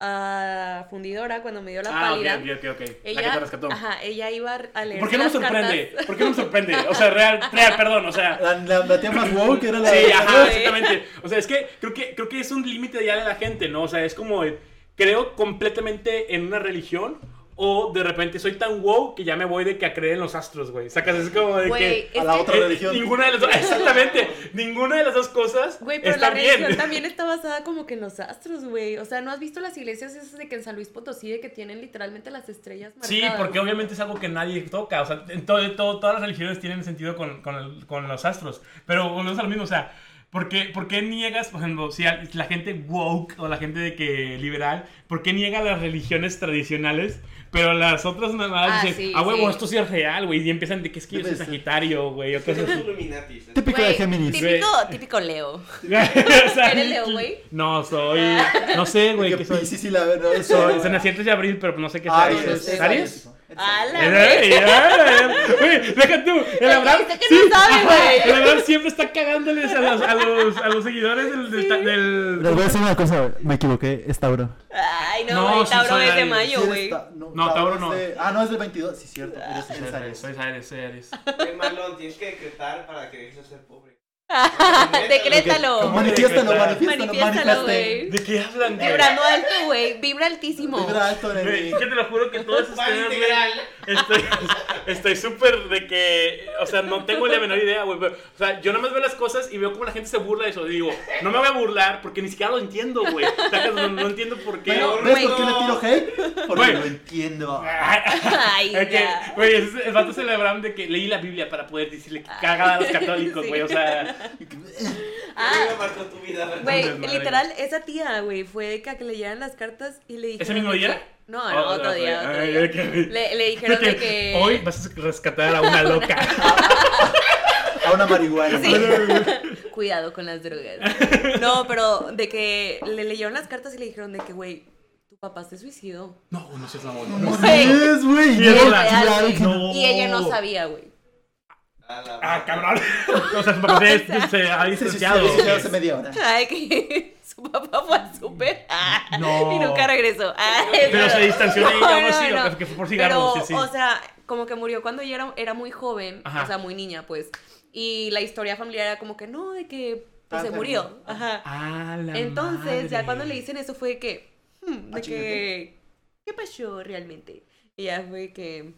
[SPEAKER 3] a fundidora cuando me dio la
[SPEAKER 2] Ah,
[SPEAKER 3] pálida.
[SPEAKER 2] ok, ok, ok.
[SPEAKER 3] Ella,
[SPEAKER 2] La que te rescató.
[SPEAKER 3] Ajá, ella iba a leer.
[SPEAKER 2] ¿Por qué no me
[SPEAKER 3] las
[SPEAKER 2] sorprende?
[SPEAKER 3] cartas.
[SPEAKER 2] ¿Por qué no me sorprende? O sea, real, real, perdón,
[SPEAKER 1] <laughs>
[SPEAKER 2] o sea.
[SPEAKER 1] La, la, la tía más woke era la.
[SPEAKER 2] Sí, ajá,
[SPEAKER 3] Sí.
[SPEAKER 2] exactamente. O sea, es que creo que, creo que es un límite ya de la gente, ¿no? O sea, es como, el- creo completamente en una religión o de repente soy tan wow que ya me voy de que a creer en los astros, güey. Sacas, es como de
[SPEAKER 3] Güey,
[SPEAKER 1] A
[SPEAKER 2] que...
[SPEAKER 3] es
[SPEAKER 1] la
[SPEAKER 3] que-
[SPEAKER 1] otra
[SPEAKER 2] eh,
[SPEAKER 1] religión.
[SPEAKER 2] Ninguna de las dos, <laughs> exactamente, ninguna de las dos cosas
[SPEAKER 3] Güey, pero
[SPEAKER 2] está
[SPEAKER 3] la
[SPEAKER 2] bien.
[SPEAKER 3] religión también está basada como que en los astros, güey. O sea, ¿no has visto las iglesias esas de que en San Luis Potosí de que tienen literalmente las estrellas marcadas?
[SPEAKER 2] Sí, porque obviamente es algo que nadie toca. O sea, en todo, todo- todas las religiones tienen sentido con, con el- con los astros. Pero volvemos a lo mismo, o sea, ¿por qué, por qué niegas, por ejemplo, si a- la gente woke o la gente de que liberal, ¿por qué niega las religiones tradicionales? Pero las otras nada más
[SPEAKER 3] Ah,
[SPEAKER 2] dicen,
[SPEAKER 3] sí,
[SPEAKER 2] ah, huevo,
[SPEAKER 3] sí.
[SPEAKER 2] esto sí es real, güey. Y empiezan de que es que yo soy
[SPEAKER 1] Sí, sí.
[SPEAKER 2] sagitario, güey, o cosas <laughs> así.
[SPEAKER 4] Illuminatis. ¿eh?
[SPEAKER 1] Típico de
[SPEAKER 3] Güey,
[SPEAKER 1] Géminis.
[SPEAKER 3] Típico, típico Leo.
[SPEAKER 2] O sea,
[SPEAKER 3] ¿Eres Leo, güey?
[SPEAKER 2] No, soy. No sé, <laughs> güey,
[SPEAKER 1] Que
[SPEAKER 2] qué soy.
[SPEAKER 1] Piscis y la verga.
[SPEAKER 2] Soy, se nacientes de abril, pero no sé qué es
[SPEAKER 1] Aries,
[SPEAKER 2] Aries.
[SPEAKER 1] es-
[SPEAKER 2] ¿Aries?
[SPEAKER 3] ¡Ala!
[SPEAKER 2] Ey, ey, ey. Güey, deja tú, el Abraham.
[SPEAKER 3] Dice que no sabe,
[SPEAKER 2] ajá,
[SPEAKER 3] güey.
[SPEAKER 2] El Abraham siempre está cagándoles a los, a los, a los seguidores del. del, ta- del-
[SPEAKER 1] Les voy a decir una cosa, me equivoqué, es Tauro.
[SPEAKER 3] Ay, no,
[SPEAKER 2] No,
[SPEAKER 3] güey,
[SPEAKER 2] sí
[SPEAKER 3] Tauro
[SPEAKER 2] soy
[SPEAKER 3] es de
[SPEAKER 2] Aries.
[SPEAKER 3] mayo,
[SPEAKER 1] Sí,
[SPEAKER 3] güey.
[SPEAKER 1] eres Ta- no,
[SPEAKER 2] No, Tauro
[SPEAKER 1] es
[SPEAKER 2] no.
[SPEAKER 1] de- Ah, no, es del 22, sí, cierto. Eres, eres Aries.
[SPEAKER 2] Soy Aries, soy Aries.
[SPEAKER 4] Qué malón, tienes que decretar para que dejes de ser pobre.
[SPEAKER 1] Ok,
[SPEAKER 3] Decrétalo.
[SPEAKER 1] Manifiéstalo, manifiéstalo,
[SPEAKER 3] Manifiéstalo,
[SPEAKER 1] manifiéstalo.
[SPEAKER 3] güey.
[SPEAKER 2] ¿De qué hablan, güey?
[SPEAKER 3] Vibrando alto, güey. Vibra altísimo.
[SPEAKER 1] Vibra alto de
[SPEAKER 2] Güey,
[SPEAKER 1] mí.
[SPEAKER 2] es que te lo juro que todos
[SPEAKER 4] Pan
[SPEAKER 2] ustedes. güey,
[SPEAKER 4] integral.
[SPEAKER 2] Estoy estoy súper de que. O sea, no tengo la menor idea, güey. pero, O sea, yo nomás veo las cosas y veo cómo la gente se burla de eso. Digo, no me voy a burlar porque ni siquiera lo entiendo, güey. O sea, que no, no entiendo por qué.
[SPEAKER 3] Bueno,
[SPEAKER 1] ¿Ves
[SPEAKER 3] güey.
[SPEAKER 1] por qué le tiro hate? Porque
[SPEAKER 2] Güey.
[SPEAKER 1] lo entiendo.
[SPEAKER 3] Ay,
[SPEAKER 2] Es que,
[SPEAKER 3] ya.
[SPEAKER 2] güey, es- el vato se Abraham de que leí la Biblia para poder decirle que caga a los católicos,
[SPEAKER 3] Sí.
[SPEAKER 2] güey. O
[SPEAKER 3] <laughs>
[SPEAKER 2] sea,
[SPEAKER 3] Ah,
[SPEAKER 4] Mira, marcó tu vida, ¿verdad?
[SPEAKER 3] güey,
[SPEAKER 2] Madre.
[SPEAKER 3] literal, esa tía, güey, fue de que a que le llegaran las cartas y le dijeron.
[SPEAKER 2] mismo
[SPEAKER 3] de
[SPEAKER 2] día?
[SPEAKER 3] que- No, no,
[SPEAKER 2] Oh,
[SPEAKER 3] otro día,
[SPEAKER 2] ay,
[SPEAKER 3] otro
[SPEAKER 2] ay,
[SPEAKER 3] día.
[SPEAKER 2] ay, que-
[SPEAKER 3] Le, le dijeron
[SPEAKER 2] de
[SPEAKER 3] de que.
[SPEAKER 2] hoy vas a rescatar a una
[SPEAKER 3] <laughs>
[SPEAKER 2] loca.
[SPEAKER 1] A una marihuana.
[SPEAKER 3] Sí. Cuidado con
[SPEAKER 2] <laughs>
[SPEAKER 3] las drogas. No, pero de que le leyeron las cartas y le dijeron de que, güey, tu papá se suicidó.
[SPEAKER 2] no, no seas mamón.
[SPEAKER 1] No
[SPEAKER 3] Güey.
[SPEAKER 1] mames, güey.
[SPEAKER 2] Y es
[SPEAKER 1] No,
[SPEAKER 2] real,
[SPEAKER 1] claro
[SPEAKER 3] güey.
[SPEAKER 1] que no.
[SPEAKER 2] No.
[SPEAKER 3] Y ella no sabía, güey. <laughs>
[SPEAKER 4] A la
[SPEAKER 2] Ah,
[SPEAKER 4] madre.
[SPEAKER 2] cabrón. O sea, su papá se, se ha
[SPEAKER 1] Se suicidó,
[SPEAKER 2] distanciado.
[SPEAKER 1] se suicidó hace media hora.
[SPEAKER 3] Ay, que <laughs> su papá fue al súper <laughs> ah,
[SPEAKER 2] No.
[SPEAKER 3] y nunca regresó. <laughs> Ay,
[SPEAKER 2] Pero se distanció de ella o algo así,
[SPEAKER 3] <laughs> no,
[SPEAKER 2] o
[SPEAKER 3] no.
[SPEAKER 2] que fue por
[SPEAKER 3] Pero,
[SPEAKER 2] cigarros. sí, sí.
[SPEAKER 3] o sea, como que murió cuando ella era, era muy joven,
[SPEAKER 2] Ajá.
[SPEAKER 3] o sea, muy niña, pues. Y la historia familiar era como que no, de que pues,
[SPEAKER 1] Ah,
[SPEAKER 3] se
[SPEAKER 1] se
[SPEAKER 3] murió.
[SPEAKER 1] murió.
[SPEAKER 3] Ajá.
[SPEAKER 2] A la
[SPEAKER 3] Entonces, ya cuando le
[SPEAKER 2] madre.
[SPEAKER 3] dicen eso fue que, hmm,
[SPEAKER 1] Ah,
[SPEAKER 3] de
[SPEAKER 1] chinga,
[SPEAKER 3] que, ¿qué pasó realmente? Y ya fue que,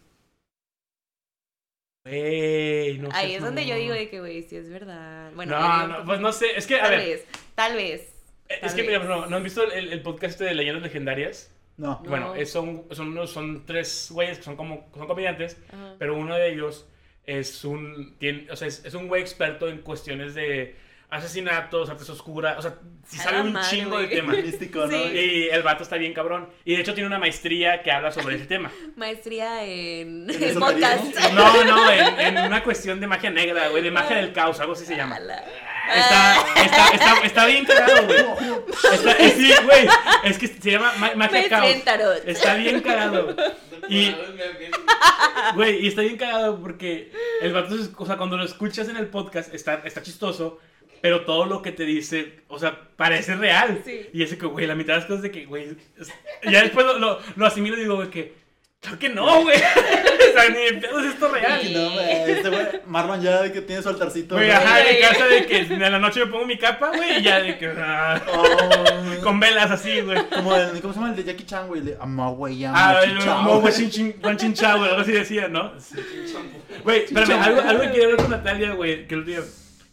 [SPEAKER 2] Güey, no
[SPEAKER 3] ahí
[SPEAKER 2] seas
[SPEAKER 3] es donde yo
[SPEAKER 2] mamón.
[SPEAKER 3] digo de que, güey, si es verdad. Bueno,
[SPEAKER 2] No, no, pues no sé. Es que, a
[SPEAKER 3] tal
[SPEAKER 2] ver.
[SPEAKER 3] vez, tal vez.
[SPEAKER 2] Es
[SPEAKER 3] tal
[SPEAKER 2] que,
[SPEAKER 3] vez.
[SPEAKER 2] mira, no, ¿no han visto el, el podcast este de leyendas legendarias?
[SPEAKER 1] No.
[SPEAKER 3] No.
[SPEAKER 2] Bueno, es- son, son, unos- son tres güeyes que son como son comediantes,
[SPEAKER 3] Ajá.
[SPEAKER 2] pero uno de ellos es un, tiene, o sea, es, es un güey experto en cuestiones de asesinatos, artes oscuras, o sea, sí
[SPEAKER 3] A
[SPEAKER 2] sabe
[SPEAKER 3] la
[SPEAKER 2] un
[SPEAKER 3] madre,
[SPEAKER 2] chingo de
[SPEAKER 3] güey.
[SPEAKER 2] temas.
[SPEAKER 1] Místico, ¿no?
[SPEAKER 3] Sí.
[SPEAKER 2] Y el vato está bien cabrón. Y de hecho tiene una maestría que habla sobre ese
[SPEAKER 3] <laughs>
[SPEAKER 2] tema.
[SPEAKER 3] Maestría <laughs> en,
[SPEAKER 1] ¿En esoterismo?
[SPEAKER 3] podcast.
[SPEAKER 2] No, no, en, en una cuestión de magia negra, güey, de magia del caos, algo así se
[SPEAKER 3] <laughs>
[SPEAKER 2] llama.
[SPEAKER 3] Ala.
[SPEAKER 2] Está,
[SPEAKER 3] Ah,
[SPEAKER 2] está, está, está bien cagado, güey. Está- es- sí, güey. Es que se llama ma- magia
[SPEAKER 3] Maestría
[SPEAKER 2] caos.
[SPEAKER 3] en tarot.
[SPEAKER 2] Está bien cagado. Y- Güey, y está bien cagado porque el vato, es- o sea, cuando lo escuchas en el podcast, está, está chistoso. Pero todo lo que te dice, o sea, parece real.
[SPEAKER 3] Sí.
[SPEAKER 2] Y ese que, güey, la mitad de las cosas de que, güey. es- Ya después lo, lo, lo asimilo y digo, güey, que. Claro que no, güey. <laughs> o sea, ni de pedo es esto real.
[SPEAKER 1] Ay, No, güey, este güey, Marlon ya de que tiene su altarcito.
[SPEAKER 2] Güey,
[SPEAKER 1] güey.
[SPEAKER 2] ajá, de casa de que en la noche me pongo mi capa, güey, y ya de que. ah,
[SPEAKER 1] Oh,
[SPEAKER 2] con velas así, güey.
[SPEAKER 1] Como el, ¿Cómo se llama el de Jackie Chan, güey? El de Amawayama.
[SPEAKER 2] Ah,
[SPEAKER 1] Chichao.
[SPEAKER 2] no, güey, chin chin, Juan Chinchao, güey, algo así decía, ¿no? Güey, espérame,
[SPEAKER 1] Chinchao.
[SPEAKER 2] algo, algo que quería hablar con Natalia, güey, que el otro día,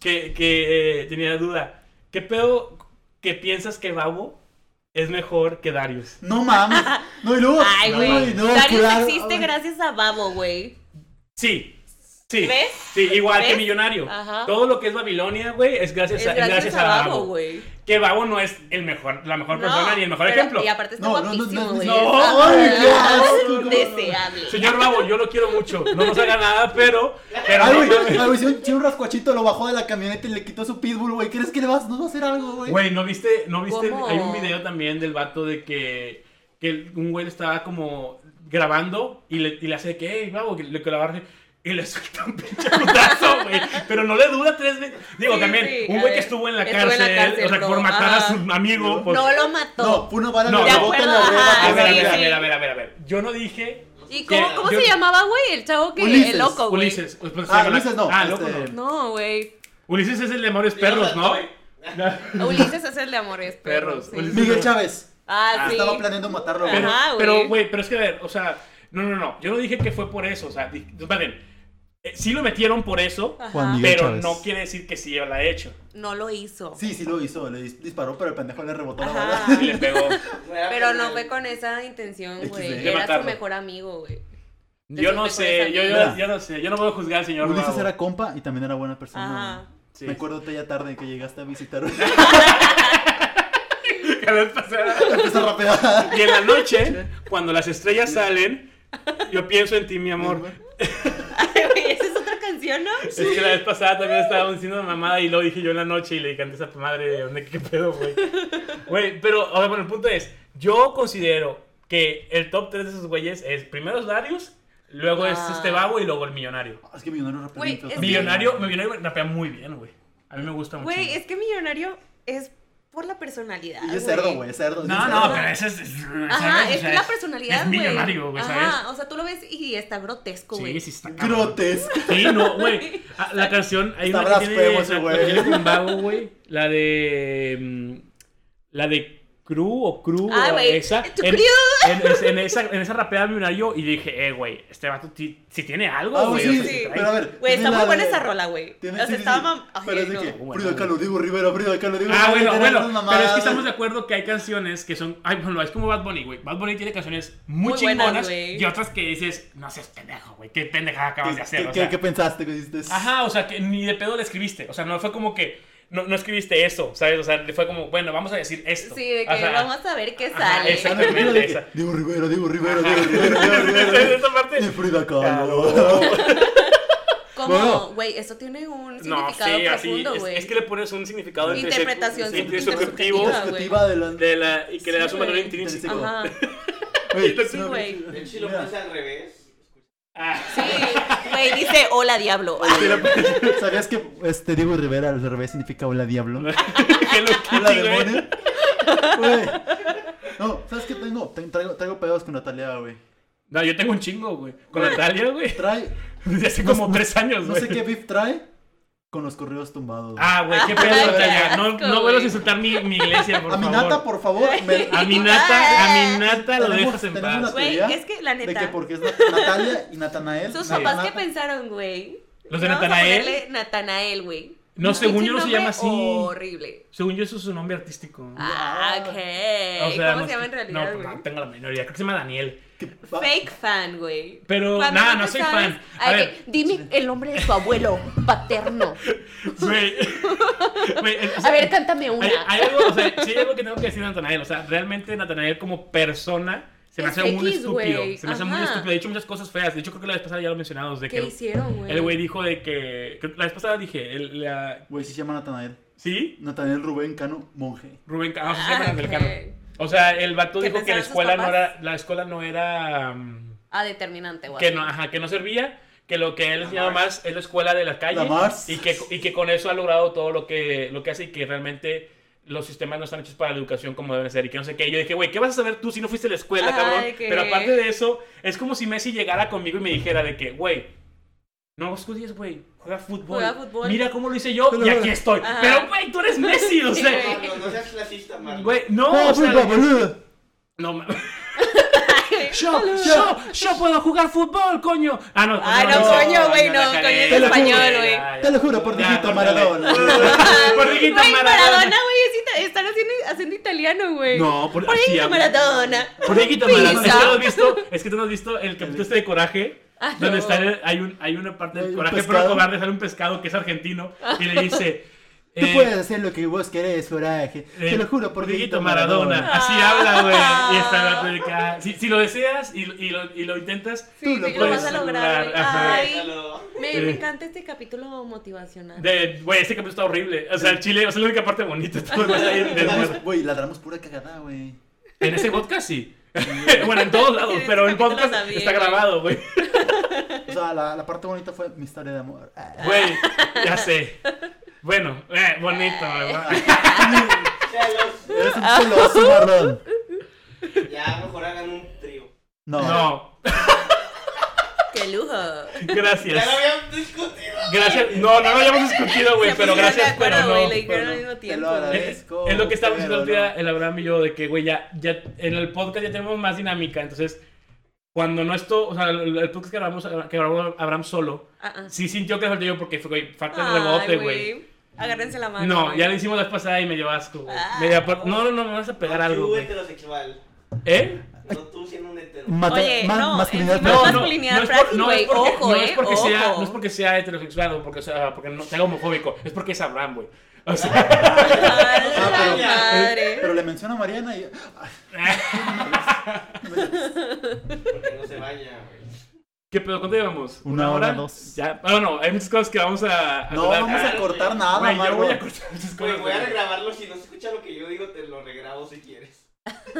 [SPEAKER 2] que, que eh, tenía duda. ¿Qué pedo que piensas que Babo es mejor que Darius?
[SPEAKER 1] No mames. No, y luego.
[SPEAKER 3] Ay,
[SPEAKER 1] no,
[SPEAKER 3] güey.
[SPEAKER 1] y no,
[SPEAKER 3] Darius
[SPEAKER 1] claro,
[SPEAKER 3] existe
[SPEAKER 1] ay.
[SPEAKER 3] gracias a Babo, güey.
[SPEAKER 2] Sí, sí.
[SPEAKER 3] ¿Ves?
[SPEAKER 2] Sí, igual que
[SPEAKER 3] ¿Ves?
[SPEAKER 2] Millonario.
[SPEAKER 3] Ajá.
[SPEAKER 2] Todo lo que es Babilonia, güey, es gracias,
[SPEAKER 3] Es
[SPEAKER 2] a,
[SPEAKER 3] gracias, a Babo,
[SPEAKER 2] Babo.
[SPEAKER 3] güey.
[SPEAKER 2] Que Babo no es el mejor, la mejor persona ni el mejor
[SPEAKER 3] pero-
[SPEAKER 2] ejemplo.
[SPEAKER 3] Y aparte está
[SPEAKER 1] No, no, no,
[SPEAKER 3] guapísimo,
[SPEAKER 1] no,
[SPEAKER 3] güey.
[SPEAKER 2] no,
[SPEAKER 3] Está
[SPEAKER 1] ay, qué
[SPEAKER 3] <laughs>
[SPEAKER 1] asco,
[SPEAKER 2] cómo no.
[SPEAKER 3] Deseable.
[SPEAKER 2] Señor Babo, yo lo quiero mucho. No nos haga nada, pero. pero
[SPEAKER 1] Ay,
[SPEAKER 2] no
[SPEAKER 1] güey,
[SPEAKER 2] mames.
[SPEAKER 1] ay, güey, si un, si un rascuachito lo bajó de la camioneta y le quitó su pitbull, güey. ¿Crees que le vas, nos va a hacer algo, güey?
[SPEAKER 2] Güey, ¿no viste? ¿No viste?
[SPEAKER 3] ¿Cómo?
[SPEAKER 2] Hay un video también del vato de que, que el- un güey le estaba como grabando y le, y le hace de que, hey, babo, que le que lo agarre", Y le <laughs> suelta un pinche putazo, güey. Pero no le duda tres veces. Digo,
[SPEAKER 3] Sí,
[SPEAKER 2] también,
[SPEAKER 3] sí,
[SPEAKER 2] un
[SPEAKER 3] a
[SPEAKER 2] güey que
[SPEAKER 3] ver,
[SPEAKER 2] estuvo en la,
[SPEAKER 3] estuvo
[SPEAKER 2] cárcel,
[SPEAKER 3] en la cárcel,
[SPEAKER 2] o sea, por
[SPEAKER 3] como,
[SPEAKER 2] matar a
[SPEAKER 3] ajá.
[SPEAKER 2] su amigo. pues-
[SPEAKER 3] No lo mató.
[SPEAKER 1] No, fue una bala
[SPEAKER 2] No,
[SPEAKER 1] que
[SPEAKER 2] de
[SPEAKER 1] le botó en la
[SPEAKER 3] acuerdo,
[SPEAKER 1] oreja.
[SPEAKER 3] ajá,
[SPEAKER 2] a, ver, a,
[SPEAKER 3] sí,
[SPEAKER 2] ver, a
[SPEAKER 3] sí.
[SPEAKER 2] ver, a ver, a ver, a ver. Yo no dije.
[SPEAKER 3] ¿Y
[SPEAKER 2] que-
[SPEAKER 3] cómo, cómo
[SPEAKER 2] yo-
[SPEAKER 3] se llamaba, güey? El chavo que.
[SPEAKER 1] Ulises.
[SPEAKER 3] El loco, güey.
[SPEAKER 2] Ulises. pues, pues,
[SPEAKER 1] Ah,
[SPEAKER 2] se llama-
[SPEAKER 1] Ulises no,
[SPEAKER 2] Ah, loco,
[SPEAKER 1] este-
[SPEAKER 2] no.
[SPEAKER 3] No, güey.
[SPEAKER 2] Ulises es el de Amores Perros, ¿no?
[SPEAKER 3] Ulises es el de amores
[SPEAKER 2] Perros,
[SPEAKER 3] perros. sí.
[SPEAKER 2] Ulises.
[SPEAKER 1] Miguel Chávez.
[SPEAKER 3] Ah, sí.
[SPEAKER 1] Estaba planeando matarlo, güey.
[SPEAKER 2] Pero,
[SPEAKER 3] Ajá, güey.
[SPEAKER 2] pero, güey, pero es que, a ver, o sea, no, no, no. Yo no dije que fue por eso. O sea, di- más bien, eh, sí lo metieron por eso,
[SPEAKER 3] Ajá.
[SPEAKER 1] Juan Miguel.
[SPEAKER 2] pero
[SPEAKER 1] Chávez.
[SPEAKER 2] no quiere decir que sí lo ha hecho.
[SPEAKER 3] No lo hizo.
[SPEAKER 1] Sí, sí lo hizo. Le dis- disparó, pero el pendejo le rebotó la
[SPEAKER 3] Ajá.
[SPEAKER 1] bala.
[SPEAKER 2] Y Ah, <laughs> le pegó.
[SPEAKER 3] Pero no fue con esa intención,
[SPEAKER 1] XD.
[SPEAKER 3] güey.
[SPEAKER 1] De
[SPEAKER 3] Era
[SPEAKER 2] matarlo.
[SPEAKER 3] su mejor amigo, güey. <laughs>
[SPEAKER 2] Yo no
[SPEAKER 3] Entonces,
[SPEAKER 2] sé, yo, yo,
[SPEAKER 1] Mira.
[SPEAKER 2] yo no sé. Yo no puedo juzgar al señor.
[SPEAKER 1] Ulises
[SPEAKER 2] Bravo.
[SPEAKER 1] era compa y también era buena persona.
[SPEAKER 3] Ajá.
[SPEAKER 1] güey.
[SPEAKER 2] Sí.
[SPEAKER 1] Me acuerdo de ella tarde que llegaste a visitar. <laughs>
[SPEAKER 2] <laughs> La vez pasada.
[SPEAKER 1] Empezó a rapear.
[SPEAKER 2] Y en la noche, cuando las estrellas salen, yo pienso en ti, mi amor.
[SPEAKER 3] Ay, güey, esa es otra canción, ¿no?
[SPEAKER 2] Es que la vez pasada también estaba diciendo una mamada y lo dije yo en la noche y le canté esa madre de dónde qué pedo, güey. Güey, pero, o sea, bueno, el punto es, yo considero que el top 3 de esos güeyes es primero es Darius, luego es
[SPEAKER 3] Ah.
[SPEAKER 2] este vago y luego el millonario.
[SPEAKER 1] Ah, Es que millonario rapea
[SPEAKER 3] Güey,
[SPEAKER 1] bien feo
[SPEAKER 3] es
[SPEAKER 1] también.
[SPEAKER 2] Millonario, millonario rapea muy bien, güey. A mí me gusta mucho.
[SPEAKER 3] Güey, es que millonario es por la personalidad.
[SPEAKER 1] Y es cerdo, güey, es cerdo. es
[SPEAKER 2] No,
[SPEAKER 1] bien
[SPEAKER 2] no,
[SPEAKER 1] cerdo.
[SPEAKER 2] pero ese es... es-
[SPEAKER 3] Ajá,
[SPEAKER 2] ¿sabes?
[SPEAKER 3] es
[SPEAKER 2] O sea,
[SPEAKER 3] que la personalidad,
[SPEAKER 2] Es
[SPEAKER 3] güey.
[SPEAKER 2] millonario, güey, ¿sabes?
[SPEAKER 3] Ajá, o sea, tú lo ves y está grotesco, güey.
[SPEAKER 2] Sí, sí está cabrón.
[SPEAKER 1] Grotes.
[SPEAKER 2] Sí, no, güey. Ah, La canción, hay
[SPEAKER 1] Está
[SPEAKER 2] una que tiene,
[SPEAKER 1] blasfemo ese
[SPEAKER 2] la,
[SPEAKER 1] güey.
[SPEAKER 2] la que tiene con Vago, güey. La de. mm, La de Cru o Cru.
[SPEAKER 3] Ah,
[SPEAKER 2] o
[SPEAKER 3] güey,
[SPEAKER 2] Esa.
[SPEAKER 3] tu
[SPEAKER 2] En,
[SPEAKER 3] Cru.
[SPEAKER 2] en- es- en esa, en esa rapeada me yo y dije, eh, güey, este vato ti- si tiene algo,
[SPEAKER 1] Ah,
[SPEAKER 2] güey.
[SPEAKER 1] sí,
[SPEAKER 2] o sea,
[SPEAKER 1] sí,
[SPEAKER 2] si trae-
[SPEAKER 1] Pero a ver.
[SPEAKER 3] Güey, está
[SPEAKER 1] tiene
[SPEAKER 3] muy
[SPEAKER 1] la
[SPEAKER 3] buena
[SPEAKER 1] de-
[SPEAKER 3] esa rola, güey. O
[SPEAKER 1] Tiene-
[SPEAKER 3] sea,
[SPEAKER 1] sí, sí,
[SPEAKER 3] estaba.
[SPEAKER 1] sí.
[SPEAKER 3] mam- Ay,
[SPEAKER 1] Pero es de
[SPEAKER 3] no.
[SPEAKER 1] que.
[SPEAKER 2] Bueno.
[SPEAKER 1] Frida Kahlo, Diego Rivera, Frida Kahlo, Diego
[SPEAKER 2] Ah,
[SPEAKER 1] Rivera,
[SPEAKER 2] bueno,
[SPEAKER 1] tiene
[SPEAKER 2] bueno.
[SPEAKER 1] esas
[SPEAKER 2] Pero es
[SPEAKER 1] mamadas.
[SPEAKER 2] que estamos de acuerdo que hay canciones que son. Ay, bueno, es como Bad Bunny, güey. Bad Bunny tiene canciones muy,
[SPEAKER 3] Muy buenas,
[SPEAKER 2] chingonas
[SPEAKER 3] güey.
[SPEAKER 2] y otras que dices, no seas pendejo, güey. Qué pendejada
[SPEAKER 1] ¿Qué-
[SPEAKER 2] acabas de hacer,
[SPEAKER 1] qué-
[SPEAKER 2] o
[SPEAKER 1] qué-
[SPEAKER 2] sea.
[SPEAKER 1] ¿Qué pensaste? que "Ah, hiciste?
[SPEAKER 2] Ajá, o sea, que ni de pedo le escribiste. O sea, no fue como que. No, no escribiste esto, ¿sabes? O sea, le fue como, bueno, vamos a decir esto.
[SPEAKER 3] Sí, de que
[SPEAKER 2] O sea,
[SPEAKER 3] vamos a ver qué
[SPEAKER 2] ajá,
[SPEAKER 3] sale.
[SPEAKER 2] exacto.
[SPEAKER 1] Diego Rivera, de que,
[SPEAKER 2] Esa.
[SPEAKER 1] Diego Rivera, Diego Rivera, Diego Rivera,
[SPEAKER 2] <laughs>
[SPEAKER 1] Diego
[SPEAKER 2] Esa-
[SPEAKER 1] Rivera.
[SPEAKER 2] esa parte-
[SPEAKER 1] Y Frida Kahlo. <laughs>
[SPEAKER 2] Claro.
[SPEAKER 1] Bueno.
[SPEAKER 3] Como, güey, eso tiene un
[SPEAKER 2] No, sí,
[SPEAKER 3] significado
[SPEAKER 2] así.
[SPEAKER 3] profundo,
[SPEAKER 2] Es,
[SPEAKER 3] güey.
[SPEAKER 2] es que le pones un significado entre-
[SPEAKER 3] Interpretación
[SPEAKER 2] entre
[SPEAKER 3] sub-
[SPEAKER 2] subjetivo
[SPEAKER 3] intersubjetiva.
[SPEAKER 1] Perspectiva de la-
[SPEAKER 2] de la, y que le das
[SPEAKER 3] Sí,
[SPEAKER 2] un valor
[SPEAKER 3] güey.
[SPEAKER 2] intrínseco.
[SPEAKER 3] Ajá.
[SPEAKER 2] <laughs>
[SPEAKER 1] Oye,
[SPEAKER 3] Sí,
[SPEAKER 1] no,
[SPEAKER 3] güey.
[SPEAKER 4] De hecho, si lo pones al revés.
[SPEAKER 2] Ah, <laughs>
[SPEAKER 3] Sí, güey, dice hola diablo.
[SPEAKER 1] Oye, ¿Sabías que este Diego Rivera al revés significa hola diablo?
[SPEAKER 2] qué lo
[SPEAKER 1] Hola
[SPEAKER 2] quité, Ah, güey.
[SPEAKER 1] demonio. Güey. No, ¿sabes qué tengo? Ten- Traigo, traigo pedos con Natalia, güey.
[SPEAKER 2] No, yo tengo un chingo, güey. Con Natalia, güey.
[SPEAKER 1] Trae,
[SPEAKER 2] Desde hace
[SPEAKER 1] No-
[SPEAKER 2] como tres años,
[SPEAKER 1] no
[SPEAKER 2] güey.
[SPEAKER 1] sé qué beef trae con los corridos tumbados. güey.
[SPEAKER 2] Ah, güey, qué pedo,
[SPEAKER 3] Ay, qué
[SPEAKER 2] Natalia. No,
[SPEAKER 3] asco,
[SPEAKER 2] no vuelvas
[SPEAKER 3] güey.
[SPEAKER 2] a insultar mi, mi iglesia, por
[SPEAKER 1] a mi
[SPEAKER 2] favor.
[SPEAKER 1] nata, por favor.
[SPEAKER 2] <laughs>
[SPEAKER 1] me-
[SPEAKER 2] A mi nata, a mi nata lo
[SPEAKER 1] Tenemos-
[SPEAKER 2] dejas en
[SPEAKER 1] tenemos
[SPEAKER 2] paz.
[SPEAKER 1] la-
[SPEAKER 3] Güey,
[SPEAKER 1] teoría
[SPEAKER 3] es que la
[SPEAKER 1] de que
[SPEAKER 3] neta.
[SPEAKER 1] porque es Nat- Natalia y Natanael.
[SPEAKER 3] Sus
[SPEAKER 1] sí.
[SPEAKER 3] papás, ¿qué
[SPEAKER 1] Nata-
[SPEAKER 3] pensaron, güey?
[SPEAKER 2] ¿Los de
[SPEAKER 3] Vamos a
[SPEAKER 2] Natanael?
[SPEAKER 3] ponerle Natanael, güey.
[SPEAKER 2] No, según
[SPEAKER 3] Pinche
[SPEAKER 2] yo no se llama
[SPEAKER 3] nombre
[SPEAKER 2] así.
[SPEAKER 3] Horrible.
[SPEAKER 2] Según yo, eso es su nombre artístico.
[SPEAKER 3] Ah, ok.
[SPEAKER 2] O sea,
[SPEAKER 3] ¿Cómo
[SPEAKER 2] no
[SPEAKER 3] se llama en
[SPEAKER 2] estoy-
[SPEAKER 3] realidad,
[SPEAKER 2] No,
[SPEAKER 3] güey?
[SPEAKER 2] no tengo la minoría. Creo que se llama Daniel.
[SPEAKER 1] que va-
[SPEAKER 3] Fake fan, güey.
[SPEAKER 2] Pero,
[SPEAKER 3] Cuando
[SPEAKER 2] nah,
[SPEAKER 3] te
[SPEAKER 2] no soy
[SPEAKER 3] sabes-
[SPEAKER 2] fan. A
[SPEAKER 3] Ay,
[SPEAKER 2] ver.
[SPEAKER 3] que dime el nombre de tu abuelo
[SPEAKER 2] <laughs>
[SPEAKER 3] paterno.
[SPEAKER 2] Güey.
[SPEAKER 3] <laughs>
[SPEAKER 2] Güey, o sea,
[SPEAKER 3] A ver, cántame
[SPEAKER 2] hay,
[SPEAKER 3] una.
[SPEAKER 2] hay algo, o sea, sí hay algo que tengo que decir de Natanael. O sea, realmente Natanael como persona se me
[SPEAKER 3] Es
[SPEAKER 2] hace muy
[SPEAKER 3] X,
[SPEAKER 2] estúpido.
[SPEAKER 3] güey.
[SPEAKER 2] Se me hace muy
[SPEAKER 3] Ajá.
[SPEAKER 2] estúpido. Ha dicho muchas cosas feas. De hecho, creo que la vez pasada ya lo mencionamos. De
[SPEAKER 3] ¿Qué
[SPEAKER 2] que
[SPEAKER 3] hicieron, güey?
[SPEAKER 2] el güey dijo de que. creo que La vez pasada dije. el- la-
[SPEAKER 1] Güey, sí se llama Natanael.
[SPEAKER 2] ¿Sí?
[SPEAKER 1] Natanael Rubén Cano, monje.
[SPEAKER 2] Rubén Cano. se
[SPEAKER 3] Ah,
[SPEAKER 2] llama el del Cano.
[SPEAKER 3] ok.
[SPEAKER 2] O sea, el vato
[SPEAKER 3] ¿Qué
[SPEAKER 2] dijo que la
[SPEAKER 3] pensaron sus
[SPEAKER 2] escuela no
[SPEAKER 3] papás?
[SPEAKER 2] era. La escuela no era. mm,
[SPEAKER 3] Ah, determinante, güey.
[SPEAKER 2] que no, ajá, que no servía, que lo que él enseñaba más es la escuela de la calle
[SPEAKER 1] La Mars.
[SPEAKER 2] y que, y que con eso ha logrado todo lo que, lo que hace y que realmente los sistemas no están hechos para la educación como deben ser y que no sé qué. Y yo dije, güey, ¿qué vas a saber tú si no fuiste a la escuela,
[SPEAKER 3] Ay,
[SPEAKER 2] cabrón?
[SPEAKER 3] que-
[SPEAKER 2] Pero aparte de eso, es como si Messi llegara conmigo y me dijera de que, güey, no estudies, güey, juega fútbol.
[SPEAKER 3] Juega fútbol.
[SPEAKER 2] Mira cómo lo hice yo
[SPEAKER 1] Pero-
[SPEAKER 2] y aquí estoy.
[SPEAKER 3] Ajá.
[SPEAKER 2] Pero, güey, tú eres Messi, o
[SPEAKER 3] Sí,
[SPEAKER 2] sea.
[SPEAKER 3] güey.
[SPEAKER 4] No, no, no seas clasista, Marlon.
[SPEAKER 2] Güey, no,
[SPEAKER 1] ¡No,
[SPEAKER 2] o
[SPEAKER 1] puta,
[SPEAKER 2] sea, de que-
[SPEAKER 1] Ah, pues, boludo!
[SPEAKER 2] no,
[SPEAKER 3] <laughs>
[SPEAKER 2] ma- yo, yo, yo puedo jugar fútbol, coño. Ah, no,
[SPEAKER 3] Ay, no, coño, güey, no, coño es
[SPEAKER 1] Te lo juro.
[SPEAKER 3] español, güey.
[SPEAKER 1] Te lo juro, por
[SPEAKER 2] Ya,
[SPEAKER 1] Dijito
[SPEAKER 2] córtale.
[SPEAKER 1] Maradona.
[SPEAKER 2] <laughs> Por Dieguito
[SPEAKER 3] Ah, Güey,
[SPEAKER 2] Maradona.
[SPEAKER 3] Maradona, güey, es ita- están haciendo, haciendo italiano, güey.
[SPEAKER 2] No, por,
[SPEAKER 3] Por
[SPEAKER 2] sí,
[SPEAKER 3] Dieguito
[SPEAKER 2] ya-
[SPEAKER 3] Maradona.
[SPEAKER 2] Por Dieguito
[SPEAKER 3] Pizza.
[SPEAKER 2] Maradona. Es que, no has visto, es que tú no has visto el capítulo este de Coraje.
[SPEAKER 3] Ah,
[SPEAKER 2] Donde
[SPEAKER 3] no.
[SPEAKER 2] está el- hay, un, hay una parte
[SPEAKER 1] Hay
[SPEAKER 2] del
[SPEAKER 1] un
[SPEAKER 2] coraje, pero
[SPEAKER 1] pescado.
[SPEAKER 2] cobarde sale un pescado que es argentino y le dice:
[SPEAKER 1] <laughs> Tú
[SPEAKER 2] eh,
[SPEAKER 1] puedes hacer lo que vos querés, coraje. Te
[SPEAKER 2] Eh,
[SPEAKER 1] lo juro, por
[SPEAKER 2] Dieguito
[SPEAKER 1] Dijito
[SPEAKER 2] Maradona.
[SPEAKER 1] Maradona.
[SPEAKER 2] Así habla, güey. Y está
[SPEAKER 3] Ah.
[SPEAKER 2] la tuerca. Si, si lo deseas y, y lo, y lo intentas.
[SPEAKER 3] Sí,
[SPEAKER 1] Tú lo
[SPEAKER 3] sí, lo vas a
[SPEAKER 2] puedes
[SPEAKER 3] lograr, güey.
[SPEAKER 2] lograr, ajá.
[SPEAKER 3] Ay,
[SPEAKER 4] Déjalo.
[SPEAKER 3] me,
[SPEAKER 2] Eh.
[SPEAKER 3] me encanta este capítulo motivacional.
[SPEAKER 2] de- Güey, este capítulo está horrible. O sea, el chile, o sea, la única parte bonita. Todo lo demás ahí de- de-
[SPEAKER 1] Güey, ladramos pura cagada, güey.
[SPEAKER 2] en ese podcast sí. <laughs> bueno, en todos lados, pero el
[SPEAKER 3] Este capítulo
[SPEAKER 2] podcast
[SPEAKER 3] también,
[SPEAKER 2] está
[SPEAKER 3] güey.
[SPEAKER 2] grabado, güey.
[SPEAKER 1] O sea, la, la parte bonita fue mi historia de amor.
[SPEAKER 2] <laughs>
[SPEAKER 1] Ah.
[SPEAKER 2] Güey, ya sé. Bueno, eh, bonito, güey.
[SPEAKER 4] Celos.
[SPEAKER 1] Eres un celoso, Marlon.
[SPEAKER 4] Ya, mejor hagan un trío.
[SPEAKER 1] No.
[SPEAKER 2] No,
[SPEAKER 3] ¡Qué lujo!
[SPEAKER 4] Ya lo
[SPEAKER 2] gracias.
[SPEAKER 4] habíamos discutido.
[SPEAKER 2] Gracias. No, no lo habíamos discutido, güey,
[SPEAKER 3] Se
[SPEAKER 2] pero
[SPEAKER 3] pusieron de
[SPEAKER 2] gracias,
[SPEAKER 3] acuerdo,
[SPEAKER 2] pero
[SPEAKER 3] güey,
[SPEAKER 2] no.
[SPEAKER 3] Lo dijeron al
[SPEAKER 1] pero no.
[SPEAKER 3] mismo
[SPEAKER 1] Te
[SPEAKER 3] tiempo.
[SPEAKER 1] lo agradezco.
[SPEAKER 2] Es es lo que estábamos
[SPEAKER 1] pero
[SPEAKER 2] hablando el día el Abraham y yo, de que, güey, ya, ya en el podcast ya tenemos más dinámica, entonces, cuando no esto, o sea, el, el podcast que grabamos, que grabó Abraham solo,
[SPEAKER 3] Ah, ah.
[SPEAKER 2] sí sintió que falté yo porque fue, güey, falta de
[SPEAKER 3] Ay,
[SPEAKER 2] rebote, güey.
[SPEAKER 3] Agárrense la mano.
[SPEAKER 2] No,
[SPEAKER 3] güey.
[SPEAKER 2] ya lo hicimos la vez pasada y me dio asco, güey.
[SPEAKER 3] Ah.
[SPEAKER 2] Me dio apar- No, no, no, me vas a pegar algo,
[SPEAKER 4] Tú
[SPEAKER 2] güey.
[SPEAKER 4] heterosexual.
[SPEAKER 2] ¿Eh?
[SPEAKER 4] No tú siendo un hetero.
[SPEAKER 1] Mata-
[SPEAKER 3] Oye,
[SPEAKER 1] ma-
[SPEAKER 3] no,
[SPEAKER 1] masculinidad
[SPEAKER 3] encima-
[SPEAKER 1] frágil.
[SPEAKER 3] no, masculinidad
[SPEAKER 2] es por-
[SPEAKER 3] frágil,
[SPEAKER 2] no es
[SPEAKER 3] güey,
[SPEAKER 2] porque,
[SPEAKER 3] ojo,
[SPEAKER 2] no es
[SPEAKER 3] eh,
[SPEAKER 2] porque sea,
[SPEAKER 3] ojo.
[SPEAKER 2] no es porque sea heterosexual o porque, o sea, porque no sea homofóbico, es porque es Abraham, güey. O sea,
[SPEAKER 3] ¡A
[SPEAKER 1] Ah,
[SPEAKER 3] la
[SPEAKER 1] pero-
[SPEAKER 3] madre!
[SPEAKER 1] Pero le menciono a Mariana y. ay,
[SPEAKER 4] Porque no se baña, güey.
[SPEAKER 2] ¿qué pedo? ¿Cuánto llevamos?
[SPEAKER 1] Una hora, dos.
[SPEAKER 2] Ya, bueno, no, hay muchas cosas que vamos a...
[SPEAKER 1] No,
[SPEAKER 2] hablar.
[SPEAKER 1] vamos a
[SPEAKER 2] Ah,
[SPEAKER 1] cortar nada,
[SPEAKER 2] güey, yo voy a
[SPEAKER 1] Marlon.
[SPEAKER 2] cortar muchas
[SPEAKER 4] Güey,
[SPEAKER 2] cosas.
[SPEAKER 4] voy a
[SPEAKER 2] güey.
[SPEAKER 4] regrabarlo. Si no se escucha lo que yo digo, te lo regrabo si quieres.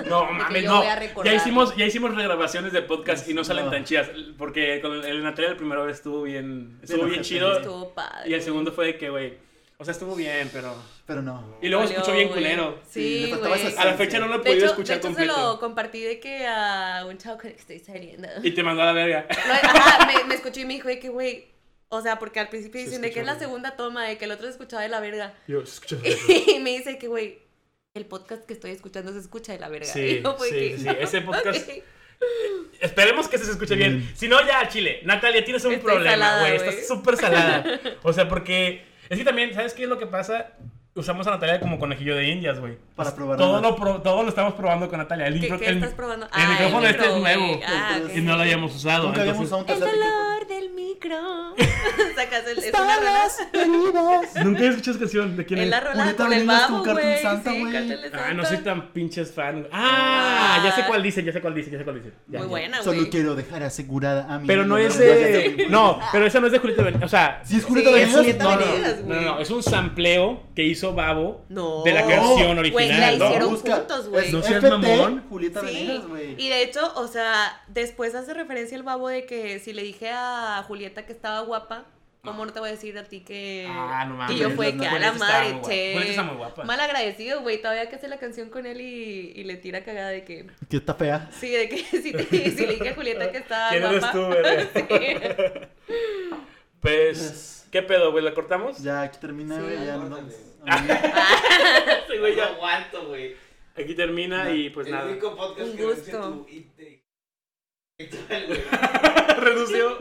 [SPEAKER 2] No, mames,
[SPEAKER 3] yo
[SPEAKER 2] no.
[SPEAKER 3] voy a recordar.
[SPEAKER 2] Ya hicimos, ya hicimos regrabaciones de podcast y no salen
[SPEAKER 1] No.
[SPEAKER 2] tan chidas, porque con el, el Natalia la primera vez estuvo bien, estuvo
[SPEAKER 1] Bien
[SPEAKER 2] bien
[SPEAKER 1] ojete,
[SPEAKER 2] chido,
[SPEAKER 1] güey.
[SPEAKER 3] Estuvo padre.
[SPEAKER 2] y el segundo fue de que, güey, o sea, estuvo bien, pero...
[SPEAKER 1] Pero no.
[SPEAKER 2] Y luego
[SPEAKER 3] Valió,
[SPEAKER 2] escuchó bien
[SPEAKER 3] güey.
[SPEAKER 2] culero.
[SPEAKER 1] Sí,
[SPEAKER 3] Sí,
[SPEAKER 1] le faltaba
[SPEAKER 3] güey.
[SPEAKER 1] esa-
[SPEAKER 2] A la fecha no lo he
[SPEAKER 3] De
[SPEAKER 2] podido
[SPEAKER 3] hecho, de
[SPEAKER 2] escuchar
[SPEAKER 3] hecho se
[SPEAKER 2] completo.
[SPEAKER 3] lo compartí de que a un chavo con el que estoy saliendo.
[SPEAKER 2] Y te mandó a la <laughs> verga.
[SPEAKER 3] No, eh, ajá, me, me escuchó y me dijo de que, güey, o sea, porque al principio
[SPEAKER 2] Se
[SPEAKER 3] dicen de que es
[SPEAKER 2] escuchó
[SPEAKER 3] la segunda toma, de que el otro se escuchaba de la verga.
[SPEAKER 2] Dios, escucha.
[SPEAKER 3] Y me dice que, güey, el podcast que estoy escuchando se escucha de la verga.
[SPEAKER 2] Sí,
[SPEAKER 3] <laughs> Y yo fue
[SPEAKER 2] sí,
[SPEAKER 3] que,
[SPEAKER 2] sí.
[SPEAKER 3] <laughs>
[SPEAKER 2] Ese podcast.
[SPEAKER 3] ok.
[SPEAKER 2] Esperemos que se escuche bien.
[SPEAKER 1] Mm.
[SPEAKER 2] Si no, ya, Chile. Natalia, tienes un
[SPEAKER 3] Estoy
[SPEAKER 2] problema,
[SPEAKER 3] salada,
[SPEAKER 2] güey.
[SPEAKER 3] güey.
[SPEAKER 2] Estás súper salada.
[SPEAKER 3] <laughs>
[SPEAKER 2] O sea, porque. Es que también, ¿sabes qué es lo que pasa? Usamos a Natalia como conejillo de indias, güey.
[SPEAKER 1] Para probar
[SPEAKER 2] Todo
[SPEAKER 1] nada.
[SPEAKER 2] lo, pro- todo lo estamos probando con Natalia. El
[SPEAKER 3] ¿Qué-
[SPEAKER 2] micro-
[SPEAKER 3] qué
[SPEAKER 2] el-
[SPEAKER 3] estás probando?
[SPEAKER 2] el
[SPEAKER 3] Ah, el
[SPEAKER 2] micrófono este es
[SPEAKER 3] micro, güey.
[SPEAKER 2] nuevo.
[SPEAKER 3] Ah, ok.
[SPEAKER 2] Y no lo habíamos usado.
[SPEAKER 1] Nunca habíamos usado
[SPEAKER 2] entonces-
[SPEAKER 1] un
[SPEAKER 3] El
[SPEAKER 1] tercer
[SPEAKER 3] dolor del micro. <laughs>
[SPEAKER 2] <laughs>
[SPEAKER 3] Sacas el. Es
[SPEAKER 1] pico.
[SPEAKER 3] una rola.
[SPEAKER 1] Todas heridas.
[SPEAKER 2] Nunca he escuchado esa canción. ¿De quién
[SPEAKER 3] Es la
[SPEAKER 2] es?
[SPEAKER 3] rola
[SPEAKER 1] Únete a
[SPEAKER 3] con el
[SPEAKER 1] Avenidas
[SPEAKER 3] babo,
[SPEAKER 1] con Cartoon
[SPEAKER 3] güey.
[SPEAKER 1] Santa,
[SPEAKER 3] Sí,
[SPEAKER 1] güey.
[SPEAKER 3] Cárteles
[SPEAKER 2] Ah, no
[SPEAKER 3] Santa.
[SPEAKER 2] soy tan pinches fan. Ah,
[SPEAKER 3] Ah.
[SPEAKER 2] ya sé cuál dice, ya sé cuál dice, ya sé cuál dice. Ya, ya.
[SPEAKER 3] Muy buena, güey.
[SPEAKER 1] Solo quiero dejar asegurada a mi.
[SPEAKER 2] Pero no
[SPEAKER 1] novia
[SPEAKER 2] es
[SPEAKER 1] desde hace <laughs>
[SPEAKER 2] de.
[SPEAKER 1] tiempo.
[SPEAKER 2] No, pero esa no es de Julieta Venegas. O sea,
[SPEAKER 1] Si es
[SPEAKER 3] Sí,
[SPEAKER 1] Julieta
[SPEAKER 3] es
[SPEAKER 1] Venegas,
[SPEAKER 3] Julieta
[SPEAKER 1] no, no.
[SPEAKER 3] Venegas,
[SPEAKER 2] No,
[SPEAKER 3] güey.
[SPEAKER 2] no, no, es un sampleo que hizo Babo
[SPEAKER 3] No.
[SPEAKER 2] de la canción original.
[SPEAKER 3] Güey, la
[SPEAKER 2] ¿no?
[SPEAKER 3] hicieron
[SPEAKER 1] Busca,
[SPEAKER 3] juntos, güey.
[SPEAKER 1] es
[SPEAKER 2] No seas
[SPEAKER 1] FT,
[SPEAKER 2] mamón.
[SPEAKER 1] Julieta
[SPEAKER 3] Sí,
[SPEAKER 1] Venegas, güey.
[SPEAKER 3] y de hecho, o sea, después hace referencia el babo de que si le dije a Julieta que estaba guapa, ¿cómo no te voy a decir a ti que...?
[SPEAKER 2] Ah, no mames.
[SPEAKER 3] Y yo fue
[SPEAKER 1] No,
[SPEAKER 3] que
[SPEAKER 1] no,
[SPEAKER 3] a
[SPEAKER 2] Julieta
[SPEAKER 3] la
[SPEAKER 2] estaba
[SPEAKER 3] madre,
[SPEAKER 2] muy guapa. Julieta
[SPEAKER 3] che.
[SPEAKER 2] está muy guapa.
[SPEAKER 3] Mal agradecido, güey, todavía que hace la canción con él y, y le tira cagada de que...
[SPEAKER 1] Que está fea.
[SPEAKER 3] Sí, de que <laughs> si, te- si le dije a Julieta que estaba
[SPEAKER 2] ¿Quién eres
[SPEAKER 3] guapa. <laughs>
[SPEAKER 2] tú, verga? Pues,
[SPEAKER 1] Yes.
[SPEAKER 2] ¿qué pedo, güey? ¿La cortamos?
[SPEAKER 1] Ya, aquí termina,
[SPEAKER 3] Sí,
[SPEAKER 1] güey. ya nos
[SPEAKER 4] córtale.
[SPEAKER 3] <laughs>
[SPEAKER 1] vamos.
[SPEAKER 2] Sí,
[SPEAKER 4] Güey,
[SPEAKER 2] güey,
[SPEAKER 4] no
[SPEAKER 2] ya.
[SPEAKER 4] aguanto, güey.
[SPEAKER 2] Aquí termina y pues
[SPEAKER 4] el
[SPEAKER 2] nada.
[SPEAKER 4] único podcast
[SPEAKER 3] Un
[SPEAKER 4] que reduce
[SPEAKER 3] gusto.
[SPEAKER 4] tu inte- intelectual, güey.
[SPEAKER 2] <laughs> Redució.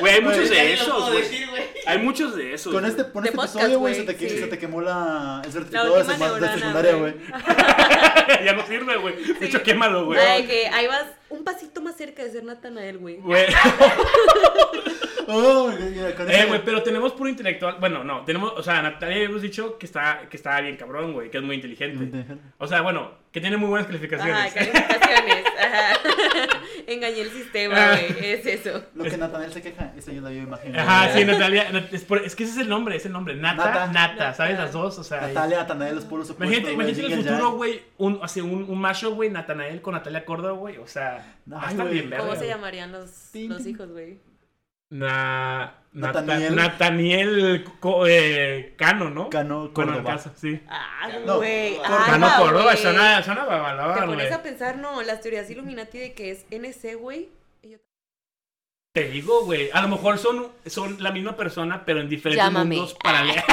[SPEAKER 2] Güey, hay muchos Pues de
[SPEAKER 4] Ya ni lo
[SPEAKER 2] esos,
[SPEAKER 4] puedo
[SPEAKER 2] güey.
[SPEAKER 4] decir, güey.
[SPEAKER 2] Hay muchos de esos.
[SPEAKER 1] Con este,
[SPEAKER 2] güey.
[SPEAKER 1] con
[SPEAKER 3] De
[SPEAKER 1] este
[SPEAKER 3] podcast,
[SPEAKER 1] episodio, güey, se,
[SPEAKER 3] güey,
[SPEAKER 1] te que-
[SPEAKER 3] sí.
[SPEAKER 1] se te quemó la, el
[SPEAKER 3] La
[SPEAKER 1] certificado de,
[SPEAKER 3] última
[SPEAKER 1] sema- de
[SPEAKER 3] neurona,
[SPEAKER 1] secundaria,
[SPEAKER 3] güey.
[SPEAKER 1] güey.
[SPEAKER 2] <laughs> ya no sirve, güey. De hecho,
[SPEAKER 3] Sí.
[SPEAKER 2] quémalo, güey.
[SPEAKER 3] Ay, Ah, que ahí vas un pasito más cerca de ser Natanael, güey.
[SPEAKER 2] Güey.
[SPEAKER 1] Oh, mira, con
[SPEAKER 2] Eh,
[SPEAKER 1] ese-
[SPEAKER 2] güey, pero tenemos puro intelectual. Bueno, no, tenemos, o sea, Natalia hemos dicho que está, que está bien cabrón, güey, que es muy inteligente. O sea, bueno, que tiene muy buenas
[SPEAKER 3] Ajá,
[SPEAKER 2] calificaciones.
[SPEAKER 3] calificaciones. Ajá. <laughs> Engañé el sistema, güey. Es eso.
[SPEAKER 1] Lo que Natanael se queja, esa yo la yo imagino.
[SPEAKER 2] <laughs> Ajá, sí,
[SPEAKER 1] güey.
[SPEAKER 2] Natalia. Nat- Es, por- es que ese es el nombre, es el nombre. Nata, Nata,
[SPEAKER 1] Eh. Nata.
[SPEAKER 2] ¿sabes? Las dos, o sea.
[SPEAKER 1] Natalia, Natanael, los puros opuestos.
[SPEAKER 2] Imagínate,
[SPEAKER 1] güey,
[SPEAKER 2] imagínate en el
[SPEAKER 1] digan ya.
[SPEAKER 2] futuro, güey, un, hace un, un mashup, güey, Natanael con Natalia Córdoba, güey. O sea,
[SPEAKER 1] Ay,
[SPEAKER 2] va a estar
[SPEAKER 1] güey.
[SPEAKER 2] bien verga.
[SPEAKER 3] ¿Cómo se
[SPEAKER 2] güey.
[SPEAKER 3] llamarían los,
[SPEAKER 1] Tin,
[SPEAKER 3] los
[SPEAKER 1] tin.
[SPEAKER 3] hijos, güey?
[SPEAKER 2] Na- Nata-
[SPEAKER 1] Nataniel.
[SPEAKER 2] Nataniel, Co- eh, Cano, ¿no?
[SPEAKER 1] Cano
[SPEAKER 2] Cano
[SPEAKER 1] Córdoba.
[SPEAKER 2] Alcázar, sí.
[SPEAKER 3] Ah,
[SPEAKER 4] Cano-
[SPEAKER 3] güey.
[SPEAKER 4] Cano
[SPEAKER 3] ah,
[SPEAKER 2] Cano Córdoba,
[SPEAKER 3] güey.
[SPEAKER 2] suena, suena babalaba,
[SPEAKER 3] Te pones
[SPEAKER 2] güey.
[SPEAKER 3] a pensar, no, las teorías Illuminati de que es NC, güey. y yo-
[SPEAKER 2] Te digo, güey. A lo mejor son, son la misma persona, pero en diferentes
[SPEAKER 3] Llámame.
[SPEAKER 2] mundos
[SPEAKER 3] <laughs>
[SPEAKER 2] paralelos.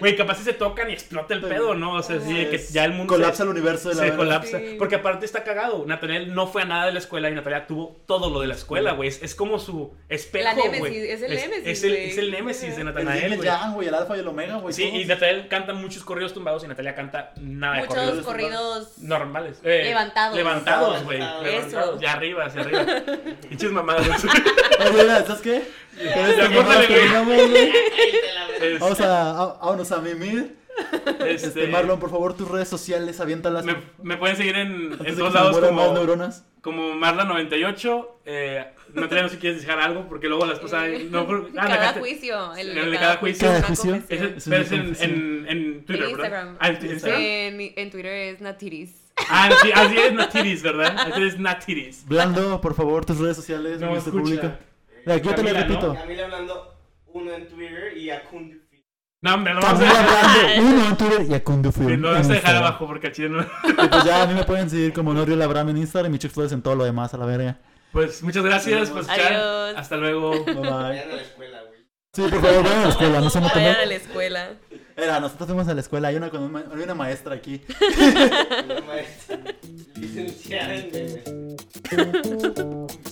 [SPEAKER 2] Güey, capaz si se tocan y explota el pedo, ¿no? O sea, sí, de que ya el mundo
[SPEAKER 1] Colapsa
[SPEAKER 2] se,
[SPEAKER 1] el universo de la
[SPEAKER 2] se
[SPEAKER 1] verga.
[SPEAKER 2] colapsa.
[SPEAKER 3] Sí.
[SPEAKER 2] Porque aparte está cagado. Nathaniel no fue a nada de la escuela y Nathaniel tuvo todo lo de la escuela, güey. Es, es como su
[SPEAKER 3] La
[SPEAKER 2] espejo,
[SPEAKER 3] némesis,
[SPEAKER 2] güey.
[SPEAKER 3] es el némesis,
[SPEAKER 2] Es, el,
[SPEAKER 3] güey.
[SPEAKER 2] es el némesis de
[SPEAKER 1] El
[SPEAKER 2] Nathaniel,
[SPEAKER 1] Yin, el
[SPEAKER 2] güey.
[SPEAKER 1] Yang, güey, el Alfa y el Omega, güey.
[SPEAKER 2] Sí, y
[SPEAKER 1] todos.
[SPEAKER 2] Natalia canta muchos corridos tumbados y Natalia canta nada Ah, de corridos
[SPEAKER 3] Muchos corridos.
[SPEAKER 2] normales. Eh,
[SPEAKER 3] Levantados.
[SPEAKER 2] Levantados, güey.
[SPEAKER 4] Eso.
[SPEAKER 2] Levantados. De arriba, hacia
[SPEAKER 3] <laughs>
[SPEAKER 2] arriba. Pinches mamadas.
[SPEAKER 1] Oye, mira, ¿sabes qué? Con esta
[SPEAKER 2] Ya,
[SPEAKER 1] mamada
[SPEAKER 2] córtale, güey.
[SPEAKER 1] terminamos, güey.
[SPEAKER 2] Es-
[SPEAKER 1] Vamos a, a- vámonos a mimir.
[SPEAKER 2] este,
[SPEAKER 1] Este, Marlon, por favor, tus redes sociales, aviéntalas.
[SPEAKER 2] me, me pueden seguir en, en
[SPEAKER 1] antes de que
[SPEAKER 2] todos
[SPEAKER 1] se me
[SPEAKER 2] lados
[SPEAKER 1] mueran más
[SPEAKER 2] como,
[SPEAKER 1] neuronas.
[SPEAKER 2] como Marla98. Eh, Natalia, no sé si quieres dejar algo porque luego las cosas.
[SPEAKER 3] Eh,
[SPEAKER 2] No,
[SPEAKER 3] <laughs>
[SPEAKER 2] ah,
[SPEAKER 3] cada
[SPEAKER 2] dejaste-
[SPEAKER 3] juicio. El,
[SPEAKER 2] en
[SPEAKER 3] de
[SPEAKER 2] el de
[SPEAKER 3] cada
[SPEAKER 2] cada
[SPEAKER 3] juicio.
[SPEAKER 1] juicio.
[SPEAKER 3] una
[SPEAKER 1] Cada juicio.
[SPEAKER 2] Es,
[SPEAKER 3] confesión.
[SPEAKER 1] Es
[SPEAKER 2] pero
[SPEAKER 1] una
[SPEAKER 2] es en,
[SPEAKER 1] confesión.
[SPEAKER 2] en, en Twitter,
[SPEAKER 3] En Instagram.
[SPEAKER 2] ¿verdad? Ah, en Instagram.
[SPEAKER 3] En, en Twitter es Natiris.
[SPEAKER 2] Ah, sí, así es
[SPEAKER 1] <laughs>
[SPEAKER 2] Natiris, ¿verdad? Así es Natiris.
[SPEAKER 1] Blando, por favor, tus redes sociales,
[SPEAKER 2] No,
[SPEAKER 1] nuestro
[SPEAKER 2] escucha.
[SPEAKER 1] público. Mira, yo te lo
[SPEAKER 2] Camila, ¿no?
[SPEAKER 1] repito.
[SPEAKER 4] Eh, Camila hablando uno en Twitter y a Kun.
[SPEAKER 2] No, hombre, lo vamos a
[SPEAKER 1] Camila
[SPEAKER 2] dejar.
[SPEAKER 1] Blando, uno en Twitter
[SPEAKER 2] <laughs>
[SPEAKER 1] y a Kundu Film
[SPEAKER 2] Lo
[SPEAKER 1] en
[SPEAKER 2] vamos a dejar
[SPEAKER 1] Instagram.
[SPEAKER 2] abajo porque al chile no.
[SPEAKER 1] Y pues ya, a mí me pueden seguir como Norio Labram en Instagram y Chicks Flores en todo lo demás, a la verga.
[SPEAKER 2] Pues muchas gracias por escuchar.
[SPEAKER 3] Adiós.
[SPEAKER 2] Hasta luego.
[SPEAKER 1] Bye bye.
[SPEAKER 4] Vayan a la escuela, güey.
[SPEAKER 1] Sí, por favor, vayan a la escuela, no se metan.
[SPEAKER 3] Vayan a la escuela.
[SPEAKER 1] Era, nosotros fuimos a la escuela, hay una, con un ma- hay una maestra aquí.
[SPEAKER 4] <laughs> Una maestra. Licenciada en memes.